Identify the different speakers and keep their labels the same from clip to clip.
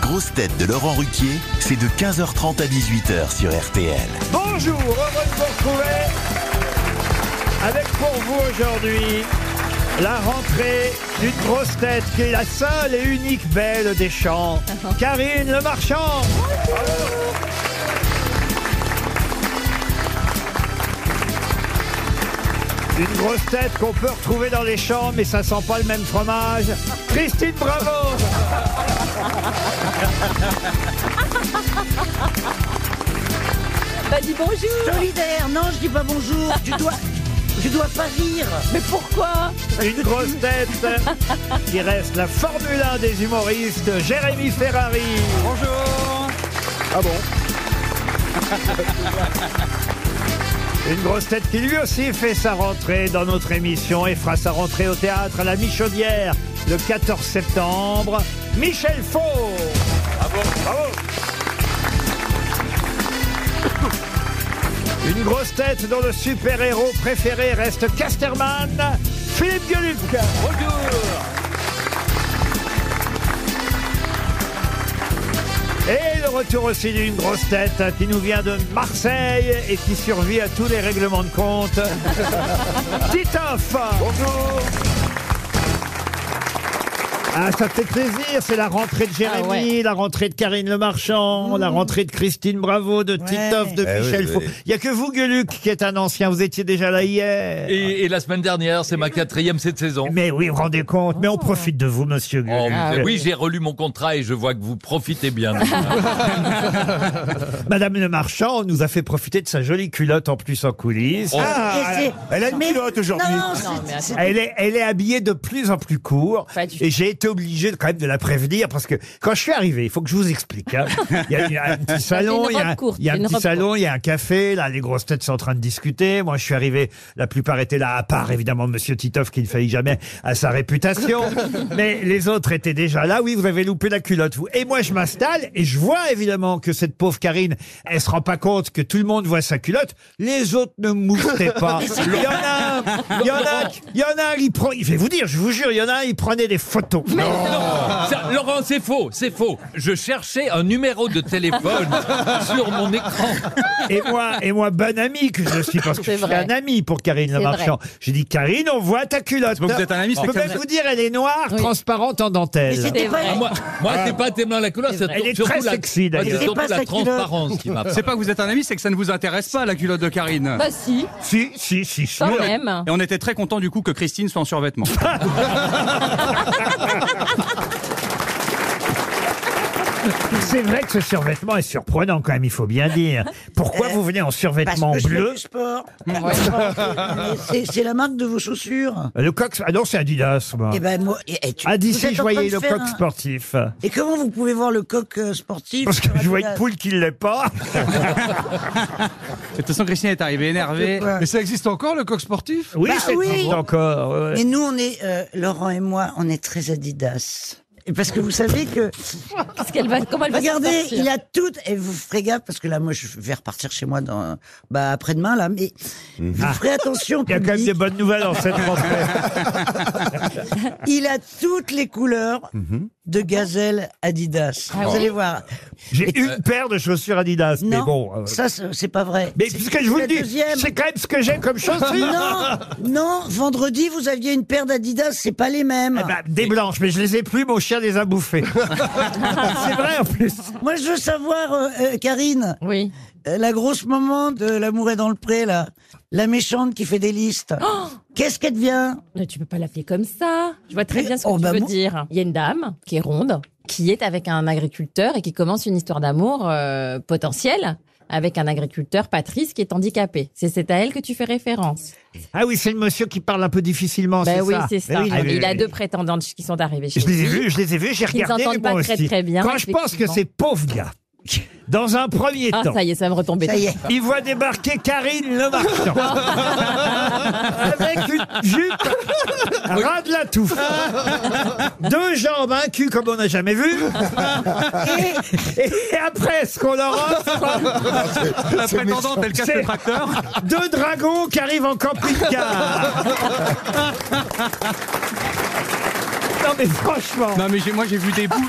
Speaker 1: grosses têtes de Laurent Ruquier, c'est de 15h30 à 18h sur RTL.
Speaker 2: Bonjour, heureux de vous retrouver avec pour vous aujourd'hui la rentrée d'une grosse tête qui est la seule et unique belle des champs, Karine Le Marchand. Une grosse tête qu'on peut retrouver dans les champs, mais ça sent pas le même fromage. Christine Bravo
Speaker 3: Bah dis bonjour
Speaker 4: Solidaire, non, je dis pas bonjour. Tu dois, tu dois pas rire.
Speaker 3: Mais pourquoi
Speaker 2: Une grosse tête qui reste la Formule 1 des humoristes, Jérémy Ferrari. Bonjour. Ah bon Une grosse tête qui lui aussi fait sa rentrée dans notre émission et fera sa rentrée au théâtre à la Michaudière le 14 septembre, Michel Faux. Bravo, bravo. Une grosse tête dont le super-héros préféré reste Casterman, Philippe Gueluc. Bonjour. Et le retour aussi d'une grosse tête qui nous vient de Marseille et qui survit à tous les règlements de compte. Titoff Bonjour ah, ça fait plaisir, c'est la rentrée de Jérémy, la rentrée de Karine Le Marchand, la rentrée de Christine Bravo, de Titoff, de
Speaker 5: Eh oui,
Speaker 2: Michel
Speaker 5: oui,
Speaker 2: Faux.
Speaker 5: oui.
Speaker 2: Il n'y a que vous, Gueluc, qui êtes un ancien, vous étiez déjà là hier.
Speaker 5: Et, et la semaine dernière, c'est ma quatrième cette saison.
Speaker 2: Mais oui, Ah, vous vous rendez compte, mais on profite de vous, monsieur
Speaker 5: Oh,
Speaker 2: Gueluc.
Speaker 5: mais oui, j'ai relu mon contrat et je vois que vous profitez bien.
Speaker 2: Madame Le Marchand nous a fait profiter de sa jolie culotte en plus en coulisses.
Speaker 5: Oh.
Speaker 4: Ah, et c'est-
Speaker 2: elle a une
Speaker 4: mais-
Speaker 2: culotte aujourd'hui.
Speaker 4: non, c'est- Non, mais attends.
Speaker 2: elle, est, elle est habillée de plus en plus court.
Speaker 4: Pas du
Speaker 2: Et j'ai été obligé de- quand même de la prévenir parce que quand je suis arrivé, il faut que je vous explique. hein. Il y a, il y a un petit salon,
Speaker 6: Une
Speaker 2: il y a,
Speaker 6: robe courte,
Speaker 2: il y a un
Speaker 6: une
Speaker 2: petit
Speaker 6: robe
Speaker 2: salon, il y a un café. Là, les grosses têtes sont en train de discuter. Moi, je suis arrivé, la plupart étaient là, à part évidemment Monsieur Titoff qui ne faillit jamais à sa réputation. Mais les autres étaient déjà là. Oui, vous avez loupé la culotte, vous. Et moi, je m'installe et je vois évidemment que cette pauvre Karine, elle se rend pas compte que tout le monde voit sa culotte. Les autres ne moustaient pas. Il y en a un, il y en a un, qui- il y en a un, il prend, je vais vous dire, je vous jure, il y en a un, il prenait des photos. Ah.
Speaker 5: Ça, Laurent, c'est faux, c'est faux. Je cherchais un numéro de téléphone sur mon écran.
Speaker 2: Et moi, et moi, bon ami que je suis, parce que je
Speaker 5: C'est
Speaker 2: suis
Speaker 5: vrai.
Speaker 2: un ami pour Karine Le
Speaker 5: C'est
Speaker 2: Marchand.
Speaker 5: vrai.
Speaker 2: J'ai dit, Karine, on voit ta culotte.
Speaker 5: C'est pas que vous êtes un ami, c'est
Speaker 2: Je peux
Speaker 5: que
Speaker 2: même
Speaker 5: vous-
Speaker 2: vous dire, elle est noire, transparente en dentelle.
Speaker 5: Mais c'était pas- Ah, moi- moi, c'est pas tellement la couleur, c'est
Speaker 2: Elle est
Speaker 5: surtout
Speaker 2: très
Speaker 5: la-
Speaker 2: sexy, d'ailleurs.
Speaker 5: c'est surtout la transparence qui m'a.
Speaker 7: C'est pas que vous êtes un ami, c'est que ça ne vous intéresse pas, la culotte de Karine.
Speaker 6: Bah si.
Speaker 2: Si, si, si, si.
Speaker 6: Quand
Speaker 7: Nous, on est-
Speaker 6: même.
Speaker 7: Et on était très contents du coup que Christine soit en survêtement.
Speaker 2: C'est vrai que ce survêtement est surprenant quand même, il faut bien dire. Pourquoi vous venez en survêtement
Speaker 4: Euh, Parce que je fais
Speaker 2: bleu
Speaker 4: du sport. Mais c'est- C'est la marque de vos chaussures.
Speaker 2: Le coq, ah non, c'est Adidas, moi.
Speaker 4: Eh ben, moi- et- et tu-
Speaker 2: Ah, d'ici,
Speaker 4: vous êtes
Speaker 2: je
Speaker 4: en train
Speaker 2: voyais
Speaker 4: de
Speaker 2: le
Speaker 4: faire
Speaker 2: coq
Speaker 4: un-
Speaker 2: sportif.
Speaker 4: Et comment vous pouvez voir le coq euh, sportif
Speaker 2: Parce que
Speaker 4: sur
Speaker 2: je vois
Speaker 4: Adidas
Speaker 2: une poule qui ne l'est pas.
Speaker 7: De toute façon, Christine est arrivée énervée.
Speaker 8: Mais ça existe encore le coq sportif
Speaker 2: Oui,
Speaker 4: Bah
Speaker 2: c'est
Speaker 4: oui.
Speaker 2: existe encore. ouais, ouais.
Speaker 4: Mais nous, on est, euh, Laurent et moi, on est très Adidas. Et parce que vous savez que,
Speaker 6: Parce qu'elle va, comment elle va se
Speaker 4: regardez,
Speaker 6: sortir
Speaker 4: il a tout, et vous ferez gaffe, parce que là, moi, je vais repartir chez moi dans, bah, après-demain, là, mais vous ferez attention.
Speaker 2: Il y a quand même
Speaker 4: public.
Speaker 2: des bonnes nouvelles en cette rentrée.
Speaker 4: Il a toutes les couleurs de gazelle Adidas.
Speaker 6: Ah
Speaker 4: vous
Speaker 6: oui
Speaker 4: allez voir.
Speaker 2: J'ai une paire de chaussures Adidas, mais
Speaker 4: Non,
Speaker 2: bon. euh,
Speaker 4: ça, c'est c'est pas vrai.
Speaker 2: Mais
Speaker 4: C'est-
Speaker 2: parce que je vous
Speaker 4: la
Speaker 2: le dis,
Speaker 4: deuxième.
Speaker 2: c'est quand même ce que j'ai comme chaussures.
Speaker 4: Non, non, vendredi, vous aviez une paire d'Adidas, c'est pas les mêmes.
Speaker 2: Eh ben, des blanches, mais je les ai plus, mon chien les a bouffées. c'est vrai en plus.
Speaker 4: Moi, je veux savoir, euh, euh, Karine,
Speaker 6: Oui.
Speaker 4: euh, la grosse maman de L'amour est dans le pré, là, la méchante qui fait des listes, qu'est-ce qu'elle devient
Speaker 6: Oh Mais tu peux pas l'appeler comme ça. Je vois très
Speaker 4: Mais-
Speaker 6: bien ce que
Speaker 4: oh,
Speaker 6: tu
Speaker 4: bah,
Speaker 6: veux
Speaker 4: moi-
Speaker 6: dire. Il y a une dame qui est ronde, qui est avec un agriculteur et qui commence une histoire d'amour euh, potentielle avec un agriculteur, Patrice, qui est handicapé. C'est c'est à elle que tu fais référence.
Speaker 2: Ah oui, c'est le monsieur qui parle un peu difficilement, c'est
Speaker 6: Ben oui,
Speaker 2: ça.
Speaker 6: c'est
Speaker 2: Ben
Speaker 6: ça.
Speaker 2: oui,
Speaker 6: il,
Speaker 2: oui,
Speaker 6: a
Speaker 2: oui.
Speaker 6: deux prétendantes qui sont arrivées chez
Speaker 2: Je les ai
Speaker 6: lui.
Speaker 2: vus, je les ai vus, j'ai
Speaker 6: Ils
Speaker 2: regardé
Speaker 6: s'entendent
Speaker 2: mais
Speaker 6: pas
Speaker 2: moi
Speaker 6: très,
Speaker 2: aussi.
Speaker 6: très bien,
Speaker 2: Quand je pense que
Speaker 6: effectivement.
Speaker 2: ces pauvres gars, dans un premier
Speaker 6: Ah,
Speaker 2: temps,
Speaker 6: ça y est, ça va me retomber.
Speaker 4: Ça y est.
Speaker 6: dessus.
Speaker 2: ils voient débarquer Karine Le Marchand avec une jupe ras de la touffe, deux jambes, un cul comme on n'a jamais vu. Et, et après, ce qu'on leur offre,
Speaker 4: Ah,
Speaker 7: La prétendante, elle casse
Speaker 2: C'est-
Speaker 7: le tracteur.
Speaker 2: Deux dragons qui arrivent en camping-car. non mais franchement.
Speaker 7: Non, mais j'ai- moi, j'ai vu des bouts.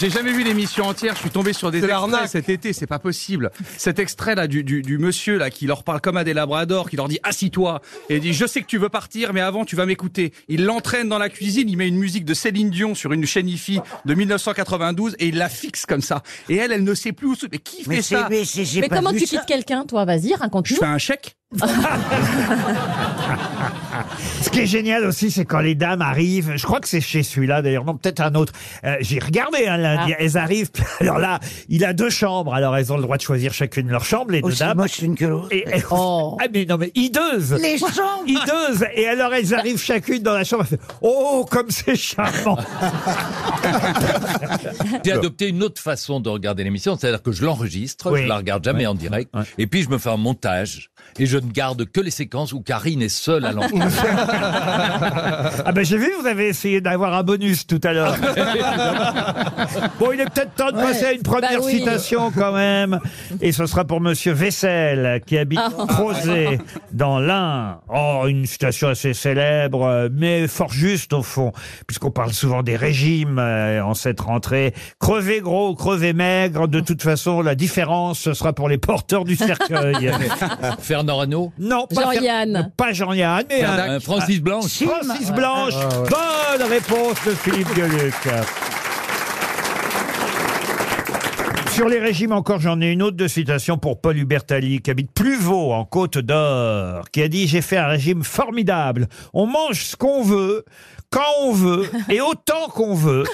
Speaker 7: J'ai jamais vu l'émission entière. Je suis tombé sur des
Speaker 8: C'est
Speaker 7: extraits
Speaker 8: l'arnaque.
Speaker 7: cet été. C'est pas possible. Cet extrait là du, du, du monsieur là qui leur parle comme à des labradors, qui leur dit assis-toi et il dit je sais que tu veux partir, mais avant tu vas m'écouter. Il l'entraîne dans la cuisine. Il met une musique de Céline Dion sur une chaîne IFI de 1992 et il la fixe comme ça. Et elle, elle ne sait plus où. se- Mais qui fait
Speaker 4: Mais c'est,
Speaker 7: ça
Speaker 4: mais c'est- j'ai
Speaker 6: Mais
Speaker 4: pas
Speaker 6: comment
Speaker 4: vu
Speaker 6: tu
Speaker 4: ça.
Speaker 6: quittes quelqu'un, toi Vas-y,
Speaker 7: Je
Speaker 6: raconte-nous.
Speaker 7: fais un chèque.
Speaker 2: Ce qui est génial aussi, c'est quand les dames arrivent. Je crois que c'est chez celui-là d'ailleurs, non peut-être un autre. Euh, J'ai regardé hein, lundi. Elles arrivent. puis alors là, il a deux chambres. Alors elles ont le droit de choisir chacune leur chambre, les deux
Speaker 4: Aussi
Speaker 2: dames.
Speaker 4: moche une que l'autre.
Speaker 2: Et, et-
Speaker 6: Oh.
Speaker 2: Ah mais non mais hideuse.
Speaker 4: Les gens
Speaker 2: Hideuse. Et alors elles arrivent chacune dans la chambre. elles font, Oh comme c'est charmant.
Speaker 5: J'ai adopté une autre façon de regarder l'émission, c'est-à-dire que je l'enregistre,
Speaker 2: Oui.
Speaker 5: je la regarde jamais en direct, et puis je me fais un montage, et je ne garde que les séquences où Karine est seule à l'antenne.
Speaker 2: Ah ben j'ai vu, vous avez essayé d'avoir un bonus tout à l'heure. bon, il est peut-être temps de passer à une première
Speaker 6: Bah oui.
Speaker 2: citation quand même. Et ce sera pour Monsieur Vessel, qui habite
Speaker 6: Ah.
Speaker 2: Crozet, dans l'Ain. Oh, une citation assez célèbre, euh, mais fort juste au fond, puisqu'on parle souvent des régimes euh, en cette rentrée. Crever gros, crever maigre, de toute façon, la différence, ce sera pour les porteurs du cercueil.
Speaker 5: Fernand Rano,
Speaker 2: non, pas Fer-
Speaker 6: Jean-Yann.
Speaker 2: Pas Jean-Yann, mais... un-
Speaker 5: euh, Francis Blanche,
Speaker 2: Francis
Speaker 6: Ah.
Speaker 2: Blanche. Bonne réponse de Philippe Gueluc. Sur les régimes encore, j'en ai une autre de citation pour Paul Hubertali, qui habite Pluvaux, en Côte d'Or, qui a dit « J'ai fait un régime formidable. On mange ce qu'on veut, quand on veut, et autant qu'on veut.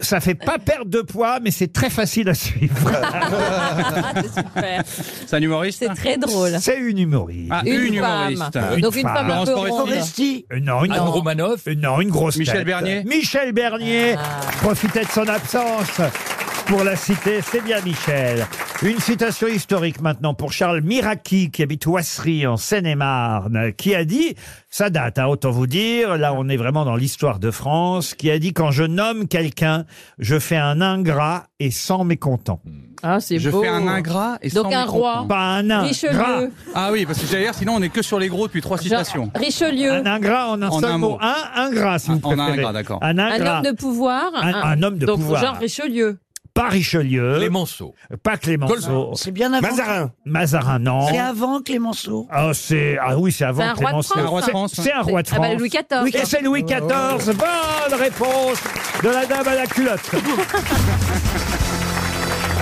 Speaker 2: Ça fait pas perdre de poids, mais c'est très facile à suivre.
Speaker 6: Ah, c'est super.
Speaker 7: C'est un humoriste.
Speaker 6: C'est très » drôle.
Speaker 2: C'est une humoriste.
Speaker 7: Ah,
Speaker 6: Une
Speaker 7: une
Speaker 6: femme.
Speaker 7: humoriste.
Speaker 2: Une
Speaker 6: Donc une femme Ah, un
Speaker 7: femme.
Speaker 6: peu
Speaker 7: Laurence
Speaker 6: ronde.
Speaker 4: Foresti.
Speaker 2: Euh, Non, une
Speaker 5: Anne Romanoff,
Speaker 2: Euh, Non, une grosse
Speaker 7: Michel
Speaker 2: tête.
Speaker 7: Bernier
Speaker 2: Michel Bernier
Speaker 6: Ah.
Speaker 2: profitait de son absence pour la citer. C'est bien Michel. Une citation historique maintenant pour Charles Miraki, qui habite Oisserie, en Seine-et-Marne, qui a dit, ça date, hein, autant vous dire, là on est vraiment dans l'histoire de France, qui a dit « Quand je nomme quelqu'un, je fais un ingrat et sans mécontent.
Speaker 6: Ah, c'est
Speaker 7: Je
Speaker 6: beau.
Speaker 7: fais un ingrat et
Speaker 6: Donc
Speaker 7: sans
Speaker 6: un
Speaker 7: me
Speaker 6: roi.
Speaker 7: comprendre.
Speaker 2: Pas un ingrat.
Speaker 6: Richelieu.
Speaker 7: Ah oui, parce que j'allais dire, sinon on est que sur les gros depuis trois citations.
Speaker 6: Richelieu.
Speaker 2: Un ingrat en un
Speaker 7: En
Speaker 2: seul
Speaker 7: un
Speaker 2: mot.
Speaker 7: mot. Ah,
Speaker 2: Un ingrat, si vous
Speaker 7: En un
Speaker 2: préférez.
Speaker 7: ingrat, d'accord.
Speaker 6: Un,
Speaker 2: Un ingrat.
Speaker 6: homme de pouvoir.
Speaker 2: Un- un homme de
Speaker 6: donc,
Speaker 2: pouvoir.
Speaker 6: Jean Richelieu.
Speaker 2: Pas Richelieu.
Speaker 5: Clémenceau.
Speaker 2: Pas Clémenceau.
Speaker 4: C'est bien avant.
Speaker 9: Mazarin.
Speaker 2: Mazarin, non.
Speaker 4: C'est avant Clémenceau.
Speaker 2: Ah, c'est, ah oui, c'est
Speaker 6: C'est
Speaker 2: avant
Speaker 6: un roi de
Speaker 2: Clémenceau.
Speaker 6: France.
Speaker 7: un roi de
Speaker 6: C'est-
Speaker 7: France.
Speaker 2: C'est un roi de
Speaker 6: Ah
Speaker 2: France.
Speaker 6: bah, Louis XIV.
Speaker 2: Et c'est Louis XIV. Bonne réponse de la dame à la culotte.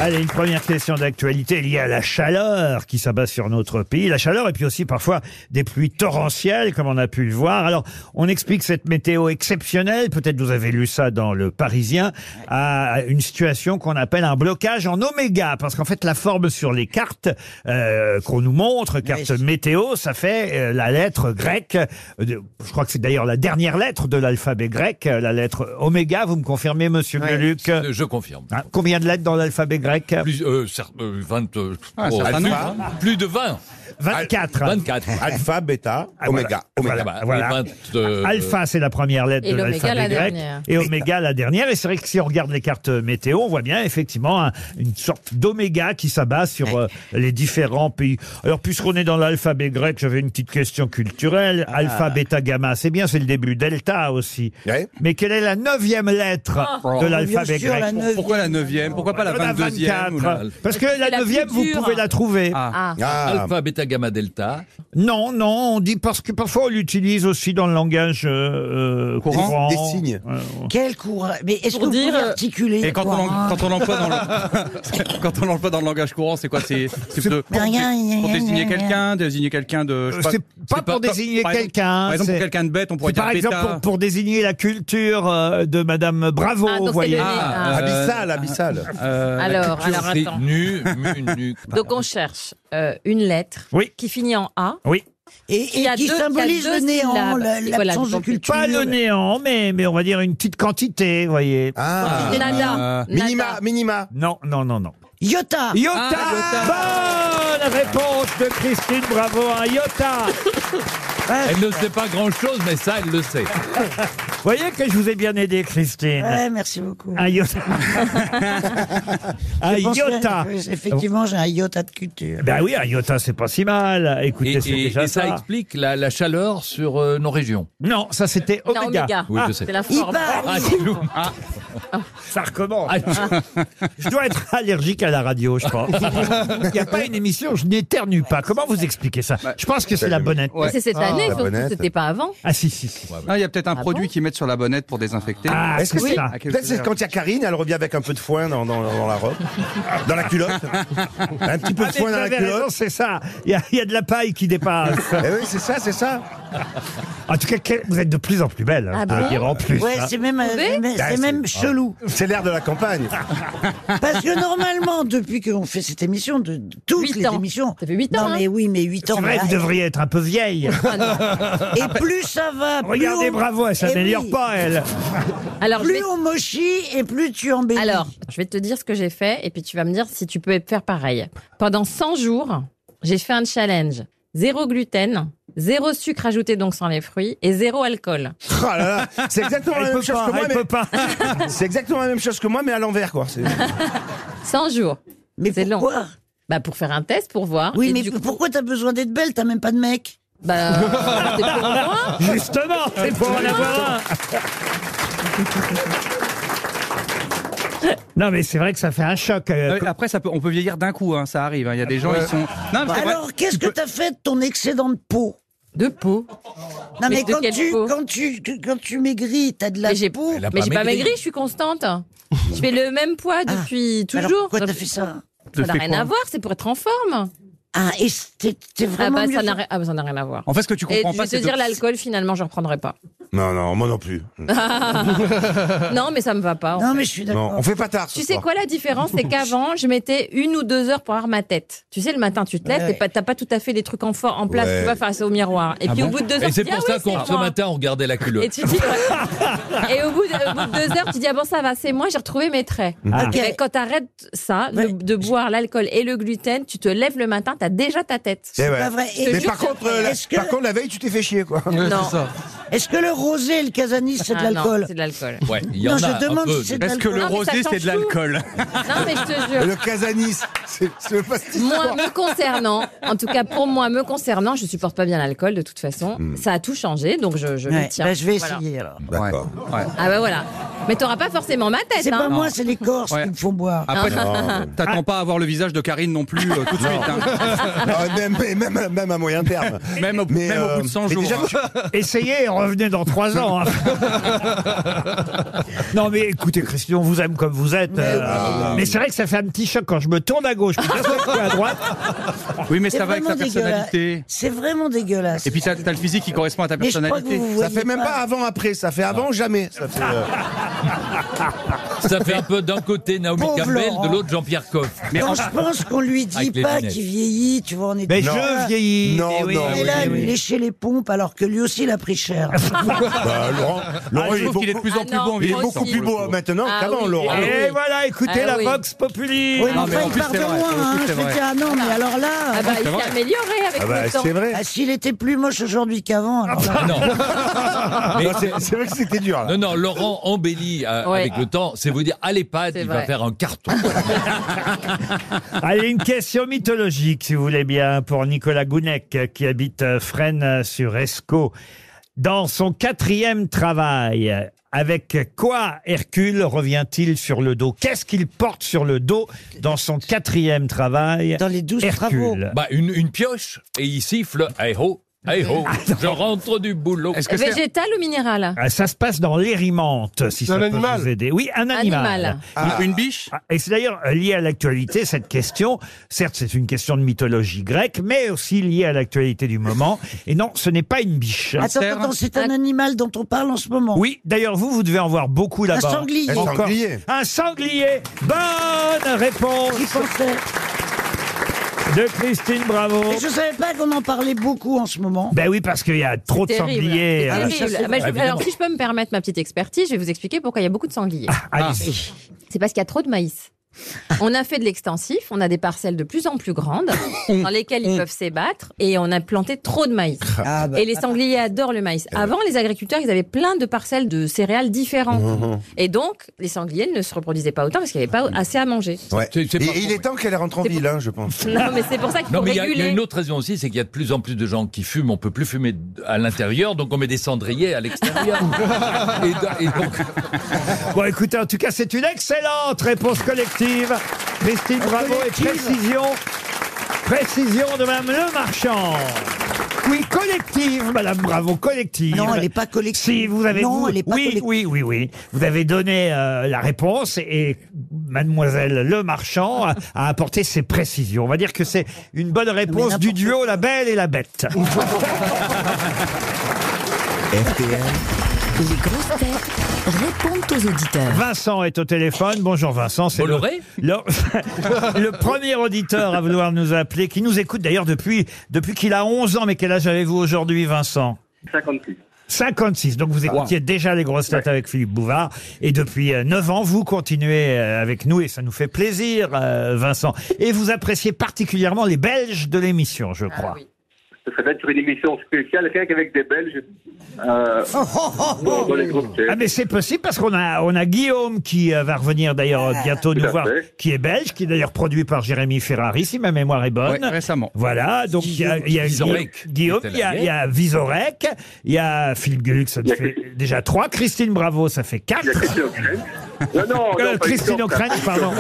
Speaker 2: Allez, une première question d'actualité liée à la chaleur qui s'abat sur notre pays. La chaleur et puis aussi parfois des pluies torrentielles, comme on a pu le voir. Alors, on explique cette météo exceptionnelle, peut-être vous avez lu ça dans le Parisien, à une situation qu'on appelle un blocage en oméga. Parce qu'en fait, la forme sur les cartes euh, qu'on nous montre, carte
Speaker 4: Oui.
Speaker 2: météo, ça fait euh, la lettre grecque. euh, de- je crois que c'est d'ailleurs la dernière lettre de l'alphabet grec, euh, la lettre oméga. Vous me confirmez, monsieur Gueluc
Speaker 5: Euh, je confirme.
Speaker 2: Hein, Combien de lettres dans l'alphabet grec
Speaker 5: Plus, euh, cer- euh, 20, euh,
Speaker 7: Ah,
Speaker 5: oh,
Speaker 7: certain
Speaker 5: plus,
Speaker 7: nombre,
Speaker 5: plus de 20.
Speaker 2: 24.
Speaker 5: 24.
Speaker 9: Alpha, bêta,
Speaker 2: Ah,
Speaker 9: oméga.
Speaker 2: voilà.
Speaker 5: Ah bah,
Speaker 2: Voilà.
Speaker 5: oui, 20, euh,
Speaker 2: Alpha, c'est la première lettre
Speaker 6: Et
Speaker 2: de
Speaker 6: l'oméga,
Speaker 2: l'alphabet
Speaker 6: la
Speaker 2: grec.
Speaker 6: dernière.
Speaker 2: Et oméga, la dernière. Et c'est vrai que si on regarde les cartes météo, on voit bien effectivement un- une sorte d'oméga qui s'abat sur euh, les différents pays. Alors, puisqu'on est dans l'alphabet grec, j'avais une petite question culturelle. Alpha, bêta, gamma, c'est bien, c'est le début. Delta aussi.
Speaker 9: Ouais.
Speaker 2: Mais quelle est la neuvième lettre
Speaker 6: Ah.
Speaker 7: Oh.
Speaker 2: de
Speaker 4: Bien
Speaker 2: l'alphabet
Speaker 4: sûr,
Speaker 2: grec
Speaker 4: la neuve.
Speaker 7: Pourquoi la neuvième Pourquoi pas la
Speaker 2: Il y en a
Speaker 7: 22e ou la-
Speaker 2: 24. Parce que la
Speaker 6: la plus
Speaker 2: neuvième, vous
Speaker 6: dure.
Speaker 2: pouvez la trouver.
Speaker 7: Ah.
Speaker 6: Ah.
Speaker 9: Ah,
Speaker 5: Alpha, bêta, gamma, delta.
Speaker 2: Non, non, on dit parce que parfois on l'utilise aussi dans le langage euh, euh, courant.
Speaker 7: Courant,
Speaker 9: des signes.
Speaker 2: Euh,
Speaker 4: Quel courage. Mais est-ce
Speaker 6: Pour
Speaker 4: que vous
Speaker 6: dire,
Speaker 4: pouvez
Speaker 6: euh,
Speaker 4: articuler hein
Speaker 7: Et quand on,
Speaker 4: courage
Speaker 7: l'em- quand on l'emploie dans le quand on l'emploie dans le langage courant, c'est quoi C'est c'est de- pour, pour désigner quelqu'un, désigner quelqu'un de. je sais
Speaker 2: Euh, c'est pas pour
Speaker 7: comme-
Speaker 2: désigner
Speaker 7: par exemple-
Speaker 2: quelqu'un,
Speaker 7: Par exemple,
Speaker 2: c'est-
Speaker 7: pour quelqu'un de bête, on pourrait
Speaker 2: C'est
Speaker 7: dire
Speaker 2: par exemple
Speaker 7: bêta.
Speaker 2: pour, pour désigner la culture euh, de Madame Bravo,
Speaker 6: Ah, donc
Speaker 2: vous
Speaker 6: c'est
Speaker 2: voyez.
Speaker 6: le-
Speaker 7: Ah, euh,
Speaker 9: abyssal, abyssal.
Speaker 7: euh,
Speaker 6: Alors, alors
Speaker 5: C'est
Speaker 6: attends.
Speaker 5: nu, mu, nu.
Speaker 4: Bah,
Speaker 6: Donc on cherche euh, une lettre
Speaker 2: Oui.
Speaker 6: qui finit en A.
Speaker 2: Oui,
Speaker 4: Et,
Speaker 6: Il y
Speaker 4: et
Speaker 6: a
Speaker 4: qui
Speaker 6: deux- il
Speaker 4: symbolise
Speaker 6: y a
Speaker 4: le
Speaker 6: deux
Speaker 4: néant,
Speaker 6: syllabes.
Speaker 4: la-
Speaker 6: Et voilà,
Speaker 4: l'absence de
Speaker 6: donc,
Speaker 4: culture.
Speaker 2: pas le néant, mais, mais on va dire une petite quantité, vous voyez.
Speaker 9: Ah.
Speaker 7: euh,
Speaker 6: Nada.
Speaker 9: Minima,
Speaker 6: Nada.
Speaker 9: minima.
Speaker 2: Non, non, non, non.
Speaker 4: Iota
Speaker 2: Iota,
Speaker 7: Ah,
Speaker 2: Bonne réponse de Christine Bravo, un iota
Speaker 5: Elle ne sait pas grand-chose, mais ça, elle le sait.
Speaker 2: Ah. Vous voyez que je vous ai bien aidé, Christine.
Speaker 4: Ouais, merci beaucoup.
Speaker 2: Un iota Un
Speaker 4: Je pense que-
Speaker 2: iota
Speaker 4: que, Effectivement, j'ai un iota de culture.
Speaker 2: Ben oui, un iota, c'est pas si mal.
Speaker 5: Et,
Speaker 2: Écoutez, c'est
Speaker 5: et-
Speaker 2: déjà
Speaker 5: et ça explique la, la chaleur sur euh, nos régions.
Speaker 2: Non, ça c'était
Speaker 6: Non,
Speaker 2: Omega.
Speaker 6: oméga.
Speaker 5: Oui,
Speaker 2: Ah,
Speaker 5: je sais.
Speaker 6: C'est la
Speaker 4: Il
Speaker 6: forme.
Speaker 4: parle
Speaker 5: Ah, c'est lourd.
Speaker 2: hein. Ça recommence. Ah, je dois être allergique à la radio, je pense. Il n'y a pas une émission, où je n'éternue pas. Comment vous expliquez ça Je pense que c'est la bonnette.
Speaker 6: Mais C'est cette année, surtout,
Speaker 9: bonnette.
Speaker 6: c'était pas avant.
Speaker 2: Ah si, si, si.
Speaker 7: Ah, il y a peut-être un
Speaker 6: Ah
Speaker 7: produit
Speaker 6: bon
Speaker 7: qu'ils mettent sur la bonnette pour désinfecter.
Speaker 2: Ah,
Speaker 9: Est-ce que
Speaker 2: oui.
Speaker 9: c'est
Speaker 2: ça
Speaker 7: À quelque
Speaker 9: Peut-être c'est
Speaker 7: part.
Speaker 9: quand il y a Karine, elle revient avec un peu de foin dans, dans- dans la robe, dans la culotte. Un petit peu
Speaker 2: Ah,
Speaker 9: de
Speaker 2: mais
Speaker 9: foin
Speaker 2: vous
Speaker 9: dans la
Speaker 2: avez raison,
Speaker 9: culotte.
Speaker 2: c'est ça. Il y a- il y, a de la paille qui dépasse.
Speaker 9: Eh oui, c'est ça, c'est ça.
Speaker 2: en tout cas, quel- vous êtes de plus en plus belle.
Speaker 6: Ah
Speaker 2: je dois
Speaker 6: bon
Speaker 2: dire en plus.
Speaker 4: Ouais,
Speaker 2: hein.
Speaker 4: c'est même, euh,
Speaker 6: Trouvez
Speaker 4: mais-
Speaker 9: Ah,
Speaker 4: c'est même chelou.
Speaker 9: C'est l'air de la campagne.
Speaker 4: Parce que normalement, depuis qu'on fait cette émission, de, de toutes
Speaker 6: Huit
Speaker 4: les
Speaker 6: ans.
Speaker 4: émissions.
Speaker 6: Ça fait huit ans,
Speaker 4: Non,
Speaker 6: hein. Ah
Speaker 4: mais oui, mais 8
Speaker 2: C'est
Speaker 4: ans.
Speaker 2: vrai,
Speaker 4: voilà.
Speaker 2: vous devriez être un peu vieille.
Speaker 4: Et plus ça va, plus
Speaker 2: Regardez,
Speaker 4: on-
Speaker 2: bravo, elle
Speaker 4: Eh
Speaker 2: s'améliore
Speaker 4: oui.
Speaker 2: pas, elle.
Speaker 6: Alors, je vais-
Speaker 4: Plus on mochit et plus tu embellis.
Speaker 6: Alors, je vais te dire ce que j'ai fait et puis tu vas me dire si tu peux faire pareil. Pendant 100 jours, j'ai fait un challenge. Zéro gluten, zéro sucre ajouté donc sans les fruits et zéro alcool.
Speaker 9: Oh là là, c'est exactement la
Speaker 2: Elle
Speaker 9: même
Speaker 2: peut
Speaker 9: chose
Speaker 2: pas,
Speaker 9: que moi,
Speaker 2: elle peut pas.
Speaker 9: mais c'est exactement la même chose que moi, mais à l'envers, quoi. C'est-
Speaker 6: 100 jours.
Speaker 4: mais
Speaker 6: c'est long.
Speaker 4: pourquoi
Speaker 6: Bah pour faire un test pour voir.
Speaker 4: Oui,
Speaker 6: Et
Speaker 4: mais
Speaker 6: du coup,
Speaker 4: pourquoi t'as besoin d'être belle T'as même pas de mec.
Speaker 6: bah, c'était pour moi.
Speaker 2: Justement, c'est pour en avoir un. Non, mais c'est vrai que ça fait un choc. euh,
Speaker 7: Euh, Après, ça peut, on peut vieillir d'un coup, hein, ça arrive. hein. Il
Speaker 2: Ah,
Speaker 7: y a des gens, ils sont. Non, mais c'est vrai.
Speaker 4: Alors, qu'est-ce que t'as fait de ton excédent de peau
Speaker 6: De peau. Mais
Speaker 4: Non, mais,
Speaker 6: de
Speaker 4: quand,
Speaker 6: quelle
Speaker 4: tu,
Speaker 6: peau
Speaker 4: quand, tu, tu- quand tu maigris, t'as de la
Speaker 6: Mais j'ai
Speaker 4: peau.
Speaker 6: Mais j'ai pas maigri, je suis constante. Je fais le même poids depuis
Speaker 4: Ah. Alors,
Speaker 6: toujours.
Speaker 4: pourquoi t'as fait ça
Speaker 6: Ça
Speaker 7: Tu
Speaker 6: n'a
Speaker 7: fais
Speaker 6: rien
Speaker 7: quoi
Speaker 6: à voir, c'est pour être en forme.
Speaker 4: Ah, et c'était c'était
Speaker 6: Ah
Speaker 4: vraiment
Speaker 6: bah
Speaker 4: mieux
Speaker 6: ça
Speaker 4: fait.
Speaker 6: n'a ri- ah bah, ça n'a rien à voir.
Speaker 7: En fait, ce que tu
Speaker 6: Et
Speaker 7: comprends
Speaker 6: je
Speaker 7: pas,
Speaker 6: vais te
Speaker 7: c'est de-
Speaker 6: dire, l'alcool, finalement, je ne reprendrai pas.
Speaker 9: Non, non, moi non plus.
Speaker 6: Non, mais ça me va pas. en
Speaker 4: Ah. Non, mais je suis
Speaker 9: Non,
Speaker 4: d'accord.
Speaker 9: on fait pas tard. ce
Speaker 6: Tu sais
Speaker 9: soir.
Speaker 6: quoi la différence C'est qu'avant, je mettais une ou deux heures pour avoir ma tête. Tu sais, le matin, tu te lèves,
Speaker 4: Ouais.
Speaker 6: t'es pas- t'as pas tout à fait les trucs en, for- en place,
Speaker 9: Ouais.
Speaker 6: tu vas face au miroir. Et puis au bout de deux heures,
Speaker 5: Et
Speaker 6: tu
Speaker 5: c'est
Speaker 6: dis,
Speaker 5: pour
Speaker 6: ah
Speaker 5: ça
Speaker 6: oui,
Speaker 5: qu'on
Speaker 6: c'est
Speaker 5: ce
Speaker 6: moi.
Speaker 5: matin on regardait la
Speaker 6: Et,
Speaker 5: culotte.
Speaker 6: tu dis, ouais. et au, bout de, au bout de deux heures, tu dis, ah bon, ça va, c'est moi, j'ai retrouvé mes traits.
Speaker 4: Mhm.
Speaker 2: Ah.
Speaker 6: Et ben, quand t'arrêtes ça, de,
Speaker 4: Ouais.
Speaker 6: de boire l'alcool et le gluten, tu te lèves le matin, t'as déjà ta tête.
Speaker 9: Eh ouais.
Speaker 4: pas vrai. Et
Speaker 9: Mais
Speaker 4: je-
Speaker 9: par contre, euh, la-
Speaker 4: est-ce que-
Speaker 9: par contre, la veille, tu t'es fait chier, quoi.
Speaker 8: Ouais,
Speaker 6: Non.
Speaker 8: c'est ça.
Speaker 4: Est-ce que le rosé et le casanis, c'est de
Speaker 6: Ah non,
Speaker 4: l'alcool
Speaker 6: c'est de l'alcool.
Speaker 5: Ouais, il y
Speaker 4: Non,
Speaker 5: en a un
Speaker 4: je demande
Speaker 5: peu
Speaker 4: si c'est
Speaker 5: de-
Speaker 4: de
Speaker 7: Est-ce que
Speaker 4: l'alcool.
Speaker 7: le
Speaker 6: Non, mais ça
Speaker 7: rosé, c'est de
Speaker 6: change tout.
Speaker 7: l'alcool
Speaker 6: Non, mais je te jure.
Speaker 9: Et Le Casanis, c'est c'est le pastis.
Speaker 6: Moi, me concernant, en tout cas pour moi, me concernant, je supporte pas bien l'alcool de toute façon.
Speaker 4: Mhm.
Speaker 6: Ça a tout changé, donc je, je
Speaker 4: Ouais,
Speaker 6: le tiens.
Speaker 4: bah, je vais
Speaker 6: Voilà.
Speaker 4: essayer alors.
Speaker 9: D'accord.
Speaker 7: Ouais.
Speaker 6: Ah bah voilà. Mais t'auras pas forcément ma tête.
Speaker 4: C'est pas
Speaker 6: Hein.
Speaker 4: moi, c'est les Corses
Speaker 7: Ouais.
Speaker 4: qui me font boire.
Speaker 7: Après,
Speaker 2: Ah,
Speaker 7: t'a- t'attends pas à avoir le visage de Karine non plus euh, tout de suite. hein.
Speaker 9: Ah, même, même, même à moyen terme.
Speaker 7: Même, au,
Speaker 9: Mais,
Speaker 7: même au
Speaker 9: euh,
Speaker 7: bout de 100
Speaker 9: mais
Speaker 7: jours.
Speaker 9: déjà,
Speaker 7: hein.
Speaker 2: Essayez et revenez dans trois ans. hein. non, mais écoutez, Christian, on vous aime comme vous êtes. euh, Mais, c'est vrai que ça fait un petit choc quand je me tourne à gauche, puis d'un seul coup à droite.
Speaker 7: Oui, mais
Speaker 4: C'est
Speaker 7: ça va avec
Speaker 4: vraiment
Speaker 7: ta
Speaker 4: dégueulasse.
Speaker 7: personnalité.
Speaker 4: C'est vraiment dégueulasse.
Speaker 7: Et puis, t'as t'as le physique qui correspond à ta
Speaker 4: Mais je crois que
Speaker 7: personnalité.
Speaker 4: vous vous
Speaker 9: Ça
Speaker 4: voyez
Speaker 9: fait même pas avant après, ça fait avant jamais. Ça fait, euh,
Speaker 5: Ça fait un peu d'un côté Naomi
Speaker 4: Pauvre
Speaker 5: Campbell,
Speaker 4: Laurent.
Speaker 5: de l'autre Jean-Pierre Coff.
Speaker 4: Quand je pense qu'on lui dit
Speaker 5: Avec les
Speaker 4: pas
Speaker 5: lunettes.
Speaker 4: qu'il vieillit, tu vois, on est
Speaker 2: Mais
Speaker 4: tous
Speaker 2: je
Speaker 4: là.
Speaker 2: vieillis.
Speaker 9: Non,
Speaker 2: Eh oui,
Speaker 9: non,
Speaker 2: eh
Speaker 4: Et
Speaker 2: oui,
Speaker 4: là,
Speaker 2: eh
Speaker 4: lui
Speaker 2: oui.
Speaker 4: lécher les pompes alors que lui aussi il a pris cher.
Speaker 9: bah, Laurent, Laurent,
Speaker 7: Je
Speaker 9: il est
Speaker 7: trouve qu'il est de
Speaker 9: beaucoup,
Speaker 7: plus en
Speaker 6: Ah
Speaker 7: plus
Speaker 6: non,
Speaker 7: bon en
Speaker 9: il est
Speaker 6: moi
Speaker 7: vieillissant,
Speaker 9: beaucoup
Speaker 6: aussi.
Speaker 9: plus
Speaker 7: pour le
Speaker 9: beau hein,
Speaker 7: coup.
Speaker 9: maintenant
Speaker 6: Ah
Speaker 9: qu'avant,
Speaker 6: oui.
Speaker 9: Laurent.
Speaker 6: Ah oui.
Speaker 2: Et voilà, écoutez
Speaker 6: Ah
Speaker 2: la
Speaker 6: oui.
Speaker 2: Vox Populi.
Speaker 4: Oui, mais
Speaker 7: Non, mais
Speaker 4: enfin,
Speaker 7: en
Speaker 4: il
Speaker 7: plus,
Speaker 4: part
Speaker 7: c'est
Speaker 4: de
Speaker 7: vrai.
Speaker 4: moi,
Speaker 7: En plus,
Speaker 4: hein,
Speaker 7: c'est
Speaker 4: je te
Speaker 7: vrai.
Speaker 4: dis, ah non, mais alors là,
Speaker 6: Ah bah, il
Speaker 7: C'est
Speaker 6: s'est
Speaker 7: vrai.
Speaker 6: amélioré avec
Speaker 9: Ah bah,
Speaker 6: le temps.
Speaker 9: c'est vrai.
Speaker 4: ah, s'il était plus moche aujourd'hui qu'avant, alors là,
Speaker 5: Ah non. Mais-
Speaker 9: Non, c'est- C'est vrai que c'était dur. Là.
Speaker 5: non, non, Laurent embellit euh,
Speaker 6: Ouais.
Speaker 5: avec le temps. C'est vous dire, à l'EHPAD,
Speaker 6: C'est
Speaker 5: il va
Speaker 6: vrai. Oh.
Speaker 5: faire un carton.
Speaker 2: Allez, une question mythologique, si vous voulez bien, pour Nicolas Gounec, euh, qui habite euh, Fresnes euh, sur Escaut. Dans son quatrième travail, euh, avec quoi Hercule revient-il sur le dos Qu'est-ce qu'il porte sur le dos dans son quatrième travail
Speaker 4: dans les douze travaux.
Speaker 2: Hercule.
Speaker 5: Bah, une, une pioche, et il siffle, hey ho, hey ho, je rentre du boulot.
Speaker 7: Est-ce que c'est
Speaker 6: Végétal ou minéral
Speaker 2: Ah, Ça se passe dans l'Érimante,
Speaker 8: C'est
Speaker 2: si ça
Speaker 8: un
Speaker 2: peut
Speaker 8: animal.
Speaker 2: vous aider. Oui, un animal.
Speaker 6: Animal.
Speaker 7: une biche
Speaker 2: Ah, Et c'est d'ailleurs lié à l'actualité, cette question. Certes, c'est une question de mythologie grecque, mais aussi liée à l'actualité du moment. Et non, ce n'est pas une biche.
Speaker 4: Attends,
Speaker 7: cerf.
Speaker 4: attends, c'est un animal dont on parle en ce moment.
Speaker 2: Ah. Oui, d'ailleurs, vous, vous devez en voir beaucoup
Speaker 4: Un
Speaker 2: là-bas.
Speaker 4: sanglier.
Speaker 9: Un
Speaker 2: Encore.
Speaker 9: sanglier.
Speaker 2: Un sanglier. Bonne réponse
Speaker 4: J'y pensais.
Speaker 2: de Christine Bravo.
Speaker 4: Et je savais pas qu'on en parlait beaucoup en ce moment.
Speaker 2: Ben oui, parce qu'il y a trop de
Speaker 6: Terrible.
Speaker 2: sangliers.
Speaker 6: C'est
Speaker 2: euh,
Speaker 6: terrible.
Speaker 4: ça, c'est
Speaker 6: Ah bah, je-
Speaker 5: vrai.
Speaker 6: alors, si
Speaker 4: Ah,
Speaker 6: je peux me permettre ma petite expertise, je vais vous expliquer pourquoi il y a beaucoup de sangliers.
Speaker 2: Ah, allez-y.
Speaker 6: C'est parce qu'il y a trop de maïs. On a fait de l'extensif, on a des parcelles de plus en plus grandes
Speaker 4: Mm.
Speaker 6: dans lesquelles ils peuvent s'ébattre et on a planté trop de maïs.
Speaker 4: Ah, bah, Ah,
Speaker 6: Et les sangliers adorent le maïs. Avant, les agriculteurs, ils avaient plein de parcelles de céréales
Speaker 4: Mm-hmm.
Speaker 6: différentes. Et donc, les sangliers ne se reproduisaient pas autant parce qu'il n'y avait pas assez à manger.
Speaker 9: Ouais.
Speaker 5: C'est- c'est pas
Speaker 9: Et- et il
Speaker 5: faux,
Speaker 9: est temps qu'elle rentre en
Speaker 6: C'est
Speaker 9: ville, hein, je pense.
Speaker 6: Non, mais c'est pour ça qu'il faut
Speaker 5: Non, mais il y a- il y, a
Speaker 6: réguler.
Speaker 5: une autre raison aussi, c'est qu'il y a de plus en plus de gens qui fument. On peut plus fumer à l'intérieur, donc on met des cendriers à l'extérieur. et, do- et donc,
Speaker 2: Bon, écoutez, en tout cas, c'est une excellente réponse collective. Christine, bravo et précision. Précision de Mme Le Marchand. Oui, collective, Madame Bravo, collective.
Speaker 4: Non, elle n'est pas collective.
Speaker 2: Si vous avez
Speaker 4: Non,
Speaker 2: vous-
Speaker 4: elle n'est pas
Speaker 2: oui,
Speaker 4: collective.
Speaker 2: oui, oui, oui. Vous avez donné euh, la réponse et, et Mademoiselle Le Marchand a, a apporté ses précisions. On va dire que c'est une bonne réponse du
Speaker 4: n'importe
Speaker 2: duo La Belle et la Bête.
Speaker 1: RTL,
Speaker 10: Les grosses têtes répondent aux auditeurs.
Speaker 2: Vincent est au téléphone. Bonjour Vincent, c'est le,
Speaker 5: Bolloré
Speaker 2: le, le premier auditeur à vouloir nous appeler, qui nous écoute d'ailleurs depuis, depuis qu'il a 11 ans. Mais quel âge avez-vous aujourd'hui, Vincent
Speaker 11: 56.
Speaker 2: 56. Donc vous écoutiez déjà les grosses têtes avec Philippe Bouvard. Et depuis 9 ans, vous continuez euh, avec nous et ça nous fait plaisir, euh, Vincent. Et vous appréciez particulièrement les Belges de l'émission, je crois.
Speaker 11: Ce serait d'être une émission spéciale, rien qu'avec des Belges euh, dans, dans les groupes.
Speaker 2: Ah mais c'est possible parce qu'on a on a Guillaume qui euh, va revenir d'ailleurs bientôt nous
Speaker 11: Ah. à
Speaker 2: voir,
Speaker 11: fait.
Speaker 2: qui est belge, qui est d'ailleurs produit par Jérémy Ferrari si ma mémoire est bonne.
Speaker 7: Ouais, récemment.
Speaker 2: Voilà, donc il y a, il y a
Speaker 5: Vizorek.
Speaker 2: Guillaume, il y a, il y a Vizorek, il y a Philippe Gueluc, ça
Speaker 11: Il y a
Speaker 2: fait
Speaker 11: Christine.
Speaker 2: déjà trois. Christine Bravo, ça fait
Speaker 11: Il y a
Speaker 2: quatre.
Speaker 11: Christine O'Krent. Non, non, non,
Speaker 2: Euh,
Speaker 11: pas
Speaker 2: Christine
Speaker 11: Christophe,
Speaker 2: O'Krent, pardon.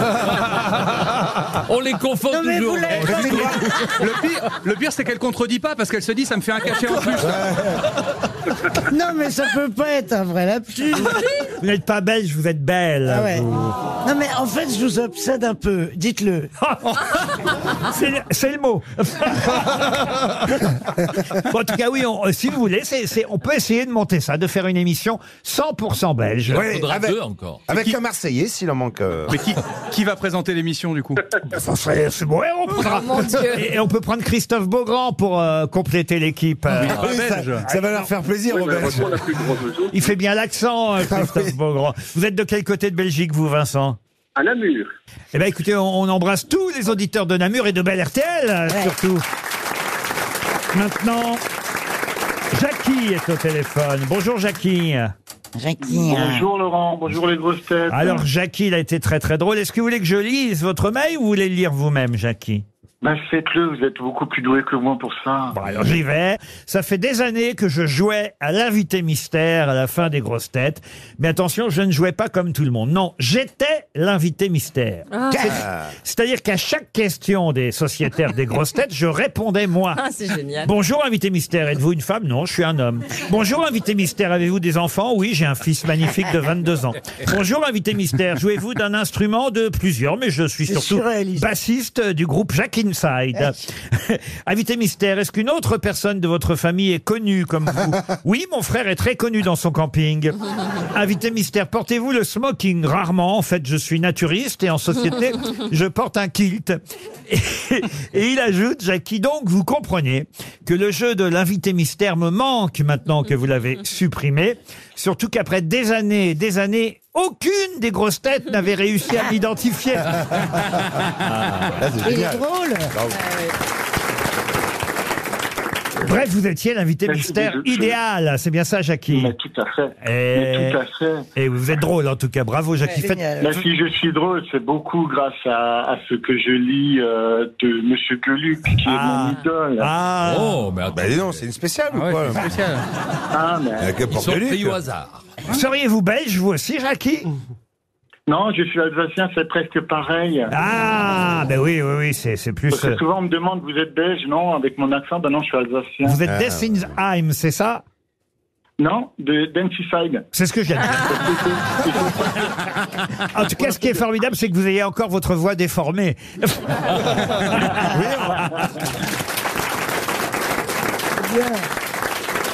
Speaker 5: on les confond
Speaker 4: Non, mais vous
Speaker 5: toujours.
Speaker 4: l'avez-
Speaker 7: Le pire, le pire c'est qu'elle contredit pas parce qu'elle se dit ça me fait un cachet en plus.
Speaker 4: Non, mais ça peut pas être un vrai lapsus.
Speaker 2: Vous n'êtes pas belge, vous êtes belle.
Speaker 4: Ah ouais.
Speaker 2: vous.
Speaker 4: Non, mais en fait, je vous obsède un peu. Dites-le.
Speaker 2: Ah. C'est le- C'est le mot. Bon, en tout cas, oui, on- euh, si vous voulez, c'est c'est- on peut essayer de monter ça, de faire une émission 100% belge.
Speaker 5: Il en
Speaker 9: Ouais,
Speaker 5: faudra
Speaker 9: avec-
Speaker 5: deux encore.
Speaker 9: Avec un Marseillais, s'il en manque. euh,
Speaker 7: Mais qui, qui va présenter l'émission du coup
Speaker 2: Ça serait- c'est bon, et on
Speaker 7: Oh,
Speaker 6: Oh,
Speaker 2: prendra- Et, et on peut prendre Christophe Beaugrand pour euh, compléter l'équipe. euh.
Speaker 9: Ah oui, ça,
Speaker 7: belge.
Speaker 9: ça va leur faire plaisir,
Speaker 11: Ah, Oui,
Speaker 9: aux
Speaker 11: mais
Speaker 9: Belges.
Speaker 11: heureusement, on a plus de grosses choses.
Speaker 2: Il fait bien l'accent, euh, Christophe Beaugrand. Vous êtes de quel côté de Belgique, vous, Vincent
Speaker 11: À Namur.
Speaker 2: Eh bien, écoutez, on, on embrasse tous les auditeurs de Namur et de Belle RTL, euh, surtout. Maintenant, Jackie est au téléphone. Bonjour, Jackie.
Speaker 4: Jackie. hein.
Speaker 11: Bonjour Laurent, bonjour les grosses têtes.
Speaker 2: Alors, Jackie, il a été très, très drôle. Est-ce que vous voulez que je lise votre mail ou vous voulez le lire vous-même, Jackie
Speaker 11: Bah, faites-le, vous êtes beaucoup plus doué que moi pour ça.
Speaker 2: Bon, alors j'y vais. Ça fait des années que je jouais à l'invité mystère à la fin des grosses têtes. Mais attention, je ne jouais pas comme tout le monde. Non, j'étais l'invité mystère.
Speaker 6: Ah.
Speaker 2: C'est- C'est-à-dire qu'à chaque question des sociétaires des grosses têtes, je répondais moi.
Speaker 6: Ah, c'est génial.
Speaker 2: Bonjour invité mystère, êtes-vous une femme Non, je suis un homme. Bonjour invité mystère, avez-vous des enfants Oui, j'ai un fils magnifique de 22 ans. Bonjour invité mystère, jouez-vous d'un instrument de plusieurs, mais je suis
Speaker 4: C'est
Speaker 2: surtout
Speaker 4: surréaliste.
Speaker 2: bassiste du groupe Jack Inside. invité mystère, est-ce qu'une autre personne de votre famille est connue comme vous Oui, mon frère est très connu dans son camping. invité mystère, portez-vous le smoking Rarement, en fait, je suis naturiste et en société, je porte un kilt. Et, et il ajoute, Jackie, donc vous comprenez que le jeu de l'invité mystère me manque maintenant que vous l'avez supprimé. Surtout qu'après des années et des années, aucune des grosses têtes n'avait réussi à m'identifier.
Speaker 9: Ah, c'est
Speaker 4: Il
Speaker 9: génial.
Speaker 4: est drôle.
Speaker 2: Bref, vous étiez l'invité
Speaker 11: Mais je-
Speaker 2: mystère
Speaker 11: je- je-
Speaker 2: idéal. C'est bien ça, Jackie.
Speaker 11: Mais tout à fait.
Speaker 2: Et-
Speaker 11: Mais tout à fait.
Speaker 2: Et vous êtes drôle en tout cas. Bravo, Jackie. Faites-
Speaker 4: Génial.
Speaker 11: Là, Bah, si je suis drôle, c'est beaucoup grâce à, à ce que je lis euh, de Monsieur Gueluc, qui est
Speaker 2: Ah.
Speaker 11: mon idole. Ah,
Speaker 2: Ah,
Speaker 5: Oh, mais attends,
Speaker 9: Bah dis donc, c'est une spéciale ou
Speaker 7: Ah ouais,
Speaker 9: quoi
Speaker 7: c'est spécial.
Speaker 11: mais...
Speaker 9: Avec un
Speaker 5: ils sont
Speaker 9: porte-luc.
Speaker 5: pris au hasard.
Speaker 2: seriez-vous belge, vous aussi, Jackie
Speaker 11: Non, je suis alsacien, c'est presque pareil.
Speaker 2: Ah, ben oui, oui, oui, c'est c'est plus. euh,
Speaker 11: Parce que souvent, on me demande, vous êtes belge Non, avec mon accent, ben non, je suis alsacien.
Speaker 2: Vous êtes
Speaker 9: Ah.
Speaker 2: Dessinsheim, c'est ça
Speaker 11: Non, de Densifide.
Speaker 2: C'est ce que j'ai dit. En tout cas, ce qui est formidable, c'est que vous ayez encore votre voix déformée.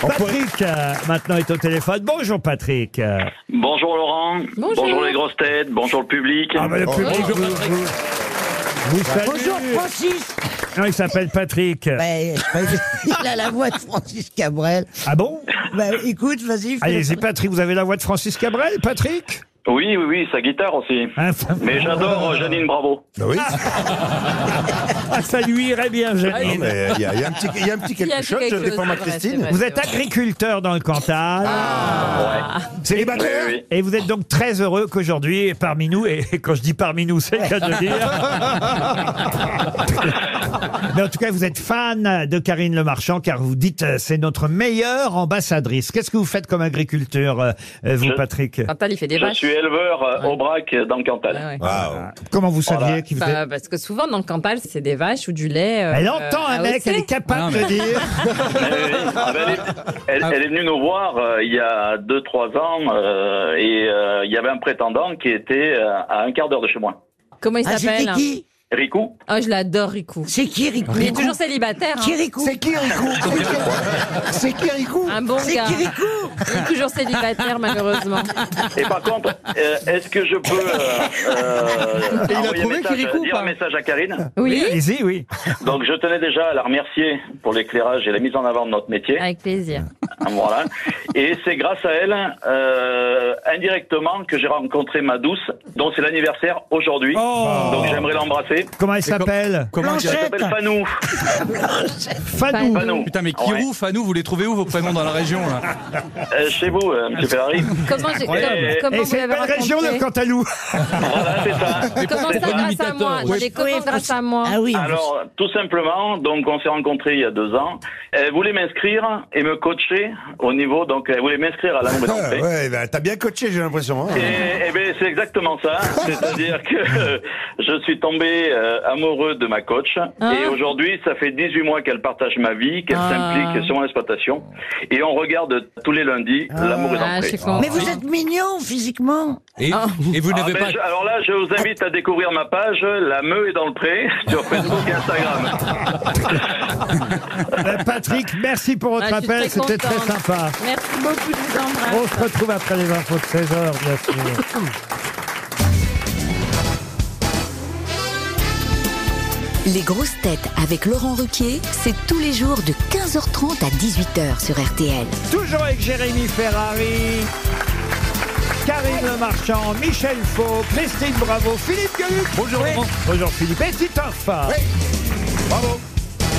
Speaker 2: Patrick, euh, maintenant, est au téléphone. Bonjour, Patrick. Euh,
Speaker 11: Bonjour Laurent,
Speaker 6: Bonjour. Bonjour les
Speaker 11: grosses têtes, bonjour le public.
Speaker 2: Ah, ben, le public
Speaker 5: Bonjour,
Speaker 2: vous-
Speaker 5: Patrick.
Speaker 2: vous- vous
Speaker 4: Bah,
Speaker 2: salue.
Speaker 4: Bonjour, Francis.
Speaker 2: Non, il s'appelle Patrick.
Speaker 4: Ben, je croyais que- il a la voix de Francis Cabrel.
Speaker 2: Ah bon
Speaker 4: Ben, écoute, vas-y. fais-
Speaker 2: Allez-y, Patrick, vous avez la voix de Francis Cabrel, Patrick
Speaker 12: Oui, oui, oui, sa guitare aussi. Mais j'adore euh, Janine Bravo.
Speaker 2: Bah
Speaker 9: oui.
Speaker 2: Ah, ça lui irait bien, Janine.
Speaker 9: Non, mais Ah, il y a- il y a un petit- il y a un petit quelque Il y a un petit chose, je quelque défends chose, ma c'est vrai, Christine. c'est vrai,
Speaker 2: Vous
Speaker 9: c'est
Speaker 2: êtes
Speaker 9: vrai. Ah.
Speaker 2: agriculteur dans le Cantal.
Speaker 9: Célibataire Oui, oui.
Speaker 2: Et vous êtes donc très heureux qu'aujourd'hui, parmi nous, et quand je dis parmi nous, c'est le cas de le dire. Mais en tout cas, vous êtes fan de Karine Le Marchand car vous dites euh, c'est notre meilleure ambassadrice. Qu'est-ce que vous faites comme agriculteur, euh, euh, vous,
Speaker 12: Je-
Speaker 2: Patrick
Speaker 12: il fait des Je suis éleveur euh, au Brac euh, dans le Cantal. Ah.
Speaker 2: Comment vous saviez qu'il faisait
Speaker 6: Bah, parce que souvent dans le Cantal, c'est des vaches ou du lait. euh,
Speaker 2: Elle entend un
Speaker 6: euh,
Speaker 2: mec,
Speaker 6: AOC.
Speaker 2: elle est capable de dire.
Speaker 12: Ah ben, elle, est, elle- elle est venue nous voir euh, il y a 2-3 ans euh, et euh, il y avait un prétendant qui était euh, à un quart d'heure de chez moi.
Speaker 6: Comment il
Speaker 12: Ah, c'était
Speaker 6: s'appelle hein
Speaker 12: qui Rico.
Speaker 6: Oh, je l'adore, Riku.
Speaker 4: C'est qui Riku
Speaker 6: Il est toujours célibataire. hein.
Speaker 4: C'est qui Riku
Speaker 6: C'est Kirikou Un bon
Speaker 4: C'est
Speaker 6: gars.
Speaker 4: Kirikou
Speaker 6: Il est toujours célibataire, malheureusement.
Speaker 12: Et par contre, euh, est-ce que je peux euh, euh,
Speaker 6: Et il
Speaker 12: envoyer
Speaker 6: a
Speaker 12: un
Speaker 6: trouvé
Speaker 12: message,
Speaker 6: Kirikou,
Speaker 12: dire
Speaker 6: pas
Speaker 12: un message à Karine
Speaker 6: Oui.
Speaker 2: Allez-y, oui.
Speaker 12: Donc je tenais déjà à la remercier pour l'éclairage et la mise en avant de notre métier.
Speaker 6: Avec plaisir.
Speaker 12: Voilà. Et c'est grâce à elle, euh, indirectement, que j'ai rencontré ma douce, dont c'est l'anniversaire aujourd'hui.
Speaker 6: Oh.
Speaker 12: Donc j'aimerais l'embrasser.
Speaker 2: Comment elle s'appelle
Speaker 12: elle s'appelle Fanou.
Speaker 2: Fanou.
Speaker 7: Putain, mais Kirou, Fanou, vous les trouvez où vos prénoms dans la région là
Speaker 12: Euh, chez vous, euh, monsieur Ferrari.
Speaker 6: Comment j'ai-
Speaker 7: Incroyable.
Speaker 6: comme- comment
Speaker 2: Et
Speaker 6: vous
Speaker 2: c'est une
Speaker 6: l'avez
Speaker 2: belle région,
Speaker 6: rencontré
Speaker 2: le Cantalou.
Speaker 12: Voilà, c'est ça.
Speaker 6: Comment ça, grâce à moi Je l'ai comment grâce à moi
Speaker 4: Ah
Speaker 12: Alors, tout simplement, donc on s'est rencontrés il y a deux ans. Elle voulait m'inscrire et me coacher au niveau, donc elle voulait m'inscrire à l'amour et en paix.
Speaker 9: ouais, ben, t'as bien coaché, j'ai l'impression. hein.
Speaker 12: Et, ben, c'est exactement ça. C'est-à-dire que je suis tombé euh, amoureux de ma coach.
Speaker 11: Ah.
Speaker 12: Et aujourd'hui, ça fait 18 mois qu'elle partage ma vie, qu'elle
Speaker 11: Ah.
Speaker 12: s'implique sur mon exploitation. Et on regarde tous les lundis l'amour et en paix.
Speaker 4: Mais vous êtes mignon physiquement.
Speaker 5: Et, et vous
Speaker 12: Ah,
Speaker 5: n'avez
Speaker 12: ben,
Speaker 5: pas.
Speaker 12: je- alors là, je vous invite à découvrir ma page La Meu est dans le pré sur Facebook et Instagram.
Speaker 2: Euh, Patrick, merci pour votre
Speaker 6: Ah, je suis
Speaker 2: appel,
Speaker 6: très
Speaker 2: c'était très
Speaker 6: contente.
Speaker 2: sympa.
Speaker 6: Merci beaucoup, je vous embrasse.
Speaker 2: On se retrouve après les infos de 16h, bien sûr.
Speaker 10: Les grosses têtes avec Laurent Ruquier, c'est tous les jours de 15h30 à 18h sur RTL.
Speaker 2: Toujours avec Jérémy Ferrari, Karine Le Marchand, Michel Faux, Christine Bravo, Philippe Gueluc. Bonjour Bonjour Philippe. Et Titoff. Bravo.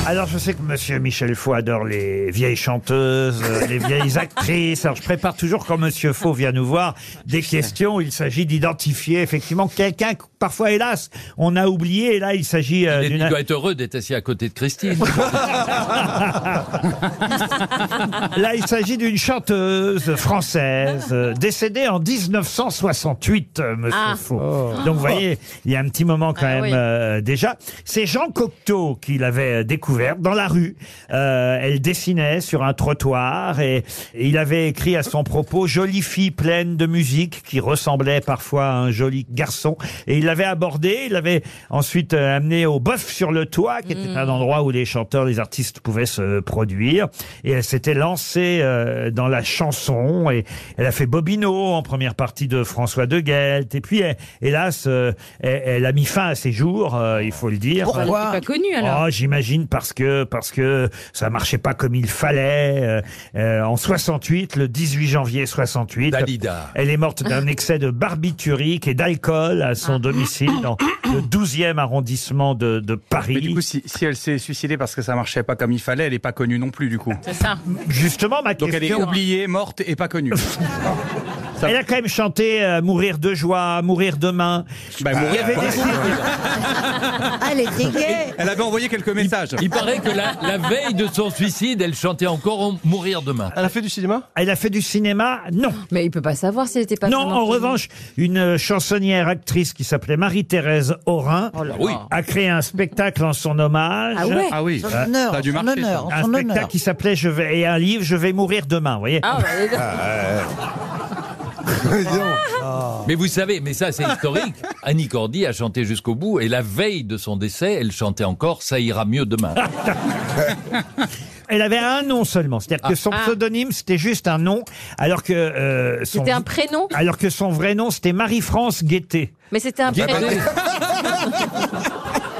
Speaker 2: Alors je sais que Monsieur Michel Faux adore les vieilles chanteuses, euh, les vieilles actrices. Alors je prépare toujours quand Monsieur Faux vient nous voir des questions. Il s'agit d'identifier effectivement quelqu'un que parfois hélas on a oublié. Et là il s'agit euh,
Speaker 5: Il
Speaker 2: d'une
Speaker 5: doit être heureux d'être assis à côté de Christine.
Speaker 2: Là, il s'agit d'une chanteuse française euh, décédée en 1968, euh, monsieur
Speaker 11: Ah.
Speaker 2: Faux.
Speaker 11: Oh.
Speaker 2: Donc, vous voyez, il y a un petit moment quand
Speaker 11: Ah,
Speaker 2: même
Speaker 11: oui.
Speaker 2: euh, déjà. C'est Jean Cocteau qui l'avait euh, découverte dans la rue. Euh, elle dessinait sur un trottoir et, et il avait écrit à son propos « Jolie fille pleine de musique qui ressemblait parfois à un joli garçon ». Et il l'avait abordée, il l'avait ensuite euh, amenée au Bœuf sur le Toit, qui était
Speaker 11: Mm.
Speaker 2: un un endroit où les chanteurs, les artistes pouvaient se produire. Et elle s'était lancée euh, dans la chanson et elle a fait Bobino en première partie de François de Guelte. Et puis, elle- hélas, euh, elle, elle a mis fin à ses jours, euh, il faut le dire.
Speaker 6: Pourquoi Elle n'était pas connue, alors.
Speaker 2: Oh, J'imagine parce que parce que ça marchait pas comme il fallait. Euh, euh, en 68, le 18 janvier 68, elle est morte d'un excès de barbiturique et d'alcool à son domicile dans le 12e arrondissement de, de Paris.
Speaker 7: Mais du coup, si, si elle s'est suicidée parce que ça marchait pas comme il fallait, elle est pas connue non plus du coup.
Speaker 6: C'est ça.
Speaker 2: Justement, ma
Speaker 7: Donc elle est
Speaker 2: question-
Speaker 7: oubliée, morte et pas connue.
Speaker 2: Elle a quand même chanté euh, Mourir de joie, Mourir demain.
Speaker 7: Bah, mourir
Speaker 2: Il y avait
Speaker 7: de
Speaker 2: des-
Speaker 7: joie.
Speaker 4: Elle était gaie.
Speaker 7: Elle avait envoyé quelques messages.
Speaker 5: Il paraît que la, la veille de son suicide, elle chantait encore on- Mourir demain.
Speaker 7: Ah,
Speaker 2: Elle a fait du cinéma Elle a fait du cinéma, non.
Speaker 6: Mais il peut pas savoir si elle était pas
Speaker 2: Non,
Speaker 6: vraiment
Speaker 2: en
Speaker 6: connue.
Speaker 2: revanche, une euh, chansonnière actrice qui s'appelait Marie-Thérèse Aurin
Speaker 6: Oh là
Speaker 11: Ah Oui. là.
Speaker 2: a créé un spectacle en son hommage.
Speaker 11: Ah ouais Ah oui,
Speaker 2: Euh,
Speaker 11: ça a dû marcher, ça.
Speaker 2: Un
Speaker 11: En son
Speaker 2: spectacle
Speaker 11: honneur.
Speaker 2: qui s'appelait Je vais et un livre Je vais mourir demain, vous voyez.
Speaker 11: Ah, bah, les-
Speaker 8: Ah.
Speaker 7: Ah.
Speaker 5: Mais vous savez, mais ça c'est historique. Annie Cordy a chanté jusqu'au bout et la veille de son décès, elle chantait encore Ça ira mieux demain.
Speaker 2: Elle avait un nom seulement, c'est-à-dire que son
Speaker 6: Ah.
Speaker 2: pseudonyme c'était juste un nom, alors que euh, son-
Speaker 6: C'était un prénom
Speaker 2: alors que son vrai nom c'était Marie-France Guettet.
Speaker 6: Mais c'était un
Speaker 2: Guettet.
Speaker 6: prénom.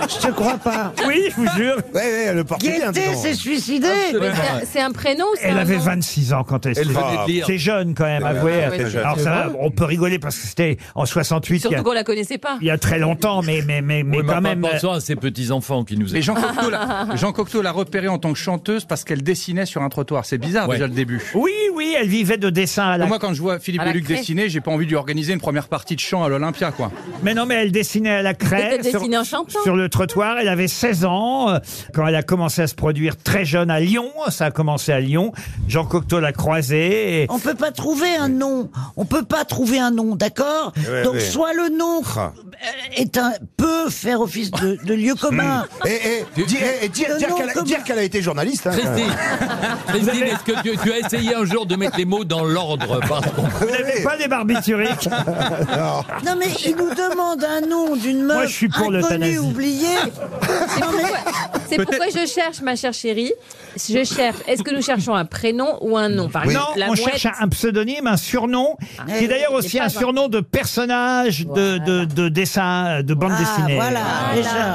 Speaker 2: Je te
Speaker 4: je crois pas.
Speaker 2: Oui, je vous jure.
Speaker 9: Oui, oui, le portugais.
Speaker 4: Gaieté
Speaker 9: dis donc.
Speaker 4: s'est suicidé.
Speaker 6: Mais c'est un- C'est un prénom ou c'est
Speaker 2: Elle
Speaker 6: un
Speaker 2: avait
Speaker 6: nom
Speaker 2: 26 ans quand elle s'est
Speaker 6: Elle venait de lire.
Speaker 2: C'est jeune quand même,
Speaker 6: Ouais,
Speaker 2: avouez.
Speaker 6: ouais, c'est jeune.
Speaker 2: Alors ça,
Speaker 6: C'est vrai.
Speaker 2: on peut rigoler parce que c'était en 68. il y a-
Speaker 6: Surtout qu'on la connaissait pas.
Speaker 2: il y a très longtemps, mais, mais, mais, mais
Speaker 5: Oui, mais
Speaker 2: quand
Speaker 5: en
Speaker 2: même. euh,
Speaker 5: pensant à ces petits-enfants qui nous
Speaker 7: Mais Jean
Speaker 5: écoutent.
Speaker 7: Cocteau, l'a, Jean Cocteau l'a repérée en tant que chanteuse parce qu'elle dessinait sur un trottoir. C'est bizarre déjà le début.
Speaker 2: Oui, oui, elle vivait de dessin à la.
Speaker 7: Moi, quand je vois Philippe
Speaker 2: À la
Speaker 7: Luc
Speaker 2: craie.
Speaker 7: dessiner, j'ai pas envie de lui organiser une première partie de chant à l'Olympia, quoi.
Speaker 2: Mais non, mais elle dessinait à la craie.
Speaker 6: Peut-être dessinée en chantant.
Speaker 2: Sur le trottoir, elle avait 16 ans euh, quand elle a commencé à se produire très jeune à Lyon. Ça a commencé à Lyon. Jean Cocteau l'a croisée. et-
Speaker 4: On peut pas trouver un nom. On peut pas trouver un nom, d'accord
Speaker 9: Eh
Speaker 2: Ouais,
Speaker 4: Donc
Speaker 2: ouais.
Speaker 4: soit le nom euh,
Speaker 2: Ah.
Speaker 4: est un peut faire office de, de lieu commun.
Speaker 9: Et, et, di- et- et Hmm. Eh, dire,
Speaker 4: Le
Speaker 9: dire
Speaker 4: nom
Speaker 9: qu'elle a,
Speaker 4: commun.
Speaker 9: dire qu'elle a été journaliste. hein, quand
Speaker 5: Christine,
Speaker 9: même.
Speaker 5: Christine, est-ce que tu, tu as essayé un jour de mettre les mots dans l'ordre pardon
Speaker 2: Vous n'avez pas des barbituriques
Speaker 4: Non mais il nous demande un nom d'une meuf
Speaker 2: Moi, je suis pour l'euthanasie.
Speaker 4: inconnue, oubliée.
Speaker 6: C'est pourquoi- C'est pourquoi je cherche, ma chère chérie. Je cherche. Est-ce que nous cherchons un prénom ou un nom Par
Speaker 2: Non,
Speaker 6: exemple, la
Speaker 2: on
Speaker 6: mouette.
Speaker 2: cherche un, un pseudonyme, un surnom, qui
Speaker 6: oui,
Speaker 2: est d'ailleurs
Speaker 6: mais
Speaker 2: aussi
Speaker 6: pas
Speaker 2: un
Speaker 6: vrai.
Speaker 2: surnom de personnage de, de, de dessin, de
Speaker 6: Ah,
Speaker 2: bande
Speaker 4: Ah,
Speaker 2: dessinée.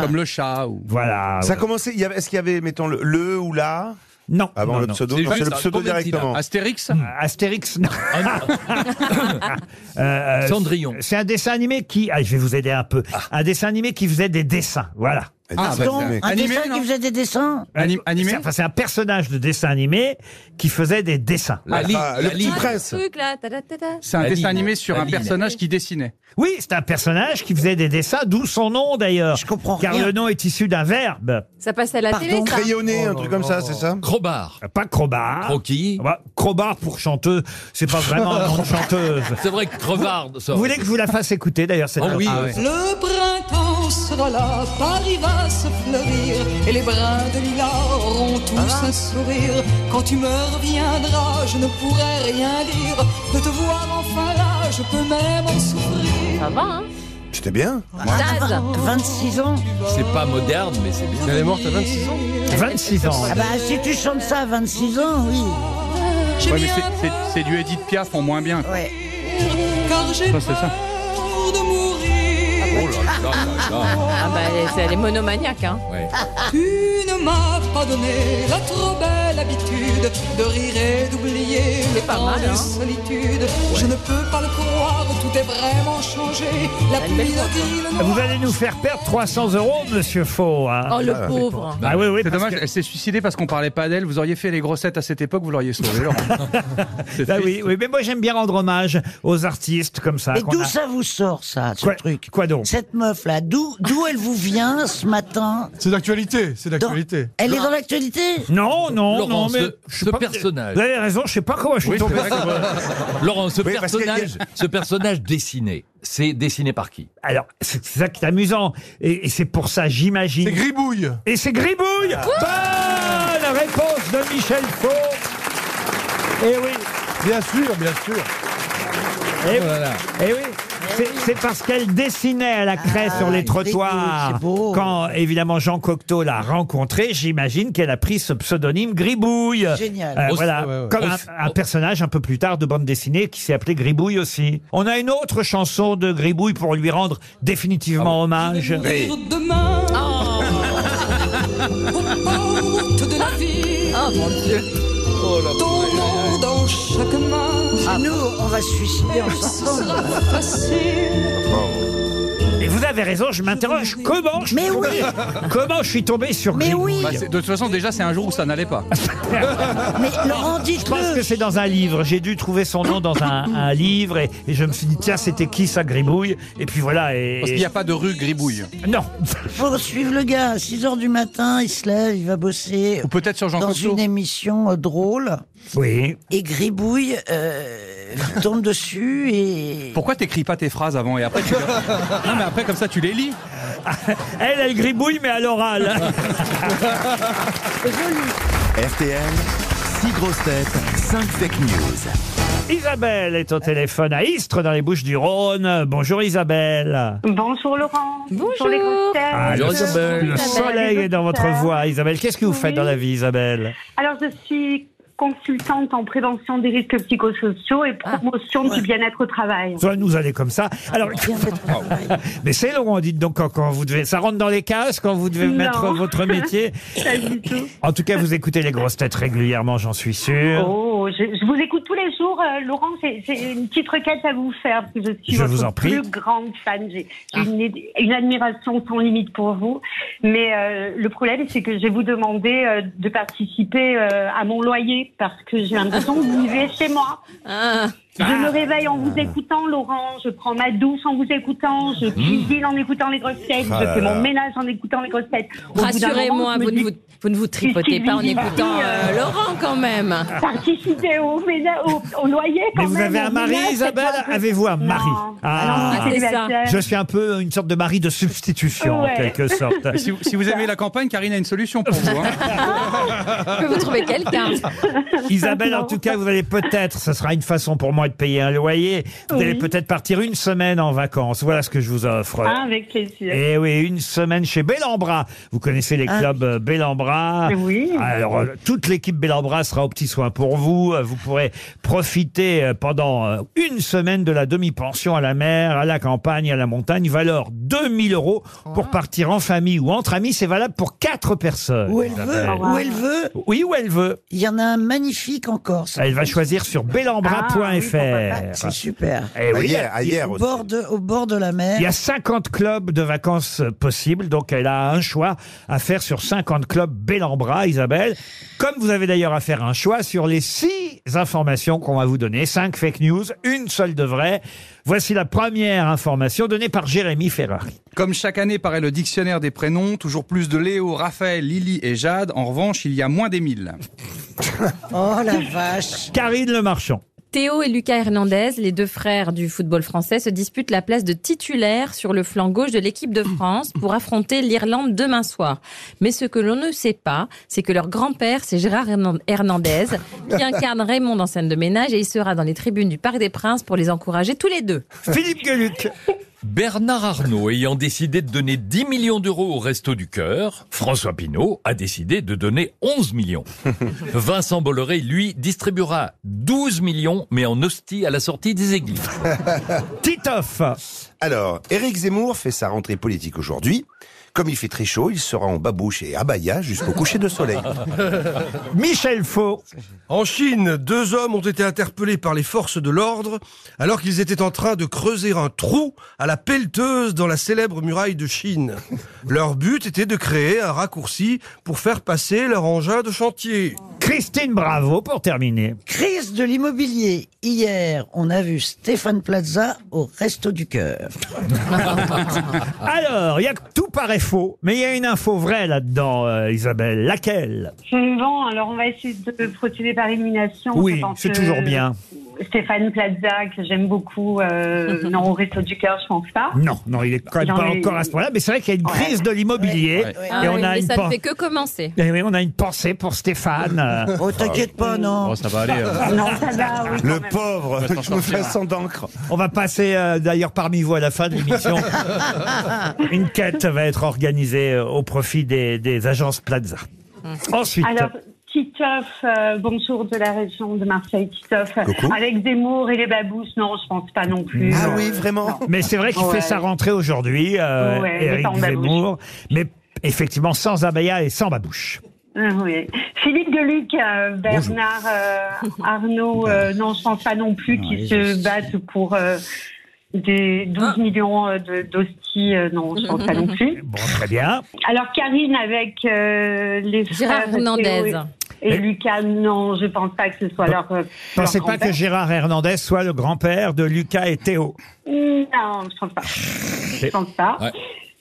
Speaker 7: Comme le chat ou.
Speaker 2: Voilà.
Speaker 9: Ça commençait. il y avait- Est-ce qu'il y avait, mettons, le, le ou la
Speaker 2: Non.
Speaker 9: Avant
Speaker 2: non,
Speaker 9: le
Speaker 2: non.
Speaker 9: pseudo,
Speaker 5: C'est
Speaker 9: non, c'est
Speaker 5: juste
Speaker 9: le
Speaker 5: un
Speaker 9: pseudo
Speaker 5: Pométida.
Speaker 9: directement.
Speaker 7: Astérix
Speaker 4: Hmm.
Speaker 2: Astérix, Ah, non.
Speaker 7: Ah,
Speaker 2: Euh,
Speaker 5: Cendrillon.
Speaker 2: C'est un dessin animé qui. Ah, je vais vous aider un peu. Un dessin animé qui faisait des dessins. Voilà.
Speaker 4: Ah,
Speaker 7: bah,
Speaker 4: donc,
Speaker 7: c'est-
Speaker 4: un
Speaker 7: animé,
Speaker 4: dessin
Speaker 7: non
Speaker 4: qui faisait des dessins.
Speaker 7: Anim- animé
Speaker 2: C'est- Enfin, c'est un personnage de dessin animé qui faisait des dessins.
Speaker 5: La ligne,
Speaker 9: ah, le
Speaker 5: la
Speaker 9: petit
Speaker 5: ligne.
Speaker 6: Ah,
Speaker 9: prince.
Speaker 6: le truc, là, ta, ta, ta, ta.
Speaker 7: C'est un
Speaker 5: La
Speaker 7: dessin
Speaker 5: ligne.
Speaker 7: animé sur
Speaker 5: La
Speaker 7: un
Speaker 5: ligne.
Speaker 7: personnage qui dessinait.
Speaker 2: Oui, c'est un personnage qui faisait des dessins, d'où son nom d'ailleurs.
Speaker 4: Je comprends
Speaker 2: Car
Speaker 4: rien.
Speaker 2: le nom est issu d'un verbe.
Speaker 6: Ça passe à la
Speaker 4: Pardon.
Speaker 6: télé, ça.
Speaker 9: Crayonné,
Speaker 5: Oh
Speaker 9: un truc comme ça, c'est ça
Speaker 5: Crobard.
Speaker 2: Pas crobard.
Speaker 5: Croquis.
Speaker 2: Ah bah, crobard pour chanteuse, c'est pas vraiment un nom de chanteuse.
Speaker 5: C'est vrai que crevard. ça.
Speaker 2: Vous voulez que je vous la fasse écouter d'ailleurs cette Ah
Speaker 5: Oh oui.
Speaker 2: chanson
Speaker 5: ouais.
Speaker 13: Le printemps sera là, Paris va se fleurir, et les brins de lilas auront tous
Speaker 5: Ah.
Speaker 13: un sourire. Quand tu me reviendras, je ne pourrai rien dire. De te voir enfin là, je peux même en souffrir.
Speaker 6: Ça va, hein
Speaker 9: C'était bien.
Speaker 6: Zaz.
Speaker 4: 26 ans.
Speaker 5: C'est pas moderne, mais c'est bien.
Speaker 8: Elle est morte à 26 ans.
Speaker 2: 26 ans.
Speaker 4: Ah bah si tu chantes ça à 26 ans, oui.
Speaker 13: J'ai
Speaker 7: Ouais, mais
Speaker 13: bien
Speaker 7: c'est- c'est- c'est du Edith Piaf en moins bien. quoi.
Speaker 4: Ouais.
Speaker 13: peur, car j'ai
Speaker 7: Ça, c'est ça.
Speaker 13: peur de mourir.
Speaker 5: Oh là là là là.
Speaker 6: Ah bah, elle est- elle est monomaniaque, hein.
Speaker 5: Ouais.
Speaker 13: Tu ne m'as pas donné la trop belle habitude de rire et d'oublier les
Speaker 6: pas
Speaker 13: temps
Speaker 6: mal,
Speaker 13: de
Speaker 6: hein.
Speaker 13: solitude. Je ne peux pas le croire, tout est vraiment changé. La
Speaker 6: une belle
Speaker 13: pluie, le gris,
Speaker 8: Ah,
Speaker 13: le noir.
Speaker 2: Vous allez nous faire perdre 300 euros, monsieur Faux. hein.
Speaker 6: Oh, le pauvre.
Speaker 2: Ah oui, oui,
Speaker 7: C'est
Speaker 2: parce
Speaker 7: dommage,
Speaker 2: que-
Speaker 7: elle s'est suicidée parce qu'on parlait pas d'elle. Vous auriez fait les grossettes à cette époque, vous l'auriez sauvée, Laurent. C'est
Speaker 2: Ah
Speaker 7: triste.
Speaker 2: oui, oui, mais moi j'aime bien rendre hommage aux artistes comme ça.
Speaker 4: Mais
Speaker 2: Bah, qu'on
Speaker 4: d'où
Speaker 2: a-
Speaker 4: ça vous sort, ça, ce
Speaker 2: Quoi-
Speaker 4: truc
Speaker 2: quoi donc
Speaker 4: Cette meuf-là, d'où d'où elle vous vient ce matin
Speaker 8: C'est d'actualité, c'est
Speaker 4: Dans-
Speaker 8: d'actualité.
Speaker 4: Elle est dans l'actualité
Speaker 2: Non, non,
Speaker 5: Laurent,
Speaker 2: non, mais
Speaker 5: ce-
Speaker 2: je sais
Speaker 5: ce
Speaker 2: pas-
Speaker 5: personnage.
Speaker 2: Vous avez raison, je sais pas comment je suis
Speaker 7: Oui, c'est
Speaker 2: tombé.
Speaker 7: vrai que-
Speaker 5: Laurent, ce
Speaker 9: Oui, parce qu'il y a-
Speaker 5: personnage, ce personnage dessiné, c'est dessiné par qui
Speaker 2: Alors, c'est c'est ça qui est amusant, et, et c'est pour ça, j'imagine.
Speaker 8: C'est gribouille.
Speaker 2: Et c'est Gribouille Bonne réponse de Michel Faux Eh oui,
Speaker 8: Bien sûr, bien sûr.
Speaker 2: eh
Speaker 5: Oh
Speaker 2: oui,
Speaker 5: là là.
Speaker 2: eh oui c'est c'est parce qu'elle dessinait à la craie
Speaker 4: Ah,
Speaker 2: sur les
Speaker 4: c'est beau,
Speaker 2: trottoirs.
Speaker 4: c'est beau.
Speaker 2: Quand évidemment Jean Cocteau l'a rencontrée, j'imagine qu'elle a pris ce pseudonyme Gribouille.
Speaker 4: Génial.
Speaker 2: Euh,
Speaker 5: Au-
Speaker 2: voilà,
Speaker 8: ouais, ouais.
Speaker 2: comme
Speaker 5: Au-
Speaker 2: un, un
Speaker 4: Oh.
Speaker 2: personnage un peu plus tard de bande dessinée qui s'est appelé Gribouille aussi. On a une autre chanson de Gribouille pour lui rendre
Speaker 4: Ah
Speaker 2: définitivement hommage.
Speaker 13: Mourir demain
Speaker 6: Oh.
Speaker 13: aux portes de la ville.
Speaker 6: Oh, mon Dieu.
Speaker 13: Ton nom dans chaque main.
Speaker 6: Ah,
Speaker 4: Nous, on va se suicider en
Speaker 13: Ce
Speaker 4: sortant.
Speaker 13: sera facile.
Speaker 2: Et vous avez raison, je m'interroge comment je suis
Speaker 4: Mais
Speaker 2: tombé,
Speaker 4: oui.
Speaker 2: comment je suis tombé sur
Speaker 4: Mais
Speaker 2: Gribouille.
Speaker 4: oui,
Speaker 7: Bah, c'est- de toute façon, déjà, c'est un jour où ça n'allait pas.
Speaker 4: mais Laurent,
Speaker 2: Je pense
Speaker 4: dites-le.
Speaker 2: que c'est dans un livre. J'ai dû trouver son nom dans un, un livre et, et je me suis dit tiens c'était qui ça Gribouille et puis voilà et,
Speaker 7: Parce qu'il n'y a pas de rue Gribouille.
Speaker 2: non
Speaker 4: Faut suivre le gars. À 6 h du matin, il se lève, il va bosser
Speaker 7: Ou peut-être sur Jean
Speaker 4: dans
Speaker 7: Cocteau.
Speaker 4: une émission euh, drôle.
Speaker 2: oui
Speaker 4: Et Gribouille euh, tombe dessus et...
Speaker 7: Pourquoi t'écris pas tes phrases avant et après tu les- Non, mais après, comme ça, tu les lis.
Speaker 2: elle elle Gribouille mais à l'oral
Speaker 1: RTL, 6 grosses têtes, 5 fake news.
Speaker 2: Isabelle est au téléphone à Istres dans les Bouches du Rhône bonjour Isabelle
Speaker 14: Bonjour Laurent.
Speaker 6: Bonjour.
Speaker 14: les grosses têtes.
Speaker 2: Ah, le,
Speaker 5: Bonjour, Isabelle.
Speaker 2: le soleil est dans votre voix Isabelle qu'est-ce que vous faites dans la vie Isabelle
Speaker 14: Alors je suis consultante en prévention des risques psychosociaux et promotion du bien-être au travail.
Speaker 2: Soit nous allez comme ça. Alors, mais c'est Laurent, dites donc quand, quand vous devez, ça rentre dans les cases quand vous devez
Speaker 14: Non.
Speaker 2: mettre votre métier.
Speaker 14: Pas du tout.
Speaker 2: En tout cas, vous écoutez les grosses têtes régulièrement, j'en suis sûr.
Speaker 14: Oh, je, je vous écoute tous les jours, euh, Laurent. J'ai j'ai une petite requête à vous faire parce que je suis
Speaker 2: Je
Speaker 14: votre
Speaker 2: vous en prie. Ah.
Speaker 14: plus grande fan. J'ai j'ai une, une admiration sans limite pour vous. Mais euh, le problème, c'est que je vais vous demander euh, de participer euh, à mon loyer parce que j'ai l'impression que vous vivez chez moi.
Speaker 6: Ah.
Speaker 14: Je
Speaker 2: Ah.
Speaker 14: me réveille en vous écoutant, Laurent. Je prends ma douche en vous écoutant.
Speaker 2: Hmm.
Speaker 14: Je cuisine en écoutant les grosses têtes.
Speaker 6: Ah
Speaker 14: je
Speaker 6: là
Speaker 14: fais
Speaker 6: là.
Speaker 14: mon ménage en écoutant les grosses têtes. Au bout d'un moment,
Speaker 6: Rassurez-moi,
Speaker 14: je me
Speaker 6: vous, ne
Speaker 14: dis,
Speaker 6: vous- vous ne vous tripotez pas en
Speaker 14: Qu'est-ce qu'il
Speaker 6: écoutant
Speaker 14: dit,
Speaker 6: euh,
Speaker 14: euh,
Speaker 6: Laurent quand même.
Speaker 14: Participez au, ména- au, au loyer quand
Speaker 2: Mais vous
Speaker 14: même,
Speaker 2: avez
Speaker 14: au
Speaker 2: un mari,
Speaker 14: ménage,
Speaker 2: Isabelle
Speaker 14: c'est pas un peu-
Speaker 2: Avez-vous un
Speaker 14: Non.
Speaker 2: mari
Speaker 14: Ah non, c'est célibataire.
Speaker 2: Je suis un peu une sorte de mari de substitution, en quelque sorte.
Speaker 7: Si, vous- si vous aimez la campagne, Karine a une solution pour vous. hein.
Speaker 6: Ah, Je peux vous trouver quelqu'un.
Speaker 2: Isabelle, en tout cas, vous allez peut-être, ce sera une façon pour moi de payer un loyer, vous allez
Speaker 14: Oui.
Speaker 2: peut-être partir une semaine en vacances. Voilà ce que je vous offre.
Speaker 14: Ah, avec plaisir.
Speaker 2: Eh oui, une semaine chez Bellambra. Vous connaissez les
Speaker 14: Ah.
Speaker 2: clubs euh, Bellambra.
Speaker 14: Oui.
Speaker 2: Alors, euh, toute l'équipe Bellambra sera au petit soin pour vous. Euh, Vous pourrez profiter euh, pendant euh, une semaine de la demi-pension à la mer, à la campagne, à la montagne, valeur 2000 euros
Speaker 14: Ah.
Speaker 2: pour partir en famille ou entre amis. C'est valable pour quatre personnes.
Speaker 4: Où elle veut,
Speaker 2: Isabelle.
Speaker 4: où elle veut.
Speaker 2: Oui, où elle veut.
Speaker 4: Il y en a un magnifique en Corse.
Speaker 2: Elle Ah, va choisir sur bellambra.fr.
Speaker 4: Ah, oui, pourquoi pas. C'est super.
Speaker 2: Eh oui.
Speaker 4: au bord, de, au bord de la mer.
Speaker 2: Il y a 50 clubs de vacances euh, possibles, donc elle a un choix à faire sur 50 clubs Bellambra, Isabelle. Comme vous avez d'ailleurs à faire un choix sur les 6 informations qu'on va vous donner, 5 fake news, une seule de vraie. Voici la première information donnée par Jérémy Ferrari.
Speaker 7: Comme chaque année paraît le dictionnaire des prénoms, toujours plus de Léo, Raphaël, Lily et Jade. En revanche, il y a moins d'Émile.
Speaker 4: Oh la vache.
Speaker 2: Karine Le Marchand.
Speaker 6: Théo et Lucas Hernandez, les deux frères du football français, se disputent la place de titulaire sur le flanc gauche de l'équipe de France pour affronter l'Irlande demain soir. Mais ce que l'on ne sait pas, c'est que leur grand-père, c'est Gérard Hernan- Hernandez, qui incarne Raymond dans scène de ménage et il sera dans les tribunes du Parc des Princes pour les encourager tous les deux.
Speaker 2: Philippe Gueluc.
Speaker 5: Bernard Arnault ayant décidé de donner 10 millions d'euros au Resto du Cœur, François Pinault a décidé de donner 11 millions. Vincent Bolloré, lui, distribuera 12 millions, mais en hostie à la sortie des églises.
Speaker 2: Titoff
Speaker 9: Alors, Éric Zemmour fait sa rentrée politique aujourd'hui. Comme il fait très chaud, il sera en babouche et abaya jusqu'au coucher de soleil.
Speaker 2: Michel Faux.
Speaker 8: En Chine, deux hommes ont été interpellés par les forces de l'ordre alors qu'ils étaient en train de creuser un trou à la pelleteuse dans la célèbre muraille de Chine. Leur but était de créer un raccourci pour faire passer leur engin de chantier.
Speaker 2: Christine Bravo pour terminer.
Speaker 4: Crise de l'immobilier. Hier, on a vu Stéphane Plaza au Resto du Cœur. Ah.
Speaker 2: Alors, il y a que tout paraît faux, mais il y a une info vraie là-dedans, euh, Isabelle. Laquelle
Speaker 14: Bon, alors on va essayer de procéder par élimination.
Speaker 2: Oui,
Speaker 14: Je pense
Speaker 2: c'est
Speaker 14: que
Speaker 2: toujours bien.
Speaker 14: Stéphane Plaza, que j'aime beaucoup, euh, non, au Resto du Cœur, je pense pas.
Speaker 2: Non, non, il est quand même
Speaker 14: Non,
Speaker 2: pas
Speaker 14: mais-
Speaker 2: encore à ce point-là, mais c'est vrai qu'il y a une crise de l'immobilier.
Speaker 6: Ah
Speaker 2: Et on
Speaker 6: oui,
Speaker 2: a
Speaker 6: mais
Speaker 2: une
Speaker 6: ça
Speaker 2: pen-
Speaker 6: ne fait que commencer.
Speaker 2: Eh oui, on a une pensée pour Stéphane. euh.
Speaker 4: Oh, t'inquiète pas, non.
Speaker 7: ça va aller. hein.
Speaker 14: Non, ça va, oui,
Speaker 9: Le
Speaker 14: quand même.
Speaker 9: pauvre,
Speaker 7: On va s'en
Speaker 9: je me fais
Speaker 7: sortir.
Speaker 9: sans d'encre.
Speaker 2: On va passer euh, d'ailleurs parmi vous à la fin de l'émission. une quête va être organisée euh, au profit des, des agences Plaza. Mm. Ensuite,
Speaker 14: Alors, Titoff, euh, bonjour de la région de Marseille, Titoff.
Speaker 2: Coucou.
Speaker 14: Avec Zemmour et les babouches, non, je pense pas non plus.
Speaker 2: Ah
Speaker 9: oui, vraiment
Speaker 2: mais c'est vrai qu'il
Speaker 14: Ouais.
Speaker 2: fait sa rentrée aujourd'hui, euh,
Speaker 14: Ouais, mais
Speaker 2: Éric
Speaker 14: pas en babouche.
Speaker 2: Zemmour, mais effectivement sans abaya et sans babouche.
Speaker 14: Ah oui. Philippe Deluc, euh, Bernard euh,
Speaker 2: Bah,
Speaker 14: Arnault, euh, non, je pense pas non plus, qui se battent pour euh, des 12
Speaker 6: Ah.
Speaker 14: millions euh, de- d'hosties, euh, non, je pense pas non plus.
Speaker 2: Bon, très bien.
Speaker 14: Alors Karine avec euh, les
Speaker 6: Gérard
Speaker 14: frères Théo
Speaker 6: Hernandez.
Speaker 14: Et, et Lucas, non, je pense pas que ce soit leur. euh,
Speaker 2: Pensez
Speaker 14: leur
Speaker 2: pas que
Speaker 14: grand-père.
Speaker 2: Gérard Hernandez soit le grand-père de Lucas et Théo.
Speaker 14: Non, je pense pas. Je pense pas.
Speaker 2: Ouais.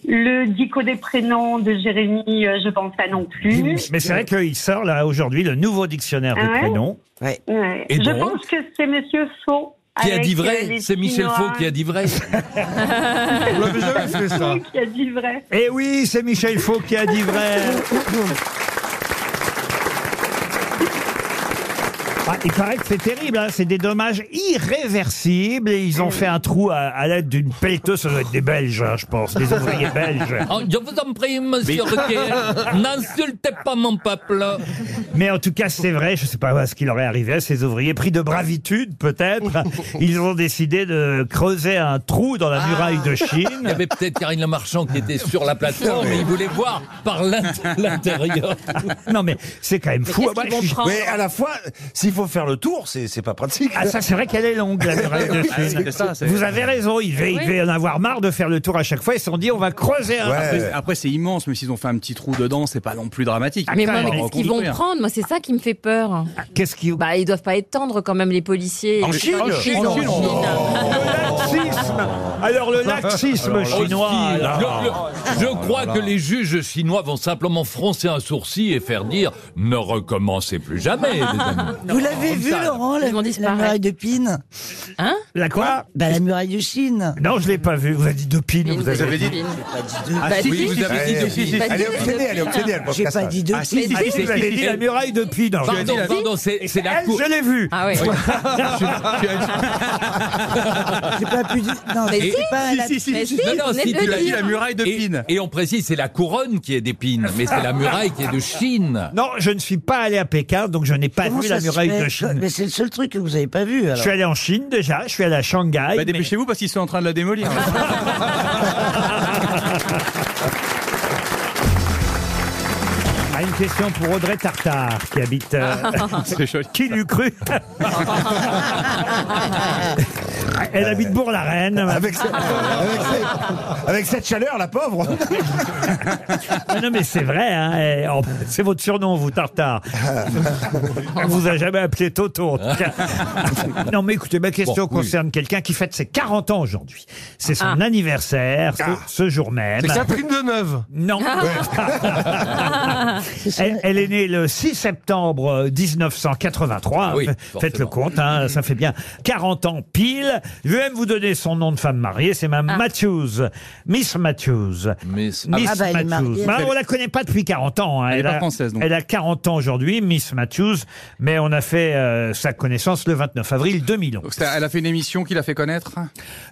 Speaker 14: Le dico des prénoms de Jérémy, euh, je pense pas non plus.
Speaker 2: Mais c'est vrai qu'il sort là aujourd'hui le nouveau dictionnaire des
Speaker 14: Ah ouais
Speaker 2: prénoms.
Speaker 14: Ouais.
Speaker 5: Et
Speaker 14: je
Speaker 5: donc
Speaker 14: pense que c'est Monsieur Faux.
Speaker 5: Qui a
Speaker 14: avec,
Speaker 5: dit
Speaker 14: euh,
Speaker 5: vrai
Speaker 14: les
Speaker 5: C'est Michel
Speaker 14: Chinois.
Speaker 5: Faux qui a dit vrai.
Speaker 8: l'avez jamais fait, ça.
Speaker 14: Qui a dit vrai.
Speaker 2: Eh oui, c'est Michel Faux qui a dit vrai. Ah, il paraît que c'est terrible, hein, c'est des dommages irréversibles et ils ont fait un trou à, à l'aide d'une pelleteuse. Ça doit être des Belges, hein, je pense, des ouvriers belges.
Speaker 5: Oh, Je vous en prie, monsieur
Speaker 2: Mais-
Speaker 5: Ruquier, n'insultez pas mon peuple.
Speaker 2: Mais en tout cas, c'est vrai, je ne sais pas ce qu'il leur est arrivé à ces ouvriers, pris de bravitude peut-être. Ils ont décidé de creuser un trou dans la muraille de
Speaker 5: Ah. Il y
Speaker 2: Chine.
Speaker 5: avait peut-être Karine Le Marchand qui était sur la plateforme et il voulait voir par l'int- l'intérieur.
Speaker 2: non mais c'est quand même
Speaker 5: fou. Moi, je suis-
Speaker 9: Mais à la fois, s'il faut faire le tour, c'est c'est pas pratique.
Speaker 2: Ah ça c'est vrai qu'elle est longue la muraille de
Speaker 9: Ah,
Speaker 2: Chine.
Speaker 9: c'est ça, c'est-
Speaker 2: Vous avez raison, il devait, il
Speaker 7: Oui.
Speaker 2: devait en avoir marre de faire le tour à chaque fois. Ils se sont dit on va creuser un
Speaker 7: Après, après, c'est immense, mais s'ils ont fait un petit trou dedans, c'est pas non plus dramatique.
Speaker 4: Ah,
Speaker 2: Ah,
Speaker 6: mais
Speaker 7: Ils
Speaker 6: moi, mais
Speaker 7: vont pas
Speaker 6: qu'est-ce qu'ils vont
Speaker 7: reconstruire.
Speaker 6: prendre Moi, c'est ça qui me fait peur.
Speaker 2: Qu'est-ce qu'ils
Speaker 6: Bah, ils doivent pas être tendres quand même les policiers.
Speaker 2: En
Speaker 6: Les-
Speaker 2: Chine
Speaker 6: en Chine, en
Speaker 2: Oh,
Speaker 6: Chine.
Speaker 2: Le laxisme Alors le laxisme
Speaker 5: Alors,
Speaker 2: chinois.
Speaker 5: aussi,
Speaker 2: là.
Speaker 5: je- je, je crois que les juges chinois vont simplement froncer un sourcil et faire dire ne recommencez plus
Speaker 2: Ah,
Speaker 5: jamais. les amis.
Speaker 4: Vous l'avez
Speaker 5: Comme
Speaker 4: vu,
Speaker 5: ça.
Speaker 4: Laurent, la, la muraille de Pine
Speaker 6: Hein
Speaker 2: La quoi
Speaker 4: Bah, la muraille de Chine.
Speaker 2: Non, je l'ai pas vu. Vous avez dit de pine.
Speaker 4: Vous avez dit-
Speaker 9: Ah, si, si, si, si, si, si, si. Elle est obsédée, elle est obsédée, elle pense
Speaker 2: J'ai
Speaker 9: qu'à
Speaker 2: pas
Speaker 9: ça.
Speaker 2: dit de
Speaker 9: Ah, si,
Speaker 2: pine.
Speaker 9: si,
Speaker 2: Ah,
Speaker 9: si,
Speaker 2: si,
Speaker 9: si,
Speaker 2: vous avez
Speaker 9: si,
Speaker 2: dit
Speaker 9: si.
Speaker 2: la muraille de Pine.
Speaker 9: Pardon, pardon,
Speaker 5: c'est- c'est la
Speaker 2: Elle,
Speaker 5: cour-
Speaker 2: Je l'ai vu.
Speaker 5: Ah oui.
Speaker 4: J'ai pas pu dire. Non, mais c'est pas la- Mais si,
Speaker 5: Non, non,
Speaker 4: venez
Speaker 5: si,
Speaker 4: de
Speaker 5: tu
Speaker 4: le
Speaker 5: l'as dit,
Speaker 4: dire.
Speaker 5: de Pine. Et, et on précise, c'est la couronne qui est d'épine, mais c'est la muraille qui est de Chine.
Speaker 2: Non, je ne suis pas allé à Pékin, donc je n'ai pas
Speaker 4: Comment
Speaker 2: vu
Speaker 4: ça
Speaker 2: la
Speaker 4: se
Speaker 2: muraille
Speaker 4: fait
Speaker 2: de Chine.
Speaker 4: Mais c'est le seul truc que vous n'avez pas vu. alors.
Speaker 2: Je suis allé en Chine déjà, je suis allé à Shanghai.
Speaker 7: Bah, dépêchez-vous parce qu'ils sont hein. en train de la démolir.
Speaker 2: Ah, une question pour Audrey Tartar, qui habite. euh,
Speaker 7: C'est joli.
Speaker 2: Qui l'eût cru Elle habite Bourg-la-Reine.
Speaker 9: Avec, ce- avec ce- avec cette chaleur, la pauvre.
Speaker 2: Ah non, mais c'est vrai, hein, eh, en- c'est votre surnom, vous, Tartare. On vous a jamais appelé Toto. en tout cas. non, mais écoutez, ma question
Speaker 15: Bon, oui.
Speaker 2: concerne quelqu'un qui fête ses 40 ans aujourd'hui. C'est son
Speaker 15: Ah.
Speaker 2: anniversaire, ce,
Speaker 15: Ah.
Speaker 2: ce jour même.
Speaker 8: C'est Catherine Deneuve.
Speaker 2: Non. elle, elle est née le 6 septembre euh, 1983.
Speaker 5: Ah oui,
Speaker 2: F-
Speaker 5: forcément.
Speaker 2: Faites le compte,
Speaker 7: Mm-hmm.
Speaker 2: hein, ça fait bien 40 ans pile. Je vais même vous donner son nom de femme mariée,
Speaker 6: Ah.
Speaker 2: c'est Mme Matthews. Miss Matthews.
Speaker 5: Miss,
Speaker 4: Ah bah, elle est mariée.
Speaker 2: Bah, on la connaît pas depuis 40 ans. hein.
Speaker 7: Elle est pas
Speaker 2: a,
Speaker 7: française, donc.
Speaker 2: Elle a 40 ans aujourd'hui, Miss Matthews, mais on a fait euh, sa connaissance le 29 avril 2011.
Speaker 7: Donc, ça- elle a fait une émission qui l'a fait connaître.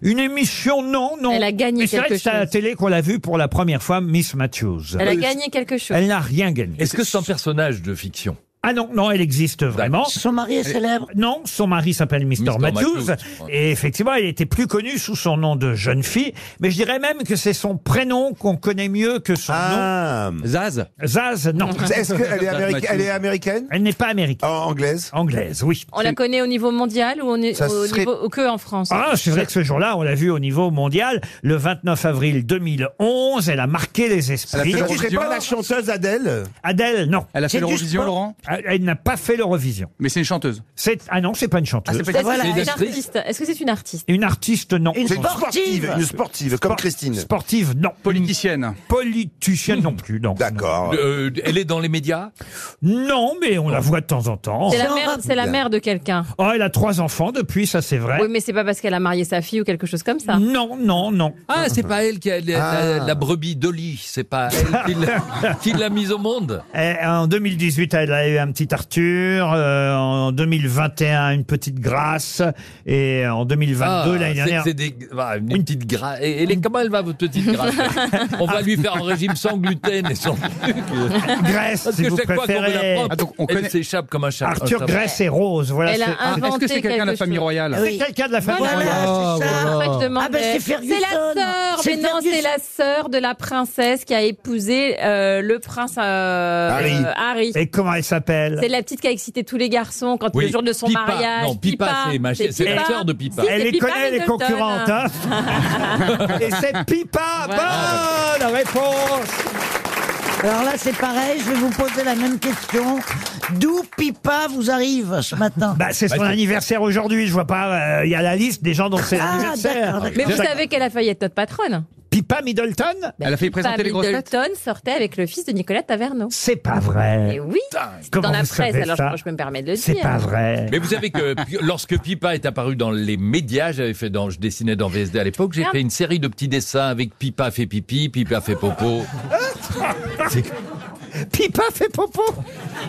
Speaker 2: Une émission, non, non.
Speaker 6: Elle a gagné
Speaker 2: Mais c'est vrai
Speaker 6: quelque
Speaker 2: que c'est à la
Speaker 6: chose.
Speaker 2: télé qu'on l'a vue pour la première fois, Miss Matthews.
Speaker 6: Elle a gagné quelque chose.
Speaker 2: Elle n'a rien gagné.
Speaker 5: Est-ce que c'est un personnage de fiction
Speaker 2: Ah non, non, elle existe vraiment.
Speaker 4: Son mari est célèbre
Speaker 2: Non, son mari s'appelle Mr. Matthews.
Speaker 5: Matthews,
Speaker 2: Et effectivement, elle était plus connue sous son nom de jeune fille. Mais je dirais même que c'est son prénom qu'on connaît mieux que son nom.
Speaker 7: Zaz
Speaker 2: Zaz, non.
Speaker 9: Ah. Est-ce qu'elle est, américaine elle est américaine Ah,
Speaker 2: Elle n'est pas américaine.
Speaker 9: anglaise
Speaker 2: Anglaise, oui.
Speaker 6: On la connaît au niveau mondial ou on est
Speaker 2: Ça
Speaker 6: au
Speaker 2: serait-
Speaker 6: niveau ou que en France
Speaker 2: Ah, c'est vrai que ce jour-là, on l'a vu au niveau mondial. Le 29 avril 2011, elle a marqué les esprits.
Speaker 9: Elle a fait l'Eurovision. Tu serais pas la chanteuse Adèle
Speaker 2: Adèle, non.
Speaker 7: Elle a fait
Speaker 2: C'est du
Speaker 7: l'Eurovision,
Speaker 2: sport.
Speaker 7: Laurent
Speaker 2: Elle, elle n'a pas fait l'Eurovision.
Speaker 7: Mais c'est une chanteuse.
Speaker 2: C'est Ah non, c'est pas une chanteuse.
Speaker 6: Est-ce que c'est une artiste Est-ce que c'est une artiste
Speaker 2: Une artiste, non.
Speaker 6: Une
Speaker 9: C'est une sportive, une sportive, comme Christine.
Speaker 2: Sportive, non.
Speaker 7: Politicienne.
Speaker 2: Politicienne non plus, non.
Speaker 9: D'accord.
Speaker 5: Euh, Elle est dans les médias
Speaker 2: Non, mais on la voit de temps en temps.
Speaker 6: C'est la mère, c'est la mère de quelqu'un.
Speaker 2: Oh, elle a trois enfants depuis, ça c'est vrai.
Speaker 6: Oui, mais c'est pas parce qu'elle a marié sa fille ou quelque chose comme ça.
Speaker 2: Non, non, non.
Speaker 5: Ah, c'est pas elle qui a la, la-
Speaker 2: Ah.
Speaker 5: la brebis Dolly, c'est pas elle qui l'a- qui l'a mise au monde.
Speaker 2: Eh, en 2018, elle a eu un petit Arthur. euh, en 2021, une petite Grâce. Et en 2022,
Speaker 5: Ah,
Speaker 2: l'année
Speaker 5: c'est-
Speaker 2: dernière.
Speaker 5: c'est des- ah, une, petite grasse. Et, elle est- comment elle va, votre petite grasse On va lui faire un régime sans gluten et sans truc.
Speaker 2: Graisse,
Speaker 5: Parce
Speaker 2: si
Speaker 5: que
Speaker 2: vous
Speaker 5: chaque fois qu'on vous
Speaker 2: préférez.
Speaker 5: la prend,
Speaker 2: Ah, donc, on
Speaker 5: elle
Speaker 2: connaît-
Speaker 5: s'échappe comme un chat.
Speaker 2: Arthur,
Speaker 5: Ah, ça va.
Speaker 2: Grèce et Rose, voilà.
Speaker 6: Elle a
Speaker 2: c'est-
Speaker 6: inventé quelque chose.
Speaker 2: C'est quelqu'un de la famille
Speaker 6: Voilà,
Speaker 2: royale.
Speaker 6: c'est ça. Pourquoi je demandais
Speaker 4: Ah, bah, c'est Ferguson.
Speaker 6: C'est la sœur,
Speaker 4: C'est
Speaker 6: mais non,
Speaker 4: Ferguson.
Speaker 6: c'est la sœur de la princesse qui a épousé euh, le prince euh,
Speaker 2: Harry.
Speaker 6: euh, Harry.
Speaker 2: Et comment elle s'appelle
Speaker 6: C'est la petite qui a excité tous les garçons quand
Speaker 5: Oui,
Speaker 6: le jour de son
Speaker 5: Pipa.
Speaker 6: mariage.
Speaker 5: Non, Pipa, c'est ma- c'est la
Speaker 6: Pipa.
Speaker 5: sœur de Pipa.
Speaker 6: Si,
Speaker 2: Elle
Speaker 6: c'est
Speaker 2: les
Speaker 6: Pipa
Speaker 2: connaît, les
Speaker 6: Middleton.
Speaker 2: concurrentes, hein. Et c'est Pipa Bonne réponse
Speaker 4: Alors là, c'est pareil, je vais vous poser la même question. D'où Pipa vous arrive ce matin
Speaker 2: Bah, c'est son anniversaire aujourd'hui, je vois pas. euh, Il y a la liste des gens dont c'est
Speaker 4: Ah,
Speaker 2: l'anniversaire.
Speaker 4: d'accord, d'accord.
Speaker 6: Mais vous
Speaker 2: Ça-
Speaker 6: savez qu'elle a failli être notre patronne. Ben,
Speaker 2: Pipa Middleton
Speaker 7: Elle a fait
Speaker 6: Pipa
Speaker 7: présenter les grosses têtes
Speaker 6: Middleton sortait avec le fils de Nicolas Taverneau.
Speaker 2: C'est pas vrai.
Speaker 6: Et oui, c'était
Speaker 2: Comment
Speaker 6: dans la
Speaker 2: vous
Speaker 6: presse,
Speaker 2: savez
Speaker 6: alors
Speaker 2: ça
Speaker 6: je, je me permets de le dire.
Speaker 2: C'est pas vrai.
Speaker 5: Mais vous savez que pi- lorsque Pipa est apparu dans les médias, j'avais fait dans, je dessinais dans VSD à l'époque, j'ai fait une série de petits dessins avec Pipa fait pipi, Pipa fait popo. C'est-
Speaker 2: Pipa fait popo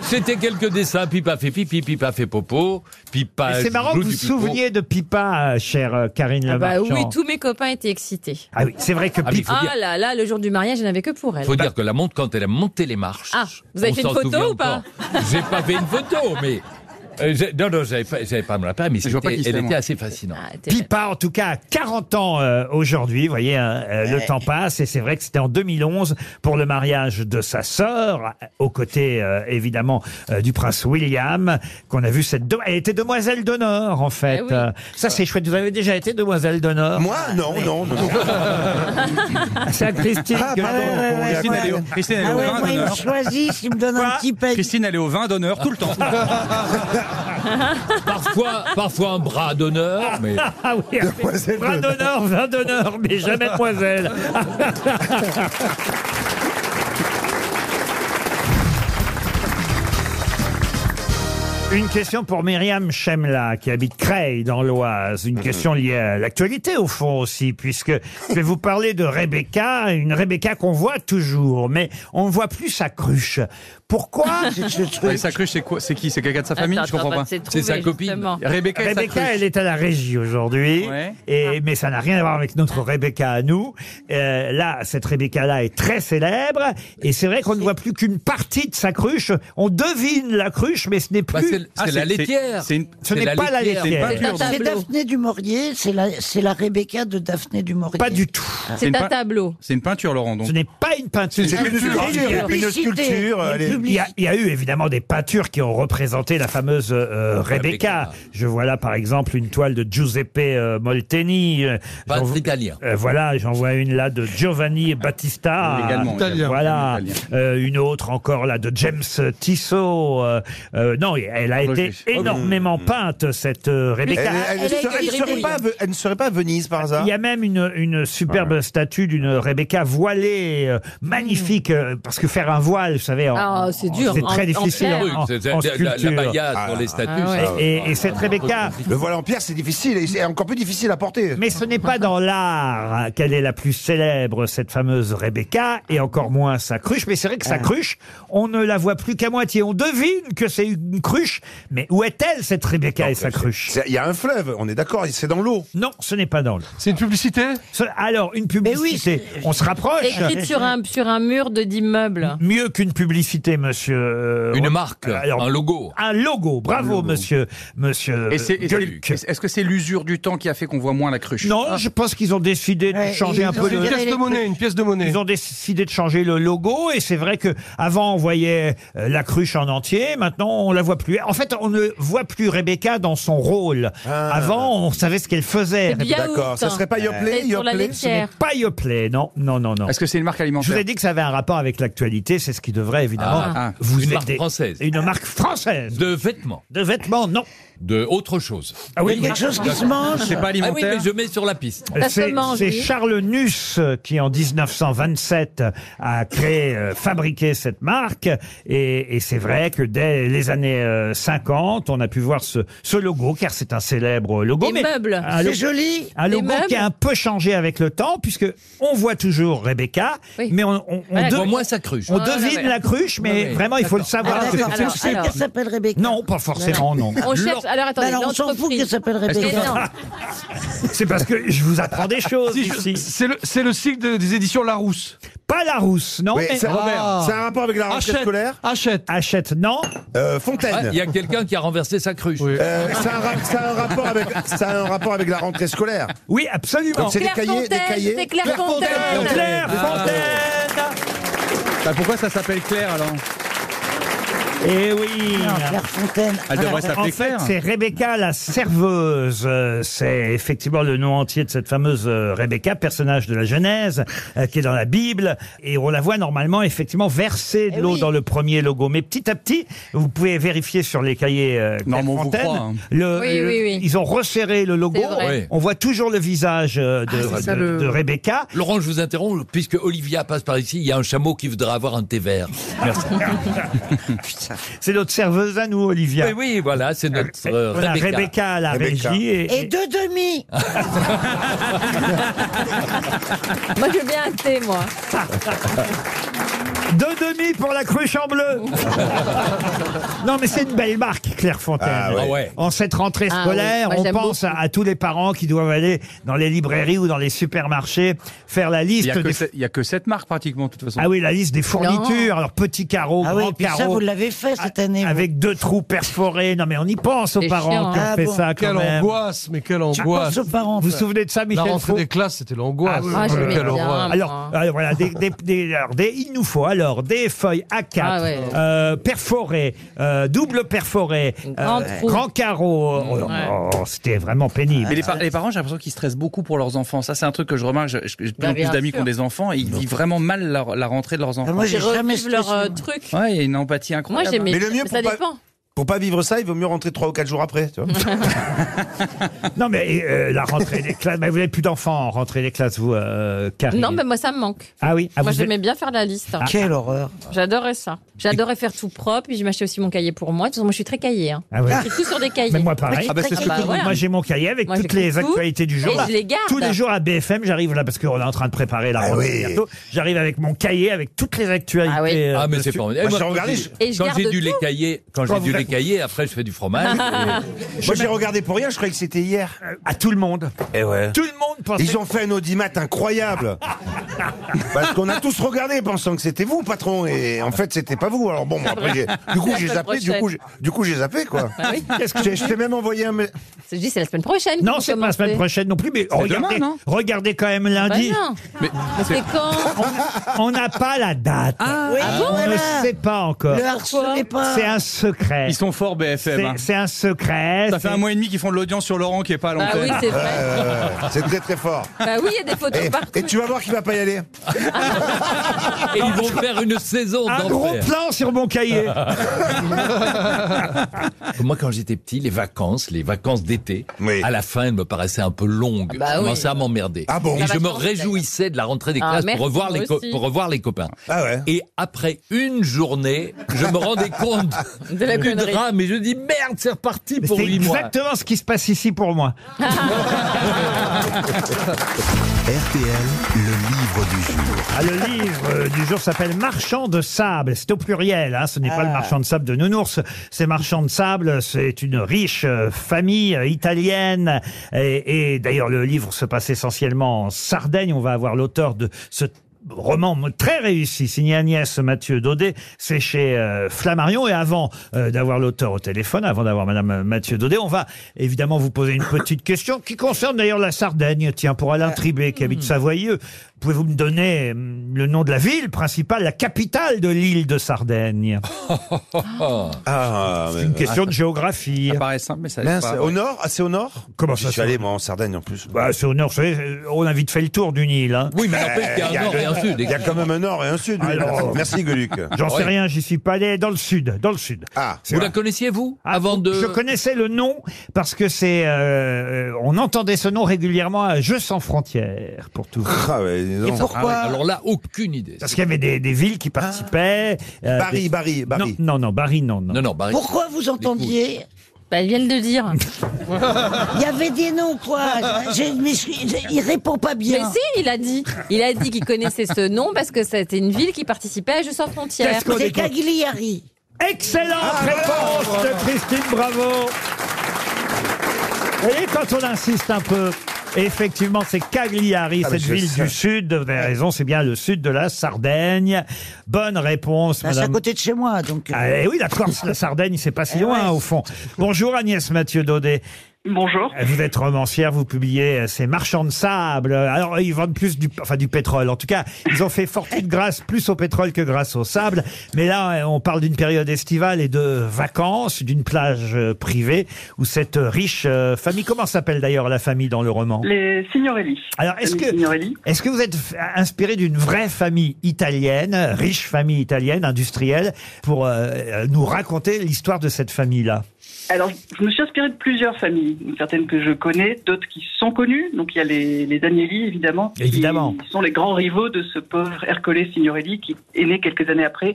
Speaker 5: C'était quelques dessins, Pipa fait pipi, Pipa fait popo, Pipa...
Speaker 2: C'est marrant que vous
Speaker 5: Ah, joue
Speaker 2: vous
Speaker 5: du pipeau.
Speaker 2: souveniez de Pipa, euh, chère euh, Karine
Speaker 6: Ah bah
Speaker 2: Lamarchand.
Speaker 6: oui, tous mes copains étaient excités.
Speaker 2: Ah oui, c'est vrai que
Speaker 5: Ah, mais il faut
Speaker 6: Ah
Speaker 5: dire-
Speaker 6: là là, le jour du mariage, je n'avais que pour elle. Bah,
Speaker 5: Faut dire que la montre, quand elle a monté les marches...
Speaker 6: Ah, vous avez
Speaker 5: on
Speaker 6: fait une
Speaker 5: s'en
Speaker 6: photo
Speaker 5: souvient
Speaker 6: ou pas
Speaker 5: encore. J'ai pas fait une photo, mais... euh, j'ai- non, non, j'avais pas, j'avais pas mon appareil, mais
Speaker 2: Je vois pas
Speaker 5: c'était-
Speaker 2: qui c'est,
Speaker 5: elle était
Speaker 2: moi.
Speaker 5: assez fascinante.
Speaker 6: Ah,
Speaker 2: Pipa, en tout cas, à 40 ans euh, aujourd'hui. Vous voyez, hein, euh, le
Speaker 5: Ouais.
Speaker 2: temps passe. Et c'est vrai que c'était en 2011 pour le mariage de sa sœur, euh, aux côtés, euh, évidemment, euh, du prince William, qu'on a vu cette... do- Elle était demoiselle d'honneur, en fait.
Speaker 6: Eh oui.
Speaker 2: Euh, Ça, c'est chouette. Vous avez déjà été demoiselle d'honneur Moi,
Speaker 9: non, non, non.
Speaker 2: C'est à Christine
Speaker 4: Ah,
Speaker 2: Guenon
Speaker 4: pardon,
Speaker 2: qu'on
Speaker 4: ouais,
Speaker 2: vient
Speaker 4: Christine,
Speaker 2: de-
Speaker 4: elle est au- Christine, elle est Ah au ouais, vin moi, il me d'honneur. choisit s'il me donne un petit peigne.
Speaker 7: Christine, elle est au vin d'honneur tout le temps.
Speaker 5: parfois, parfois un bras d'honneur, mais...
Speaker 2: Ah oui,
Speaker 5: Demoiselle
Speaker 2: bras d'honneur, vin d'honneur, mais jamais demoiselle. Une question pour Myriam Chemla, qui habite Creil, dans l'Oise. Une question liée à l'actualité, au fond, aussi, puisque je vais vous parler de Rebecca, une Rebecca qu'on voit toujours, mais on ne voit plus sa cruche. Pourquoi
Speaker 7: Et sa cruche, c'est quoi C'est qui C'est quelqu'un de sa famille
Speaker 2: Attends,
Speaker 7: Je comprends
Speaker 2: attends, bah,
Speaker 7: pas.
Speaker 2: c'est de trouver, justement.
Speaker 7: Rebecca, et sa
Speaker 2: Rebecca,
Speaker 7: cruche.
Speaker 2: elle est à la régie aujourd'hui, et, mais ça n'a rien à voir avec notre Rebecca à nous. Euh, là, cette Rebecca-là est très célèbre, et c'est vrai qu'on ne voit plus qu'une partie de sa cruche. On devine la cruche, mais ce n'est plus...
Speaker 5: c'est- Ah, c'est la c'est- laitière. c'est une-
Speaker 2: ce
Speaker 5: c'est
Speaker 2: n'est
Speaker 5: la
Speaker 2: pas la
Speaker 5: laitière. C'est une
Speaker 2: laitière.
Speaker 5: peinture,
Speaker 4: C'est Daphné du Maurier, c'est la, c'est la Rebecca de Daphné du Ah. Maurier. Pas
Speaker 2: du tout.
Speaker 7: C'est une pein- C'est une peinture, Laurent. Donc.
Speaker 2: Ce n'est pas une peinture.
Speaker 7: C'est une sculpture. Une sculpture, elle est-
Speaker 2: Il y, a, il y a eu évidemment des peintures qui ont représenté la fameuse euh, Rebecca. Je vois là par exemple une toile de Giuseppe euh, Molteni. euh, j'en vois- euh, voilà, j'en vois une là de Giovanni Battista.
Speaker 7: Également, Italien.
Speaker 2: Voilà. Euh, une autre encore là de James Tissot. Euh, euh, non, elle
Speaker 7: Oh,
Speaker 2: a été
Speaker 9: Roger.
Speaker 2: énormément peinte cette euh, Rebecca.
Speaker 9: Elle- elle- elle serait- elle serait pas à Ve- elle ne serait pas à Venise par hasard
Speaker 2: Il y a même une, une superbe statue d'une Rebecca voilée, euh, magnifique, euh, parce que faire un voile, vous savez, en-
Speaker 6: Mm. Ah, c'est
Speaker 2: en-
Speaker 6: dur,
Speaker 2: c'est
Speaker 6: en-
Speaker 2: très
Speaker 6: en
Speaker 2: difficile
Speaker 6: pierre.
Speaker 2: en,
Speaker 6: Oui,
Speaker 2: en-
Speaker 5: c'est- c'est-
Speaker 2: en
Speaker 5: la- la- la
Speaker 2: sculpture.
Speaker 5: baïa sur les statues, Ah, ça, ouais.
Speaker 2: Et, et- et cette Rebecca,
Speaker 9: Le voile en pierre, c'est difficile et c'est encore plus difficile à porter.
Speaker 2: mais ce n'est pas dans l'art qu'elle est la plus célèbre, cette fameuse Rebecca, et encore moins sa cruche. Mais c'est vrai que sa cruche, on ne la voit plus qu'à moitié. On devine que c'est une cruche, mais où est-elle cette Rebecca et sa cruche
Speaker 9: Il y a un fleuve, on est d'accord, c'est dans l'eau.
Speaker 2: Non, ce n'est pas dans l'eau.
Speaker 9: C'est une publicité
Speaker 2: Alors, une publicité, on se rapproche.
Speaker 6: Écrite sur un, sur un mur de d'immeuble.
Speaker 2: Mieux qu'une publicité, monsieur. euh,
Speaker 5: Une
Speaker 2: Ro-
Speaker 5: marque, un logo.
Speaker 2: Un logo, bravo, monsieur. monsieur
Speaker 7: Et c'est- et
Speaker 2: Gueluc.
Speaker 7: c'est- Est-ce que c'est l'usure du temps qui a fait qu'on voit moins la cruche Ah.
Speaker 2: Non, je pense qu'ils ont décidé de
Speaker 7: Ouais,
Speaker 2: changer
Speaker 7: ils
Speaker 2: un
Speaker 7: ont
Speaker 2: peu
Speaker 7: une
Speaker 2: le
Speaker 7: pièce de monnaie,
Speaker 2: une pièce de monnaie. Ils ont décidé de changer le logo et c'est vrai que avant on voyait euh, la cruche en entier, maintenant on la voit plus. En fait, on ne voit plus Rebecca dans son rôle. Avant, on savait ce qu'elle faisait.
Speaker 6: C'est du yaourt,
Speaker 2: Ah. D'accord, ça
Speaker 6: hein.
Speaker 2: serait pas Yoplait,
Speaker 6: C'est pour la
Speaker 2: Yoplait Ce n'est
Speaker 6: laitière.
Speaker 2: pas Yoplait, non, non, non, non.
Speaker 7: Est-ce que c'est une marque alimentaire
Speaker 2: Je vous ai dit que ça avait un rapport avec l'actualité, c'est ce qui devrait évidemment
Speaker 5: Ah.
Speaker 2: vous
Speaker 5: Une
Speaker 2: aider.
Speaker 5: marque française.
Speaker 2: Une marque française.
Speaker 5: De vêtements.
Speaker 2: De vêtements, non.
Speaker 5: De autre chose.
Speaker 2: Ah oui, quelque chose qui se mange. C'est pas alimentaire.
Speaker 5: Ah oui, mais je mets sur la piste.
Speaker 2: Euh, C'est c'est Charles Nuss euh, qui, en 1927, a créé, euh, fabriqué cette marque. Et, et c'est vrai que dès les années euh, 50, on a pu voir ce, ce logo, car c'est un célèbre logo.
Speaker 6: Des meubles.
Speaker 2: un
Speaker 6: C'est
Speaker 2: lo-
Speaker 6: joli.
Speaker 2: Un
Speaker 6: Des
Speaker 2: logo
Speaker 6: meubles.
Speaker 2: qui a un peu changé avec le temps, puisque on voit toujours Rebecca, mais on, on,
Speaker 6: Voilà, Ah,
Speaker 2: de-
Speaker 6: On voit moins
Speaker 5: sa cruche.
Speaker 2: On
Speaker 6: Ouais,
Speaker 2: devine
Speaker 6: ouais, ouais.
Speaker 2: la cruche, mais
Speaker 6: Ouais, Ah, ouais.
Speaker 2: vraiment, il faut le savoir.
Speaker 4: Alors,
Speaker 2: que
Speaker 4: alors,
Speaker 2: c'est-
Speaker 4: Ah, alors,
Speaker 2: c'est-
Speaker 4: alors.
Speaker 2: s'appelle Rebecca Non, pas forcément, non. Bah,
Speaker 6: On cherche. Alors attendez,
Speaker 4: Bah, alors, on s'en fout
Speaker 6: l'entreprise.
Speaker 4: qu'elle s'appelle Rebecca.
Speaker 6: Mais non.
Speaker 2: C'est parce que je vous apprends des choses
Speaker 7: Si je-
Speaker 2: ici.
Speaker 7: C'est le, c'est le cycle de- des éditions Larousse.
Speaker 2: Pas Larousse, non
Speaker 7: Oui,
Speaker 2: mais...
Speaker 7: c'est Robert. Ah. C'est un rapport avec la rentrée Hachette. scolaire Euh,
Speaker 2: Achète. Achète, non.
Speaker 9: Fontaine.
Speaker 5: Ah, Il y a quelqu'un qui a renversé sa cruche.
Speaker 9: Euh, ça, a un rap- ça a un rapport avec, ça a un rapport avec la rentrée scolaire.
Speaker 2: Oui, absolument.
Speaker 9: Donc c'est des
Speaker 6: Claire
Speaker 9: cahiers, des
Speaker 6: Fontaine,
Speaker 9: cahiers.
Speaker 6: c'est Claire Fontaine.
Speaker 2: Claire
Speaker 13: Ah.
Speaker 2: Ah.
Speaker 7: Bah, pourquoi ça s'appelle Claire alors
Speaker 2: Eh oui
Speaker 7: Ah,
Speaker 4: Claire Fontaine.
Speaker 7: Elle devrait s'appeler
Speaker 2: En fait,
Speaker 7: Claire.
Speaker 2: c'est Rebecca la serveuse. Euh, C'est effectivement le nom entier de cette fameuse euh, Rebecca, personnage de la Genèse, euh, qui est dans la Bible. Et on la voit normalement, effectivement, verser
Speaker 6: Eh
Speaker 2: de l'eau dans le premier logo. Mais petit à petit, vous pouvez vérifier sur les cahiers euh, Claire
Speaker 7: mais on vous
Speaker 2: Fontaine.
Speaker 7: croit, hein.
Speaker 2: le-
Speaker 6: Oui,
Speaker 2: le-
Speaker 6: oui, oui.
Speaker 2: Ils ont resserré le logo.
Speaker 6: C'est vrai. Ah, Oui.
Speaker 2: On voit toujours le visage euh, de,
Speaker 5: c'est ça,
Speaker 2: de-
Speaker 5: le-
Speaker 2: de Rebecca.
Speaker 5: Laurent, je vous interromps, puisque Olivia passe par ici, il y a un chameau qui voudra avoir un thé vert. Merci.
Speaker 2: C'est notre serveuse à nous, Olivia.
Speaker 5: oui, oui, voilà, c'est notre euh,
Speaker 2: On a
Speaker 5: Rebecca.
Speaker 2: Rebecca à la régie. et-
Speaker 4: Et deux demi
Speaker 6: Moi, je veux bien un thé, moi.
Speaker 2: Deux demi pour la cruche en bleu. non, mais c'est une belle marque, Clairefontaine.
Speaker 5: Ah ouais. Ah ouais.
Speaker 2: En cette rentrée
Speaker 5: Ah
Speaker 2: scolaire,
Speaker 5: oui, moi,
Speaker 2: on
Speaker 5: j'aime
Speaker 2: pense à, à tous les parents qui doivent aller dans les librairies ou dans les supermarchés faire la
Speaker 7: Il
Speaker 2: liste
Speaker 7: n'y a, que
Speaker 2: des.
Speaker 7: cette- il y a que cette marque pratiquement, de toute façon.
Speaker 2: Ah oui, la liste des fournitures. Alors, petit carreau,
Speaker 7: Ah oui,
Speaker 2: grand
Speaker 7: puis ça,
Speaker 2: carreau. Ah,
Speaker 7: vous
Speaker 4: l'avez fait cette année.
Speaker 2: Avec deux trous perforés. Non, mais on y pense aux
Speaker 4: C'est
Speaker 2: parents
Speaker 4: chiant,
Speaker 2: qui ont
Speaker 4: hein.
Speaker 2: fait
Speaker 4: Ah bon.
Speaker 2: ça quand
Speaker 4: Quelle
Speaker 2: même.
Speaker 4: angoisse,
Speaker 8: mais quelle
Speaker 4: angoisse. pense aux parents,
Speaker 2: Vous vous
Speaker 4: ça.
Speaker 2: souvenez de ça,
Speaker 4: La
Speaker 2: Michel
Speaker 4: rentrée
Speaker 2: Faux
Speaker 4: des classes,
Speaker 8: c'était l'angoisse.
Speaker 4: Ah, j'aimais
Speaker 2: quelle
Speaker 4: bien,
Speaker 2: horreur.
Speaker 4: moi.
Speaker 2: alors, alors voilà, des, des- des- alors, des- il nous faut alors des feuilles A4
Speaker 6: Ah ouais.
Speaker 2: euh, perforées, euh, double perforées,
Speaker 7: Grand
Speaker 2: euh,
Speaker 7: trou.
Speaker 2: grand carreau.
Speaker 6: Mmh,
Speaker 2: Oh, oh, oh, C'était vraiment pénible.
Speaker 7: Mais les, par- les parents, j'ai l'impression qu'ils stressent beaucoup pour leurs enfants. Ça, c'est un truc que je remarque. J'ai j'ai de plus
Speaker 6: Bah,
Speaker 7: en
Speaker 6: bien
Speaker 7: plus d'amis
Speaker 6: sûr.
Speaker 7: qui ont des enfants et ils vivent vraiment mal leur- la rentrée de leurs
Speaker 9: Ah,
Speaker 7: enfants.
Speaker 6: Ils revivent leur euh, truc.
Speaker 7: Ouais, il y a une empathie
Speaker 6: Moi,
Speaker 7: incroyable.
Speaker 6: j'aimais.
Speaker 7: Mais le mieux
Speaker 6: ça
Speaker 7: pour pas-
Speaker 6: dépend.
Speaker 9: Pour pas vivre ça, il vaut mieux rentrer 3 ou 4 jours après. Tu vois
Speaker 2: Non mais euh, la rentrée des classes, mais vous n'avez plus d'enfants en rentrée des classes, vous, euh, Karine.
Speaker 6: Non, mais moi, ça me manque.
Speaker 2: ah oui, ah,
Speaker 6: moi,
Speaker 2: vous
Speaker 6: j'aimais
Speaker 2: êtes-
Speaker 6: bien faire la liste.
Speaker 2: Ah, quelle horreur.
Speaker 6: J'adorais ça. J'adorais faire tout propre. Puis je m'achetais aussi mon cahier pour moi. De toute façon, moi, je suis très cahier. Hein.
Speaker 2: Ah ouais.
Speaker 6: J'écris tout sur des cahiers.
Speaker 2: Mais moi pareil.
Speaker 6: Ah bah, c'est ce que tout le monde-
Speaker 2: Moi j'ai mon cahier avec
Speaker 6: Moi,
Speaker 2: toutes
Speaker 6: j'écris
Speaker 2: les
Speaker 6: tout
Speaker 2: actualités du jour.
Speaker 6: et je les garde.
Speaker 2: Tous les jours à BFM, j'arrive là parce qu'on est en train de préparer la rentrée
Speaker 5: oui.
Speaker 2: bientôt. J'arrive avec mon cahier avec toutes les actualités. Ah, oui.
Speaker 5: Ah mais c'est formidable. Moi, quand j'ai-
Speaker 6: Et je
Speaker 5: quand
Speaker 6: garde
Speaker 5: j'ai dû
Speaker 6: tout.
Speaker 5: les cahiers, quand
Speaker 2: Quand
Speaker 5: j'ai dû
Speaker 2: vous-
Speaker 5: les cahiers, après je fais du fromage.
Speaker 9: Moi, j'ai regardé pour rien, je croyais que c'était hier.
Speaker 2: Euh, À tout le monde.
Speaker 9: Et ouais.
Speaker 2: Tout le monde pensait.
Speaker 9: Ils ont fait un audimat incroyable. Parce qu'on a tous regardé pensant que c'était vous, patron. Et en fait, c'était pas vous. Alors bon, moi, après, j'ai- du coup, j'ai
Speaker 6: La
Speaker 9: zappé. Du
Speaker 6: prochaine.
Speaker 9: coup, j'ai- du coup, j'ai zappé, quoi.
Speaker 6: Bah oui.
Speaker 9: Qu'est-ce que j'ai- Je t'ai même envoyé un. mé-
Speaker 6: Je dis, c'est la semaine prochaine.
Speaker 2: Non, c'est pas la semaine prochaine non plus, mais
Speaker 6: C'est
Speaker 2: regardez,
Speaker 6: demain, non
Speaker 2: regardez quand même lundi.
Speaker 6: Bah non. C'est quand Ah
Speaker 2: On n'a pas la date.
Speaker 4: oui,
Speaker 2: on
Speaker 4: voilà.
Speaker 2: ne sait pas encore.
Speaker 4: Le harcelez pas.
Speaker 2: C'est un secret.
Speaker 7: Ils sont forts, BFM.
Speaker 2: C'est-
Speaker 7: hein.
Speaker 2: C'est un secret.
Speaker 7: Ça fait
Speaker 2: c'est-
Speaker 7: un mois et demi qu'ils font de l'audience sur Laurent qui est pas à
Speaker 6: Bah
Speaker 7: l'antenne.
Speaker 6: oui, c'est vrai.
Speaker 9: Euh, C'est très très fort.
Speaker 6: Bah oui, il y a des photos partout.
Speaker 9: Et tu vas voir qu'il va pas y aller.
Speaker 5: Et ils vont faire une saison
Speaker 2: Un gros
Speaker 5: d'enfer.
Speaker 2: plan sur mon cahier.
Speaker 5: Moi, quand j'étais petit, les vacances, les vacances d'été, à la fin, elles me paraissaient un peu longues.
Speaker 6: bah
Speaker 5: je
Speaker 6: oui.
Speaker 5: commençais à m'emmerder.
Speaker 9: Ah bon
Speaker 5: Et
Speaker 9: La
Speaker 5: je me
Speaker 6: vacance,
Speaker 5: réjouissais de la rentrée des
Speaker 6: Ah,
Speaker 5: classes
Speaker 6: merci,
Speaker 5: pour, revoir
Speaker 6: moi
Speaker 5: les co-
Speaker 6: aussi.
Speaker 5: pour revoir les copains.
Speaker 9: Ah ouais.
Speaker 5: Et après une journée, je me rendais compte
Speaker 6: De la
Speaker 5: du
Speaker 6: connerie.
Speaker 5: drame et je dis merde, c'est reparti
Speaker 2: Mais
Speaker 5: pour
Speaker 2: C'est
Speaker 5: 8 mois.
Speaker 2: exactement ce qui se passe ici pour moi.
Speaker 1: RTL, le livre du jour.
Speaker 2: Ah, le livre euh, du jour s'appelle Marchand de sable. C'est au pluriel, hein, ce n'est pas le marchand de sable de Nounours. C'est Marchand de sable, c'est une riche euh, famille euh, italienne. Et, et d'ailleurs, le livre se passe essentiellement en Sardaigne. On va avoir l'auteur de ce roman très réussi, signé Agnès Mathieu Daudet, c'est chez euh, Flammarion. Et avant euh, d'avoir l'auteur au téléphone, avant d'avoir Madame Mathieu Daudet, on va évidemment vous poser une petite question qui concerne d'ailleurs la Sardaigne. Tiens, pour Alain Tribé qui habite Savoyeux, pouvez-vous me donner hum, le nom de la ville principale, la capitale de l'île de Sardaigne
Speaker 9: Ah,
Speaker 2: C'est une question de géographie.
Speaker 7: Ça paraît simple, mais ça
Speaker 9: Mince,
Speaker 7: c'est pas-
Speaker 9: au nord Ah, c'est au nord
Speaker 2: Comment
Speaker 9: J'y
Speaker 2: ça,
Speaker 9: suis
Speaker 2: c'est
Speaker 9: allé, moi, en Sardaigne, en plus.
Speaker 2: Bah, c'est au nord, vous savez, euh, on a vite fait le tour d'une île. hein.
Speaker 5: Oui, mais n'empêche qu'il y a un
Speaker 9: Il y a
Speaker 5: nord et un sud.
Speaker 9: Il y a quand même un nord et un sud.
Speaker 2: Alors-
Speaker 9: Merci, Gueluc.
Speaker 2: J'en sais
Speaker 5: Ouais.
Speaker 2: rien, j'y suis pas allé, dans le sud, dans le sud.
Speaker 9: Ah,
Speaker 5: Vous la connaissiez, vous
Speaker 2: Ah,
Speaker 5: Avant de...
Speaker 2: Je connaissais le nom parce que c'est. euh, on entendait ce nom régulièrement à Jeux sans frontières, pour tout. vous dire.
Speaker 9: Ah ouais, dis donc.
Speaker 5: Ah ouais, alors là, aucune idée. Ah.
Speaker 2: Parce qu'il y avait des, des villes qui participaient. euh,
Speaker 9: Barry,
Speaker 2: des-
Speaker 9: Barry, Barry.
Speaker 2: Non, non, non, Barry, non, non.
Speaker 5: Non, non, Barry.
Speaker 4: Pourquoi vous entendiez
Speaker 6: Bah, ils viennent de dire.
Speaker 4: Il y avait des noms, quoi. J'ai- mais je- je- il répond pas
Speaker 6: Mais
Speaker 4: bien.
Speaker 6: si, il a dit. Il a dit qu'il connaissait ce nom parce que c'était une ville qui participait à Jeux sans frontières.
Speaker 2: Qu'est-ce qu'on
Speaker 4: C'est
Speaker 2: est-
Speaker 4: Cagliari. Ah,
Speaker 2: Excellente
Speaker 5: Ah,
Speaker 2: réponse de Christine Bravo. Vous voyez, quand on insiste un peu, effectivement, c'est Cagliari,
Speaker 9: Ah, mais
Speaker 2: cette
Speaker 9: je
Speaker 2: ville
Speaker 9: sais.
Speaker 2: du sud. Vous avez raison, c'est bien le sud de la Sardaigne. Bonne réponse,
Speaker 4: Bah, C'est à
Speaker 2: madame.
Speaker 4: côté de chez moi, donc. euh, Eh
Speaker 2: Ah, eh oui, la Corse, la Sardaigne, c'est pas si loin, au fond. Bonjour Agnès Mathieu Daudet.
Speaker 11: Bonjour.
Speaker 2: Vous êtes romancière, vous publiez euh, ces marchands de sable. Alors, ils vendent plus du, enfin, du pétrole. En tout cas, ils ont fait fortune grâce plus au pétrole que grâce au sable. Mais là, euh, on parle d'une période estivale et de vacances, d'une plage euh, privée où cette euh, riche euh, famille, comment s'appelle d'ailleurs la famille dans le roman?
Speaker 11: Les Signorelli.
Speaker 2: Alors, est-ce
Speaker 11: Famille Signorelli.
Speaker 2: que, est-ce que vous êtes f- inspiré d'une vraie famille italienne, riche famille italienne, industrielle, pour euh, euh, nous raconter l'histoire de cette famille-là
Speaker 11: Alors, je me suis inspirée de plusieurs familles, Donc, certaines que je connais, d'autres qui sont connues. Donc, il y a les, les Agnelli, évidemment,
Speaker 2: Évidemment.
Speaker 11: qui sont les grands rivaux de ce pauvre Ercole Signorelli, qui est né quelques années après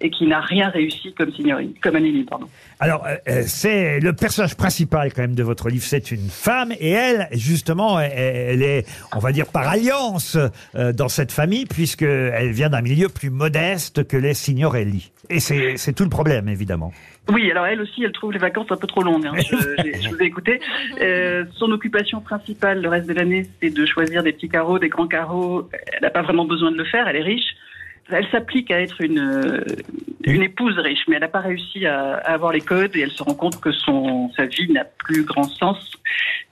Speaker 11: et qui n'a rien réussi comme signorine, comme Amélie, pardon.
Speaker 2: Alors, euh, euh, c'est le personnage principal quand même de votre livre, c'est une femme, et elle, justement, elle, elle est, on va dire, par alliance euh, dans cette famille, puisqu'elle vient d'un milieu plus modeste que les signorelli. Et c'est c'est tout le problème, évidemment.
Speaker 11: Oui, alors elle aussi, elle trouve les vacances un peu trop longues. hein. Je, j'ai- je vous ai écouté. Euh, son occupation principale le reste de l'année, c'est de choisir des petits carreaux, des grands carreaux. Elle n'a pas vraiment besoin de le faire, elle est riche. Elle s'applique à être une, euh, une épouse riche, mais elle n'a pas réussi à, à avoir les codes et elle se rend compte que son, sa vie n'a plus grand sens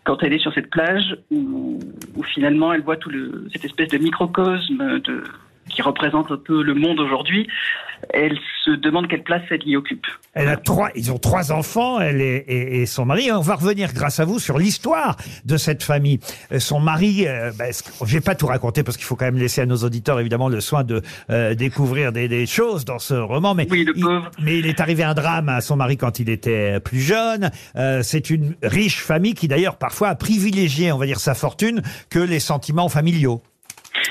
Speaker 11: quand elle est sur cette plage où, où finalement elle voit tout le, cette espèce de microcosme de, qui représente un peu le monde aujourd'hui. Elle se demande quelle place elle y occupe.
Speaker 2: Elle a trois, ils ont trois enfants, elle et, et- et son mari. Et on va revenir grâce à vous sur l'histoire de cette famille. Euh, Son mari, euh, ben, ce que- je vais pas tout raconter parce qu'il faut quand même laisser à nos auditeurs évidemment le soin de euh, découvrir des, des choses dans ce roman. Mais, il, mais il est arrivé un drame à son mari quand il était plus jeune. Euh, C'est une riche famille qui d'ailleurs parfois a privilégié, on va dire, sa fortune que les sentiments familiaux.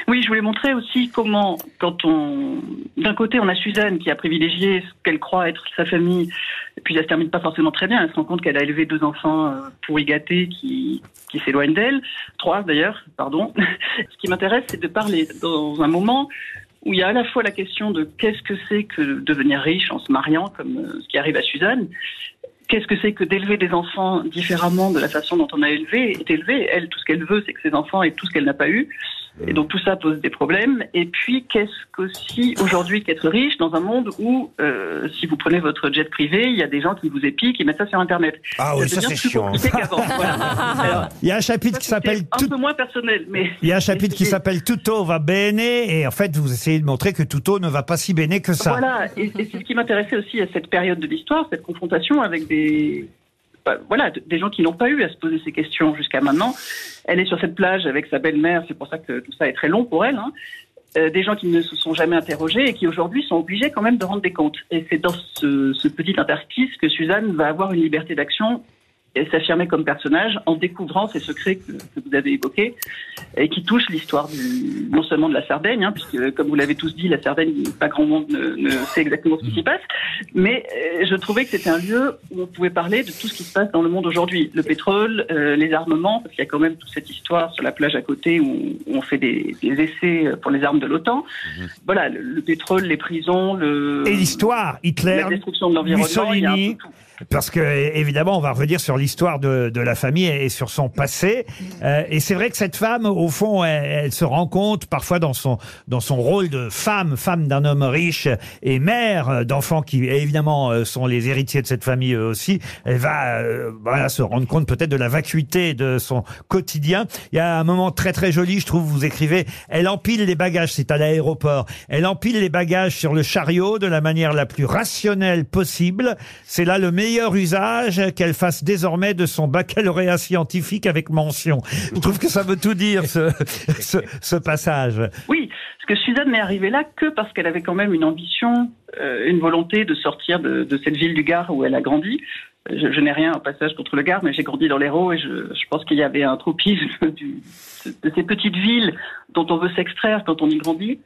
Speaker 11: Oui, je voulais montrer aussi comment, quand on, d'un côté, on a Suzanne qui a privilégié ce qu'elle croit être sa famille, et puis elle se termine pas forcément très bien. Elle se rend compte qu'elle a élevé deux enfants euh, pourri gâtés qui, qui s'éloignent d'elle, trois d'ailleurs, pardon. ce qui m'intéresse, c'est de parler dans un moment où il y a à la fois la question de qu'est-ce que c'est que devenir riche en se mariant, comme euh, ce qui arrive à Suzanne, qu'est-ce que c'est que d'élever des enfants différemment de la façon dont on a élevé, est élevé. Elle, tout ce qu'elle veut, c'est que ses enfants aient tout ce qu'elle n'a pas eu. Et donc tout ça pose des problèmes. Et puis, qu'est-ce qu'aussi aujourd'hui qu'être riche dans un monde où, euh, si vous prenez votre jet privé, il y a des gens qui vous épient, qui mettent ça sur Internet.
Speaker 9: Ah oui,
Speaker 11: devient
Speaker 9: ça, c'est
Speaker 11: plus
Speaker 9: chiant.
Speaker 11: compliqué qu'avant. Voilà. Alors,
Speaker 2: Il y a un chapitre qui
Speaker 11: c'est
Speaker 2: s'appelle
Speaker 11: un peu moins personnel, mais
Speaker 2: Il y a un chapitre qui s'appelle Tuto va bene et en fait vous essayez de montrer que Tuto ne va pas si bene que ça.
Speaker 11: Voilà, et, et c'est ce qui m'intéressait aussi à cette période de l'histoire, cette confrontation avec des, bah, voilà, d- des gens qui n'ont pas eu à se poser ces questions jusqu'à maintenant. Elle est sur cette plage avec sa belle-mère, c'est pour ça que tout ça est très long pour elle. hein. Euh, des gens qui ne se sont jamais interrogés et qui aujourd'hui sont obligés quand même de rendre des comptes. Et c'est dans ce, ce petit interstice que Suzanne va avoir une liberté d'action et s'affirmer comme personnage en découvrant ces secrets que, que vous avez évoqués et qui touchent l'histoire du- non seulement de la Sardaigne, hein, puisque comme vous l'avez tous dit, la Sardaigne, pas grand monde ne, ne sait exactement ce qui s'y passe, mais euh, je trouvais que c'était un lieu où on pouvait parler de tout ce qui se passe dans le monde aujourd'hui, le pétrole, euh, les armements, parce qu'il y a quand même toute cette histoire sur la plage à côté où, où on fait des, des essais pour les armes de l'OTAN. Voilà, le, le pétrole, les prisons, le...
Speaker 2: Et l'histoire, Hitler,
Speaker 11: la destruction de l'environnement, il y a un peu
Speaker 2: Mussolini, parce que évidemment on va revenir sur l'histoire de, de la famille et sur son passé. Euh, et c'est vrai que cette femme, au fond, elle, elle se rend compte parfois dans son dans son rôle de femme, femme d'un homme riche et mère euh, d'enfants qui évidemment euh, sont les héritiers de cette famille eux aussi. Elle va euh, voilà se rendre compte peut-être de la vacuité de son quotidien. Il y a un moment très très joli, je trouve, vous écrivez, elle empile les bagages, c'est à l'aéroport, elle empile les bagages sur le chariot de la manière la plus rationnelle possible. C'est là le meilleur usage qu'elle fasse désormais de son baccalauréat scientifique avec mention. Je trouve que ça veut tout dire, ce, ce, ce passage.
Speaker 11: Oui, parce que Suzanne n'est arrivée là que parce qu'elle avait quand même une ambition, euh, une volonté de sortir de, de cette ville du Gard où elle a grandi. Euh, Je, je n'ai rien en passage contre le Gard, mais j'ai grandi dans l'Hérault et je, je pense qu'il y avait un tropisme du- de ces petites villes dont on veut s'extraire quand on y grandit.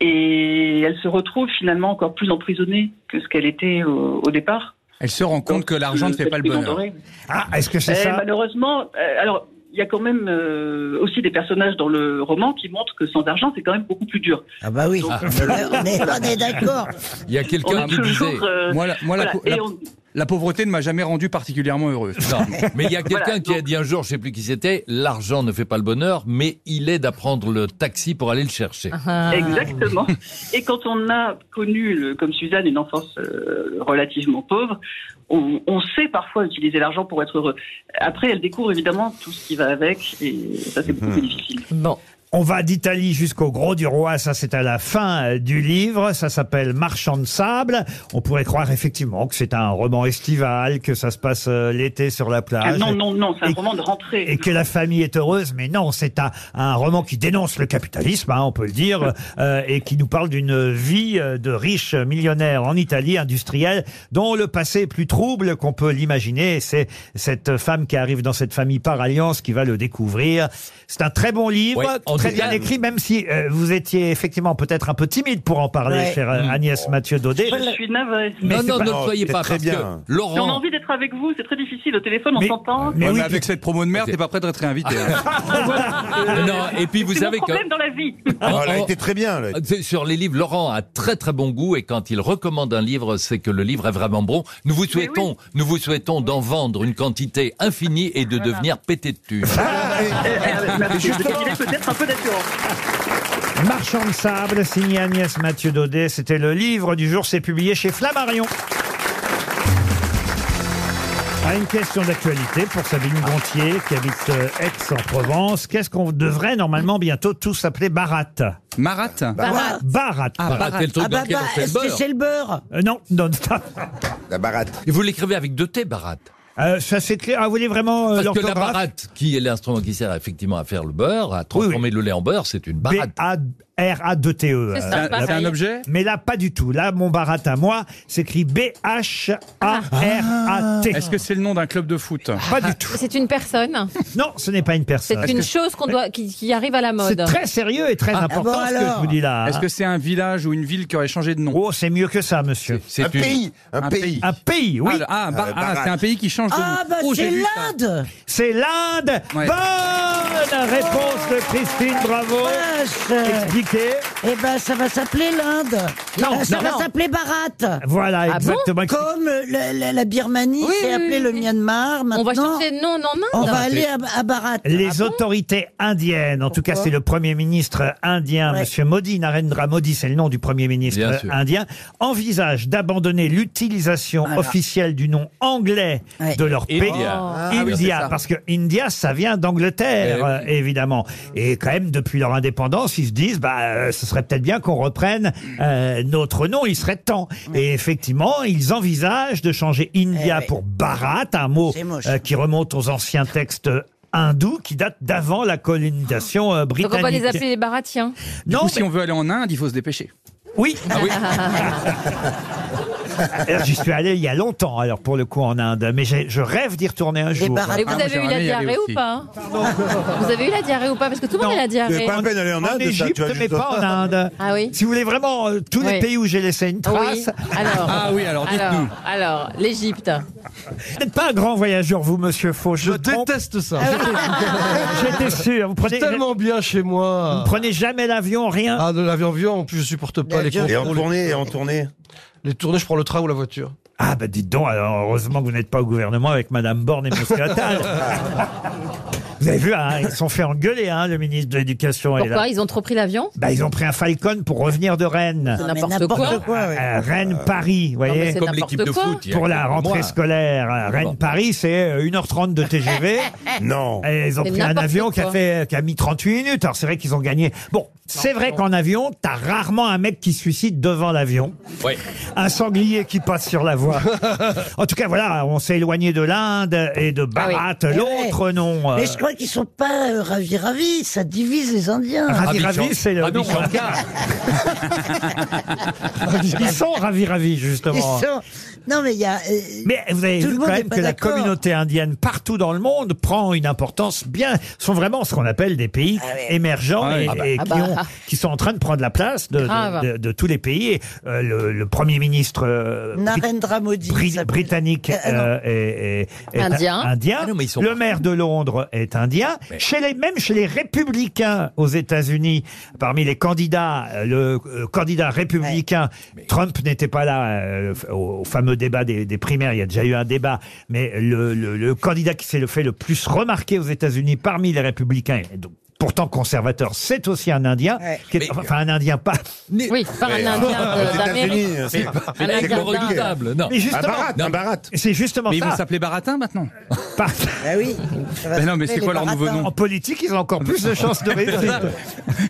Speaker 11: Et elle se retrouve finalement encore plus emprisonnée que ce qu'elle était au, au départ.
Speaker 7: Elle se rend compte que l'argent
Speaker 5: euh,
Speaker 7: ne fait pas le
Speaker 11: Prison
Speaker 7: bonheur.
Speaker 11: dorée.
Speaker 2: Ah, est-ce que c'est
Speaker 11: Eh,
Speaker 2: ça
Speaker 11: Malheureusement, euh, alors il y a quand même euh, aussi des personnages dans le roman qui montrent que sans argent, c'est quand même beaucoup plus dur. euh,
Speaker 4: Ah bah oui,
Speaker 7: on est- on est
Speaker 4: d'accord.
Speaker 7: Il y a
Speaker 11: On a toujours, euh,
Speaker 7: moi, la, moi, la
Speaker 11: voilà,
Speaker 7: po- la-
Speaker 11: et on-
Speaker 7: la pauvreté ne m'a jamais rendu particulièrement heureux.
Speaker 5: Non, mais il y a quelqu'un qui a dit un jour, je sais plus qui c'était, l'argent ne fait pas le bonheur, mais il aide à prendre le taxi pour aller le chercher.
Speaker 6: Ah.
Speaker 11: Exactement. Et quand on a connu, le- comme Suzanne, une enfance euh, relativement pauvre, on, on sait parfois utiliser l'argent pour être heureux. Après, elle découvre évidemment tout ce qui va avec, et ça c'est
Speaker 2: Mhm.
Speaker 11: beaucoup plus difficile.
Speaker 2: Bon. On va d'Italie jusqu'au Gros du Roi, ça c'est à la fin euh, du livre, ça s'appelle Marchand de sable. On pourrait croire effectivement que c'est un roman estival, que ça se passe euh, l'été sur la plage.
Speaker 11: Ah non, non, non, c'est un
Speaker 2: Et-
Speaker 11: roman de rentrée.
Speaker 2: Et que la famille est heureuse, mais non, c'est un, un roman qui dénonce le capitalisme, hein, on peut le dire, euh, et qui nous parle d'une vie euh, de riche millionnaire en Italie, industriel, dont le passé est plus trop trouble qu'on peut l'imaginer. Et C'est cette femme qui arrive dans cette famille par alliance qui va le découvrir. C'est un très bon livre,
Speaker 5: Ouais, en
Speaker 2: très
Speaker 5: tout
Speaker 2: bien
Speaker 5: cas-
Speaker 2: écrit, même si euh, vous étiez effectivement peut-être un peu timide pour en parler,
Speaker 11: Ouais.
Speaker 2: chère
Speaker 5: Mm.
Speaker 2: euh, Agnès Mathieu Daudet.
Speaker 11: Je suis navrée.
Speaker 2: Mais Non, c'est non, pas- ne le soyez
Speaker 11: c'est
Speaker 2: pas,
Speaker 11: très
Speaker 2: parce
Speaker 11: bien.
Speaker 2: que Laurent-
Speaker 11: Si on a envie d'être avec vous, c'est très difficile au téléphone, on s'entend.
Speaker 7: Ouais, mais avec cette promo de merde, t'es pas prêt de être réinvité. hein.
Speaker 5: Non, et puis vous
Speaker 11: C'est mon
Speaker 5: savez que.
Speaker 11: problème dans la vie.
Speaker 5: Ah, Oh, très bien. Ah, Sur les livres, Laurent a très très bon goût et quand il recommande un livre, c'est que le livre est vraiment bon. Nous vous souhaitons, nous vous souhaitons d'en vendre une quantité infinie et de
Speaker 11: Voilà.
Speaker 5: devenir pété de thunes.
Speaker 11: Mais
Speaker 5: justement-
Speaker 11: peut-être un peu d'assurance.
Speaker 2: Marchand de sable, signé Agnès Mathieu Daudet. C'était le livre du jour. C'est publié chez Flammarion. À Ah, une question d'actualité pour Sabine Gontier, qui habite euh, Aix-en-Provence. Qu'est-ce qu'on devrait normalement bientôt tous s'appeler Barat
Speaker 7: Marat
Speaker 2: Barat. Barat.
Speaker 5: Ah, Barat, c'est le truc Ah, dans bah, lequel on bah, fait le est-ce que beurre. c'est le
Speaker 2: beurre Non, non, non.
Speaker 5: La baratte. Et vous l'écrivez avec deux T, baratte.
Speaker 2: Euh, ça s'écrit. Ah, vous voulez vraiment euh,
Speaker 5: Parce que la
Speaker 2: l'orthographe
Speaker 5: baratte, qui est l'instrument qui sert effectivement à faire le beurre, à transformer le lait en beurre, c'est une baratte.
Speaker 2: B-A-R-A-2-T-E.
Speaker 5: C'est ça, C'est un- pareil. c'est un objet
Speaker 2: euh, Mais là, pas du tout. Là, mon barat à moi s'écrit B-H-A-R-A-T.
Speaker 7: Ah. Est-ce que c'est le nom d'un club de foot
Speaker 2: Pas
Speaker 4: ah.
Speaker 2: du tout.
Speaker 6: C'est une personne.
Speaker 2: Non, ce n'est pas une personne.
Speaker 6: C'est une chose qu'on doit, qui, qui arrive à la mode.
Speaker 2: C'est très sérieux et très
Speaker 7: Ah,
Speaker 2: important
Speaker 7: ah bon,
Speaker 2: ce que je vous dis là. hein.
Speaker 7: Est-ce que c'est un village ou une ville qui aurait changé de nom
Speaker 2: Oh, c'est mieux que ça, monsieur.
Speaker 7: C'est
Speaker 2: Un pays, un pays. Un pays, oui.
Speaker 7: Ah, le- ah, un bar-
Speaker 2: Euh,
Speaker 7: ah,
Speaker 2: baraque.
Speaker 7: c'est un pays qui change de nom.
Speaker 2: Ah, bah,
Speaker 7: Oh, j'ai
Speaker 2: c'est
Speaker 7: vu ça.
Speaker 2: l'Inde. C'est l'Inde.
Speaker 7: Ouais.
Speaker 2: Bonne Ah, réponse de Christine, bravo. Expliquez.
Speaker 4: Eh ben, ça va s'appeler l'Inde.
Speaker 2: Non,
Speaker 4: Euh, ça
Speaker 2: non,
Speaker 4: va
Speaker 2: non.
Speaker 4: s'appeler Bharat.
Speaker 2: Voilà, Ah bon exactement.
Speaker 4: Comme euh, la, la- la Birmanie
Speaker 6: Oui,
Speaker 4: s'est
Speaker 6: oui,
Speaker 4: appelée
Speaker 6: oui,
Speaker 4: le
Speaker 6: oui.
Speaker 4: Myanmar.
Speaker 6: On va
Speaker 4: maintenant,
Speaker 6: chercher non, non, non.
Speaker 4: on va aller à, à Bharat.
Speaker 2: Ah,
Speaker 6: Ah
Speaker 5: Ah
Speaker 2: Les autorités indiennes, en tout cas c'est le Premier ministre indien, Monsieur Modi, Narendra Modi, c'est le nom du Premier ministre
Speaker 5: Bien sûr.
Speaker 2: indien, envisage d'abandonner l'utilisation
Speaker 5: Voilà.
Speaker 2: officielle du nom anglais
Speaker 5: Ouais.
Speaker 2: de leur
Speaker 5: India.
Speaker 2: pays,
Speaker 5: Ah oui, c'est
Speaker 2: India,
Speaker 5: ça.
Speaker 2: parce que India, ça vient d'Angleterre,
Speaker 5: Eh
Speaker 2: euh, évidemment. Et quand même, depuis leur indépendance, ils se disent, bah, euh, ce serait peut-être bien qu'on reprenne euh, notre nom, il serait temps. Et effectivement, ils envisagent de changer India
Speaker 7: Eh
Speaker 2: pour Bharat, un mot euh, qui remonte aux anciens textes hindous qui datent d'avant la colonisation euh,
Speaker 6: Donc
Speaker 2: britannique.
Speaker 6: on va les appeler les baratiens.
Speaker 7: Du
Speaker 2: Non,
Speaker 7: coup, si on veut aller en Inde, il faut se dépêcher.
Speaker 2: Oui.
Speaker 4: Ah,
Speaker 2: Ah, Alors, J'y suis allé il y a longtemps, alors pour le coup en Inde, mais j'ai- je rêve d'y retourner un jour.
Speaker 6: Et
Speaker 4: Ah,
Speaker 7: Ah,
Speaker 6: vous avez eu la diarrhée ou pas Vous avez eu la diarrhée ou pas Parce que tout le monde a la diarrhée.
Speaker 2: Égypte, mais pas en Inde.
Speaker 6: Ah oui.
Speaker 2: Si vous voulez vraiment euh, tous les
Speaker 6: Oui.
Speaker 2: pays où j'ai laissé une trace.
Speaker 6: Ah Oui. Alors, Alors, alors, l'Égypte.
Speaker 2: Vous n'êtes pas un grand voyageur, vous, monsieur Faux. Je, déteste ça. Ah. J'étais sûr. Vous prenez
Speaker 15: tellement bien chez moi.
Speaker 2: Vous ne prenez jamais l'avion, rien.
Speaker 15: Ah, de l'avion, avion, en plus, je supporte pas les
Speaker 2: L'avion.
Speaker 15: contrôles.
Speaker 2: Et en tournée,
Speaker 15: et en tournée Les tournées, je prends le train ou la voiture.
Speaker 2: Ah, bah dites donc, alors heureusement que vous n'êtes pas au gouvernement avec Madame Borne et Monsieur Attal. vous avez vu, hein, ils se sont fait engueuler, hein, le ministre de l'Éducation. est là.
Speaker 6: Pourquoi Ils ont trop pris l'avion
Speaker 2: Bah, ils ont pris un Falcon pour revenir de Rennes.
Speaker 6: C'est n'importe Mais n'importe quoi. quoi, ouais.
Speaker 2: Euh, Rennes-Paris, vous
Speaker 6: mais
Speaker 2: voyez.
Speaker 6: c'est Comme n'importe l'équipe de quoi. foot, il y a
Speaker 2: Pour la
Speaker 6: quelques
Speaker 2: rentrée
Speaker 6: mois.
Speaker 2: scolaire, euh, Rennes-Paris, c'est euh, 1h30 de TGV.
Speaker 9: Non.
Speaker 2: Et ils ont
Speaker 9: C'est
Speaker 2: pris un
Speaker 9: n'importe
Speaker 2: avion qui a,
Speaker 9: quoi.
Speaker 2: fait, qui a mis 38 minutes. Alors c'est vrai qu'ils ont gagné. Bon, c'est vrai qu'en avion, t'as rarement un mec qui se suicide devant l'avion.
Speaker 5: Ouais.
Speaker 2: Un sanglier qui passe sur la voie. en tout cas, voilà, on s'est éloigné de l'Inde et de
Speaker 6: Ah
Speaker 2: Bharat,
Speaker 4: Eh ouais.
Speaker 2: l'autre nom. euh,
Speaker 4: Mais je crois qu'ils sont pas euh, ravis ravis, ça divise les Indiens.
Speaker 2: Ravi Ravi, c'est le nom. Ils sont ravi ravi justement.
Speaker 4: Ils sont- Non mais il y a. euh,
Speaker 2: Mais vous avez
Speaker 4: Tout
Speaker 2: vu
Speaker 4: le
Speaker 2: quand
Speaker 4: monde est
Speaker 2: même
Speaker 4: pas
Speaker 2: que la
Speaker 4: d'accord.
Speaker 2: communauté indienne partout dans le monde prend une importance bien. sont vraiment ce qu'on appelle des pays émergents
Speaker 5: Ah oui.
Speaker 2: et,
Speaker 5: Ah bah.
Speaker 2: et
Speaker 5: Ah
Speaker 2: qui,
Speaker 5: bah.
Speaker 2: ont- qui sont en train de prendre la place de, de-
Speaker 4: Grave.
Speaker 2: de- de tous les pays. Et, euh, le, le premier ministre euh,
Speaker 4: Narendra Modi.
Speaker 2: Bri- britannique
Speaker 4: Euh, non.
Speaker 2: euh, est, est- est
Speaker 4: Indien.
Speaker 2: un- indien.
Speaker 4: Ah non, mais ils sont
Speaker 2: le maire de Londres est indien. Chez les, même chez les républicains aux États-Unis, parmi les candidats, euh, le euh, candidat républicain, Trump n'était pas là euh, f- au, au fameux débat des, des primaires. Il y a déjà eu un débat, mais le, le- le candidat qui s'est le fait le plus remarquer aux États-Unis parmi les républicains. et donc, Pourtant conservateur, c'est aussi un Indien, qui est- enfin un Indien pas.
Speaker 6: Oui, par un Indien de- d'Amérique.
Speaker 2: c'est
Speaker 6: Un Indien
Speaker 5: redoutable, non.
Speaker 2: Mais justement,
Speaker 5: Un barat, un barat.
Speaker 2: C'est justement
Speaker 7: Mais ils
Speaker 2: ça.
Speaker 7: vont s'appeler Baratin maintenant.
Speaker 4: Ah oui.
Speaker 7: Mais non, mais c'est quoi leur nouveau nom
Speaker 2: En politique, ils ont encore plus de chances de réussite.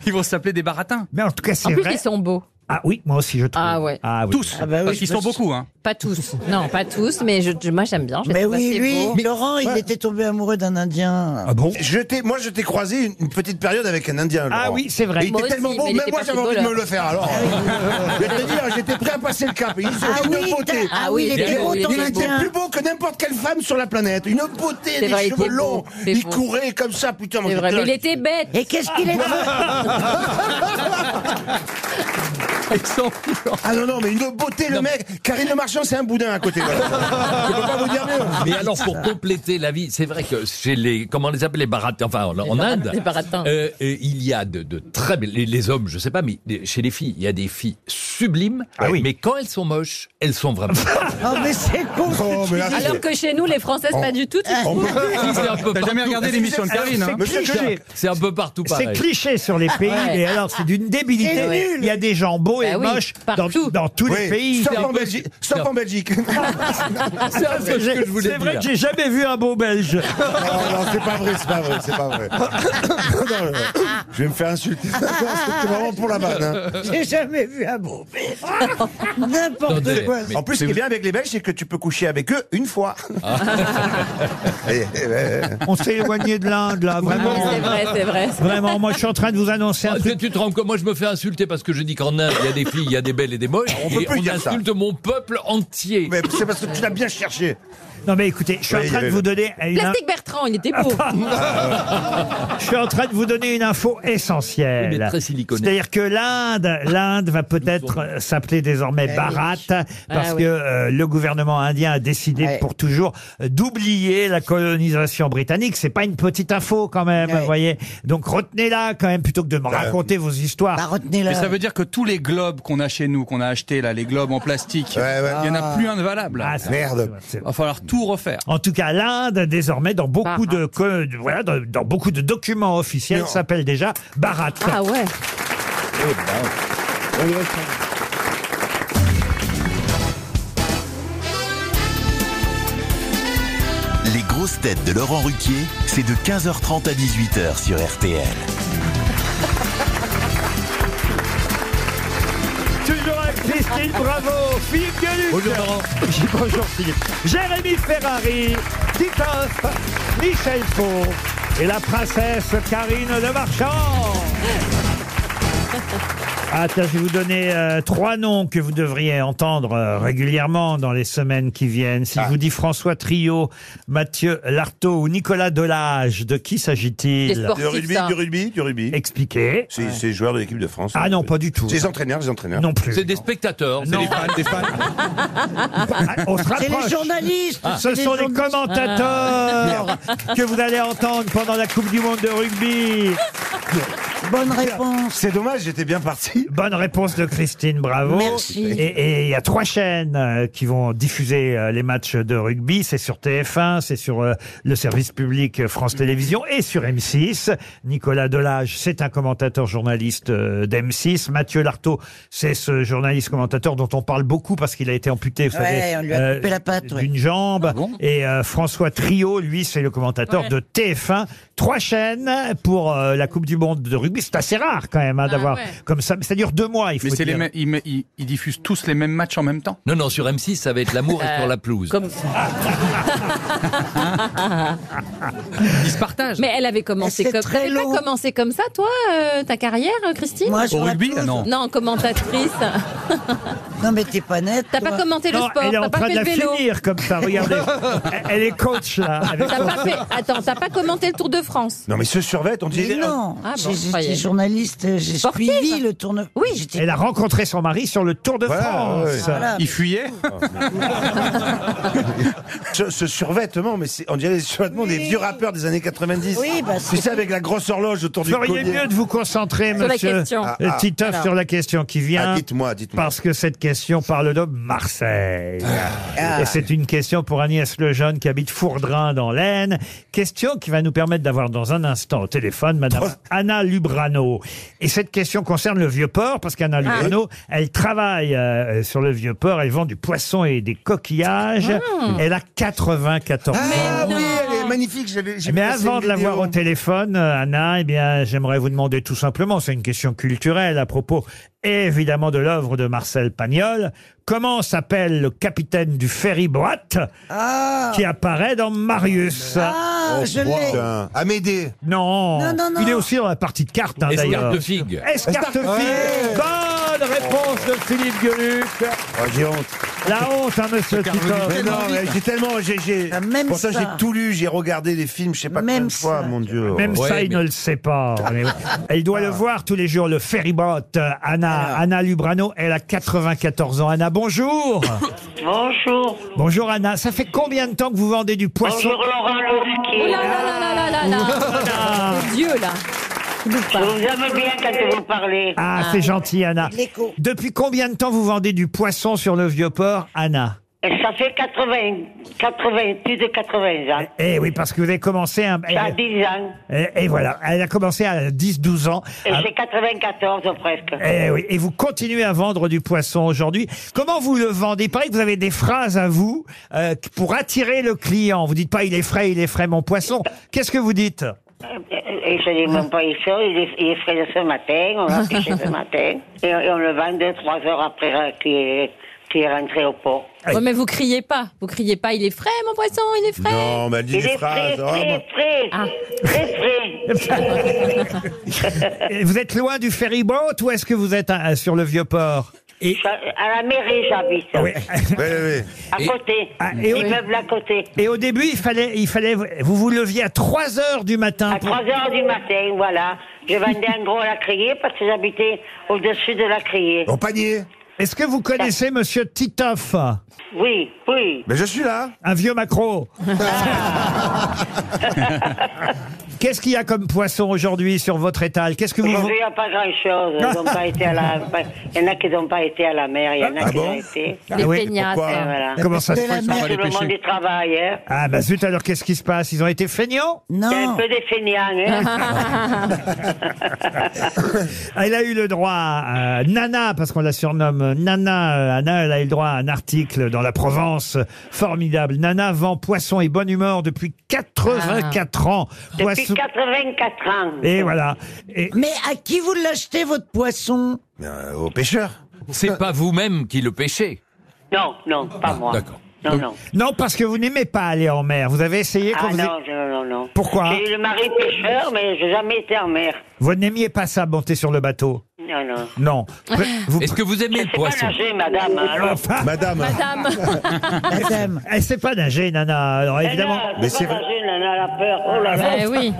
Speaker 7: Ils vont s'appeler des Baratins.
Speaker 2: Mais en tout cas,
Speaker 6: En
Speaker 2: c'est
Speaker 6: plus,
Speaker 2: vrai.
Speaker 6: ils sont beaux.
Speaker 2: Ah oui, moi aussi je trouve.
Speaker 6: Ah ouais.
Speaker 2: Ah oui.
Speaker 7: Tous, Ah bah oui, parce qu'ils sont parce- beaucoup, hein.
Speaker 6: Pas tous. Non, pas tous, mais je, je- moi j'aime bien. Je
Speaker 4: Mais
Speaker 6: trouve
Speaker 4: Eh oui,
Speaker 6: assez
Speaker 4: lui,
Speaker 6: Bah, beau.
Speaker 4: Laurent, il était tombé amoureux d'un Indien.
Speaker 2: Ah bon
Speaker 9: je t'ai- Moi, je t'ai croisé une, une petite période avec un Indien.
Speaker 4: Ah
Speaker 9: Laurent.
Speaker 4: oui, c'est vrai.
Speaker 9: Et il
Speaker 4: Moi
Speaker 9: était
Speaker 4: aussi,
Speaker 9: tellement
Speaker 4: mais
Speaker 9: bon,
Speaker 4: il
Speaker 9: même
Speaker 4: était
Speaker 9: moi,
Speaker 4: pas
Speaker 9: j'avais envie de
Speaker 4: footballeur.
Speaker 9: me le faire. Alors, je vais te dire, j'étais prêt à passer le cap. Il se
Speaker 4: Ah
Speaker 9: une
Speaker 4: oui,
Speaker 9: beauté.
Speaker 4: t'as- ah oui, il était beau,
Speaker 9: il
Speaker 4: ton
Speaker 9: était
Speaker 4: Indien.
Speaker 9: plus beau que n'importe quelle femme sur la planète. Une beauté,
Speaker 6: C'est
Speaker 9: des
Speaker 6: vrai, il était
Speaker 9: cheveux
Speaker 6: beau,
Speaker 9: longs.
Speaker 6: c'est
Speaker 9: Il
Speaker 6: beau.
Speaker 9: courait comme ça, putain. moi,
Speaker 6: C'est vrai,
Speaker 9: j'étais
Speaker 6: mais
Speaker 9: là,
Speaker 6: il était bête. Ah,
Speaker 4: Et qu'est-ce qu'il est
Speaker 9: Ah non, non, mais une beauté, le mec. Karine Le Marchand, c'est un boudin à côté. voilà. Je peux pas vous dire mieux.
Speaker 5: Mais alors, pour compléter la vie, c'est vrai que chez les, comment on les appelle, les baratins, enfin, en, en
Speaker 6: barat-
Speaker 5: Inde,
Speaker 6: les baratins.
Speaker 5: euh, euh, il y a de, de très belles, les, les hommes, je sais pas, mais les- chez les filles, il y a des filles sublimes, mais quand elles sont moches, elles sont vraiment.
Speaker 4: Oh, mais c'est con ce que tu dis.
Speaker 6: Alors que chez nous, les Françaises,
Speaker 5: On-
Speaker 6: pas du tout. tu trouves
Speaker 5: C'est un peu
Speaker 7: T'as jamais
Speaker 5: partout.
Speaker 7: regardé l'émission de
Speaker 5: Alors,
Speaker 7: Karine,
Speaker 5: c'est
Speaker 7: hein
Speaker 5: Monsieur
Speaker 2: cliché.
Speaker 5: Klein, C'est un peu partout
Speaker 2: C'est
Speaker 5: pareil.
Speaker 2: cliché sur les pays,
Speaker 6: Ouais.
Speaker 2: mais alors c'est d'une débilité.
Speaker 6: C'est nul.
Speaker 2: Il y a des gens beaux et
Speaker 6: Bah oui,
Speaker 2: moches dans, dans tous
Speaker 9: Oui.
Speaker 2: les pays.
Speaker 9: Sauf en Belgique. Sauf en Belgique.
Speaker 5: C'est un peu ce que
Speaker 2: J'ai-
Speaker 5: je voulais
Speaker 2: C'est vrai
Speaker 5: dire.
Speaker 2: que j'ai jamais vu un beau belge.
Speaker 9: Non, non, c'est pas vrai, c'est
Speaker 13: Ah
Speaker 9: pas vrai, c'est pas vrai. Non, non, je vais me faire insulter. Non,
Speaker 6: Ah,
Speaker 9: C'était vraiment pour la vanne. hein.
Speaker 4: J'ai jamais vu un beau père. N'importe
Speaker 5: Attendez,
Speaker 4: quoi.
Speaker 5: mais-
Speaker 9: En plus, ce qui est bien avec les Belges, c'est que tu peux coucher avec eux une fois. Et, euh,
Speaker 2: Ah. On s'est éloigné de l'Inde, là, vraiment.
Speaker 6: Ouais, Ah, c'est vrai, c'est vrai.
Speaker 2: Vraiment, moi je suis en train de vous annoncer un
Speaker 5: Ah,
Speaker 2: truc.
Speaker 5: tu- tu te rends compte, moi je me fais insulter parce que je dis qu'en Inde, il y a des filles, il y a des belles et des moches.
Speaker 9: On peut
Speaker 5: et
Speaker 9: plus
Speaker 5: on
Speaker 9: dire ça.
Speaker 5: insulte mon peuple entier.
Speaker 9: mais c'est parce que tu l'as bien cherché.
Speaker 2: Non mais écoutez, je suis
Speaker 9: Ouais,
Speaker 2: en
Speaker 9: il y
Speaker 2: train de
Speaker 9: avait-
Speaker 2: vous donner une,
Speaker 6: Plastique Bertrand, il était beau.
Speaker 2: je suis en train de vous donner une info essentielle.
Speaker 5: Oui, mais très siliconée.
Speaker 2: C'est-à-dire que l'Inde, l'Inde va peut-être euh, s'appeler désormais Bharat parce
Speaker 6: Ah oui.
Speaker 2: que euh, le gouvernement indien a décidé
Speaker 4: Ouais.
Speaker 2: pour toujours euh, d'oublier la colonisation britannique. C'est pas une petite info quand même,
Speaker 4: Ouais.
Speaker 2: vous voyez. Donc retenez-la quand même plutôt que de me raconter vos histoires.
Speaker 4: Bah, retenez-la.
Speaker 7: Bah, Mais ça veut dire que tous les globes qu'on a chez nous, qu'on a achetés là, les globes en plastique,
Speaker 9: Ouais, ouais.
Speaker 7: il y en a plus un de valable.
Speaker 2: Ah, c'est-
Speaker 9: Merde.
Speaker 2: c'est-
Speaker 7: Il va falloir tout refaire.
Speaker 2: En tout cas, l'Inde, désormais, dans beaucoup
Speaker 6: Bharat.
Speaker 2: de, co- de- voilà, dans, dans beaucoup de documents officiels,
Speaker 9: Non.
Speaker 2: s'appelle déjà Bharat.
Speaker 6: Ah ouais.
Speaker 1: Les grosses têtes de Laurent Ruquier, c'est de 15h30 à 18h sur RTL.
Speaker 2: Toujours avec Christine Bravo, Philippe Gueluc. Bonjour Bonjour Philippe. Jérémy Ferrari, Titoff, Michel Faux et la princesse Karine Le Marchand. Ah tiens, je vais vous donner euh, trois noms que vous devriez entendre euh, régulièrement dans les semaines qui viennent.
Speaker 9: Ah.
Speaker 2: Si je vous dis François Trio, Mathieu Lartaud ou Nicolas Delage, de qui
Speaker 6: Des
Speaker 2: s'agit-il
Speaker 9: Du
Speaker 6: sportifs,
Speaker 9: rugby,
Speaker 6: ça.
Speaker 9: du rugby, du rugby.
Speaker 2: Expliquez.
Speaker 9: C'est c'est joueur de l'équipe de France.
Speaker 2: Ah non, pas du tout.
Speaker 9: C'est les entraîneurs, les entraîneurs.
Speaker 2: Non plus.
Speaker 5: C'est des spectateurs. c'est
Speaker 2: Non.
Speaker 5: des fans, des fans.
Speaker 2: Ah, On se
Speaker 4: C'est les
Speaker 2: rapproche. Ah.
Speaker 4: journalistes.
Speaker 2: Ce
Speaker 4: c'est
Speaker 2: sont
Speaker 4: les
Speaker 2: les
Speaker 4: journalistes. Ah.
Speaker 2: commentateurs que vous allez entendre pendant la Coupe du Monde de rugby.
Speaker 4: Bonne réponse.
Speaker 9: C'est dommage, j'étais bien parti.
Speaker 2: Bonne réponse de Christine, bravo.
Speaker 4: Merci.
Speaker 2: Et et il y a trois chaînes euh, qui vont diffuser euh, les matchs de rugby. C'est sur TF1, c'est sur euh, le service public euh, France Télévisions et sur M6. Nicolas Delage, c'est un commentateur journaliste d'M6. Mathieu Lartaud, c'est ce journaliste commentateur dont on parle beaucoup parce qu'il a été amputé, vous
Speaker 4: Ouais,
Speaker 2: savez, euh,
Speaker 4: on lui a coupé la patte, ouais.
Speaker 2: d'une jambe.
Speaker 7: Ah bon
Speaker 2: et euh, François Trio, lui, c'est le commentateur de TF1. Trois chaînes pour euh, la Coupe du Monde de rugby. C'est assez rare quand même hein, d'avoir
Speaker 6: ouais.
Speaker 2: comme ça. Mais ça dure deux mois, il faut
Speaker 7: Mais c'est les
Speaker 2: dire.
Speaker 7: mêmes- ils, met- ils- ils diffusent tous les mêmes matchs en même temps.
Speaker 5: Non, non, sur M6, ça va être l'amour est
Speaker 6: Euh,
Speaker 5: sur la pelouse.
Speaker 6: Comme...
Speaker 7: Ils se partagent.
Speaker 6: Mais elle avait commencé
Speaker 4: C'est
Speaker 6: comme.
Speaker 4: très
Speaker 6: T'avais
Speaker 4: long.
Speaker 6: pas commencé comme ça, toi, euh, ta carrière, euh, Christine
Speaker 4: Moi, sur
Speaker 7: Au
Speaker 4: la
Speaker 7: rugby,
Speaker 4: pelouse.
Speaker 7: là, non.
Speaker 6: Non, commentatrice.
Speaker 4: Non, mais t'es pas nette.
Speaker 6: T'as
Speaker 4: toi.
Speaker 6: pas commenté le
Speaker 2: Non,
Speaker 6: sport,
Speaker 2: elle est
Speaker 6: t'as
Speaker 2: en
Speaker 6: pas
Speaker 2: train de
Speaker 6: fait le
Speaker 2: la
Speaker 6: vélo.
Speaker 2: finir comme ça, regardez. Elle- elle est coach là. avec
Speaker 6: T'as
Speaker 2: son-
Speaker 6: pas fait. Attends, t'as pas commenté le Tour de France.
Speaker 9: Non, mais ce survêt, on dit.
Speaker 4: Mais non,
Speaker 6: Ah bon,
Speaker 4: j'ai-
Speaker 6: je croyais.
Speaker 4: j'étais journaliste, euh, j'ai
Speaker 6: Sportive.
Speaker 4: suivi le tournoi.
Speaker 6: Oui.
Speaker 4: j'étais.
Speaker 2: Elle a rencontré son mari sur le Tour de
Speaker 9: Voilà,
Speaker 2: France.
Speaker 9: ouais. Ah,
Speaker 4: Voilà.
Speaker 7: Ils fuyaient.
Speaker 9: Ce, ce survêtement, mais c'est- on dirait les survêtements des vieux rappeurs des années 90.
Speaker 4: Oui, bah,
Speaker 9: tu sais, avec la grosse horloge autour
Speaker 2: Vous
Speaker 9: du
Speaker 2: feriez
Speaker 9: collier.
Speaker 2: mieux de vous
Speaker 9: euh,
Speaker 2: concentrer,
Speaker 6: Sur la
Speaker 2: monsieur
Speaker 6: question.
Speaker 9: Ah,
Speaker 2: euh,
Speaker 9: ah.
Speaker 2: Titoff,
Speaker 6: Alors.
Speaker 2: sur la question qui vient.
Speaker 9: Ah, dites-moi, dites-moi.
Speaker 2: Parce que cette question parle de Marseille.
Speaker 9: Ah.
Speaker 2: Et c'est une question pour Agnès Lejeune qui habite Fourdrin dans l'Aisne. Question qui va nous permettre d'avoir dans un instant au téléphone Madame Anna Lubrano. Et cette question concerne le Vieux-Port parce
Speaker 6: Ah,
Speaker 2: qu'Anna Lubrano, elle travaille euh, sur le
Speaker 6: Ah.
Speaker 2: Vieux-Port. Elle vend du poisson et des coquillages. Elle a 94 ans.
Speaker 9: Ah oui,
Speaker 6: non.
Speaker 9: elle est magnifique. j'avais- j'ai
Speaker 2: Mais
Speaker 9: vu passer
Speaker 2: Eh avant
Speaker 9: une
Speaker 2: de l'avoir
Speaker 9: vidéo.
Speaker 2: au téléphone, euh, Anna, eh bien, j'aimerais vous demander tout simplement, c'est une question culturelle à propos évidemment de l'œuvre de Marcel Pagnol, comment s'appelle le capitaine du ferry boîte
Speaker 4: Ah
Speaker 2: qui apparaît dans Marius
Speaker 4: Ah, Oh, je l'ai. putain.
Speaker 2: Amédée non.
Speaker 4: Non, non, non.
Speaker 2: Il est aussi dans la partie de cartes, hein,
Speaker 5: Escarpe
Speaker 2: d'ailleurs.
Speaker 5: de figue.
Speaker 2: Escarpe de figue
Speaker 5: Ouais.
Speaker 2: Bonne réponse de Philippe Gueluc
Speaker 9: Oh, j'ai honte.
Speaker 2: La honte, hein, monsieur
Speaker 9: Car vous dites
Speaker 2: Titoff.
Speaker 9: tellement Mais non, vite. mais j'ai tellement- j'ai- j'ai-
Speaker 4: Même
Speaker 9: Pour ça,
Speaker 4: ça.
Speaker 9: j'ai tout lu, j'ai regardé des films, je sais pas combien de fois, mon Dieu.
Speaker 2: Même
Speaker 9: Ouais,
Speaker 2: ça, il
Speaker 9: mais-
Speaker 2: ne le sait pas. Mais Il doit le voir tous les jours, le ferryboat. euh, Anna, Anna Lubrano, elle a 94 ans. Anna, bonjour.
Speaker 16: Bonjour.
Speaker 2: bonjour Anna. Ça fait combien de temps que vous vendez du poisson
Speaker 16: Bonjour Laurent Ruquier.
Speaker 6: Oh là là là là là là là Mon Dieu là
Speaker 16: Je vous aime bien quand vous parlez.
Speaker 2: Ah, c'est gentil Anna. Depuis combien de temps vous vendez du poisson sur le vieux port, Anna
Speaker 16: Ça fait 80, 80, plus de 80 ans.
Speaker 2: Eh oui, parce que vous avez commencé... Un...
Speaker 16: Ça a 10 ans.
Speaker 2: Et, et voilà, elle a commencé à 10-12 ans.
Speaker 16: Et
Speaker 2: Ah,
Speaker 16: j'ai 94 presque.
Speaker 2: Eh oui, et vous continuez à vendre du poisson aujourd'hui. Comment vous le vendez Il paraît que vous avez des phrases à vous euh, pour attirer le client. Vous dites pas il est frais, il est frais mon poisson. Qu'est-ce que vous dites
Speaker 16: Et je dis, mon poisson, il est, il est frais de ce matin, on l'a pêché ce matin. Et, et on le vend 2-3 heures après euh, qu'il est, qu'il est rentré au pot.
Speaker 6: Ouais, mais vous criez pas, vous criez pas, il est frais mon poisson, il est frais. Ah.
Speaker 9: Non, mais elle dit
Speaker 16: Il
Speaker 9: des
Speaker 16: est frais,
Speaker 9: phrases. oh, moi-
Speaker 16: frais, frais. Très frais.
Speaker 2: Et Vous êtes loin du ferryboat ou est-ce que vous êtes euh, sur le vieux port et...
Speaker 16: À la mairie, j'habite.
Speaker 2: Oui.
Speaker 16: À côté.
Speaker 2: Ah, et au-
Speaker 16: Immeuble à côté.
Speaker 2: Et au début, il fallait, il fallait, vous vous leviez à 3 heures du matin.
Speaker 16: À 3 heures du matin, voilà. Je vendais en gros à la criée parce que j'habitais au-dessus de la criée.
Speaker 9: Au panier.
Speaker 2: Est-ce que vous connaissez Monsieur Titoff
Speaker 16: Oui, oui.
Speaker 9: Mais je suis là.
Speaker 2: Un vieux macro.
Speaker 6: Ah.
Speaker 2: Qu'est-ce qu'il y a comme poisson aujourd'hui sur votre étal Qu'est-ce que vous
Speaker 16: Aujourd'hui, il n'y a pas grand-chose. Ils n'ont pas été à la- Il y en a qui n'ont pas été à la mer, il y en a
Speaker 2: Ah
Speaker 16: qui
Speaker 2: bon
Speaker 16: ont été.
Speaker 2: Ah oui, Des peignasses. pourquoi
Speaker 16: Et voilà.
Speaker 2: Comment ça se De fait
Speaker 16: Parce
Speaker 2: la qu'ils sont mer.
Speaker 16: que
Speaker 2: allés
Speaker 16: le
Speaker 2: pêcher
Speaker 16: monde du travail, hein.
Speaker 2: Ah bah zut alors qu'est-ce qui se passe Ils ont été feignants
Speaker 16: C'est un peu des feignants, hein.
Speaker 2: Elle a eu le droit à Nana, parce qu'on la surnomme euh, Nana. euh, Anna, elle a eu le droit à un article dans la Provence. euh, Formidable. Nana vend poisson et bonne humeur depuis 84 ans.
Speaker 16: Ah. Depuis
Speaker 2: Poisson-
Speaker 16: 84 ans.
Speaker 2: Et voilà.
Speaker 4: Mais à qui vous l'achetez votre poisson
Speaker 9: Au pêcheur.
Speaker 5: C'est pas vous-même qui le pêchez.
Speaker 16: Non, non, pas moi.
Speaker 5: D'accord.
Speaker 16: Non, non.
Speaker 2: Non, parce que vous n'aimez pas aller en mer. Vous avez essayé quand
Speaker 16: Ah
Speaker 2: vous...
Speaker 16: non, non, non, non.
Speaker 2: Pourquoi
Speaker 16: J'ai eu le mari pêcheur, mais je n'ai jamais été en mer.
Speaker 2: Vous n'aimiez pas ça, monter sur le bateau
Speaker 16: Non, non.
Speaker 2: Non.
Speaker 5: Est-ce que vous aimez le poisson
Speaker 16: Pas nager, madame. hein, Alors.
Speaker 9: Madame.
Speaker 16: Madame.
Speaker 2: Madame. Elle sait pas nager, Nana. Alors évidemment.
Speaker 16: Mais c'est pas nager, nana, elle a peur. Oh là là.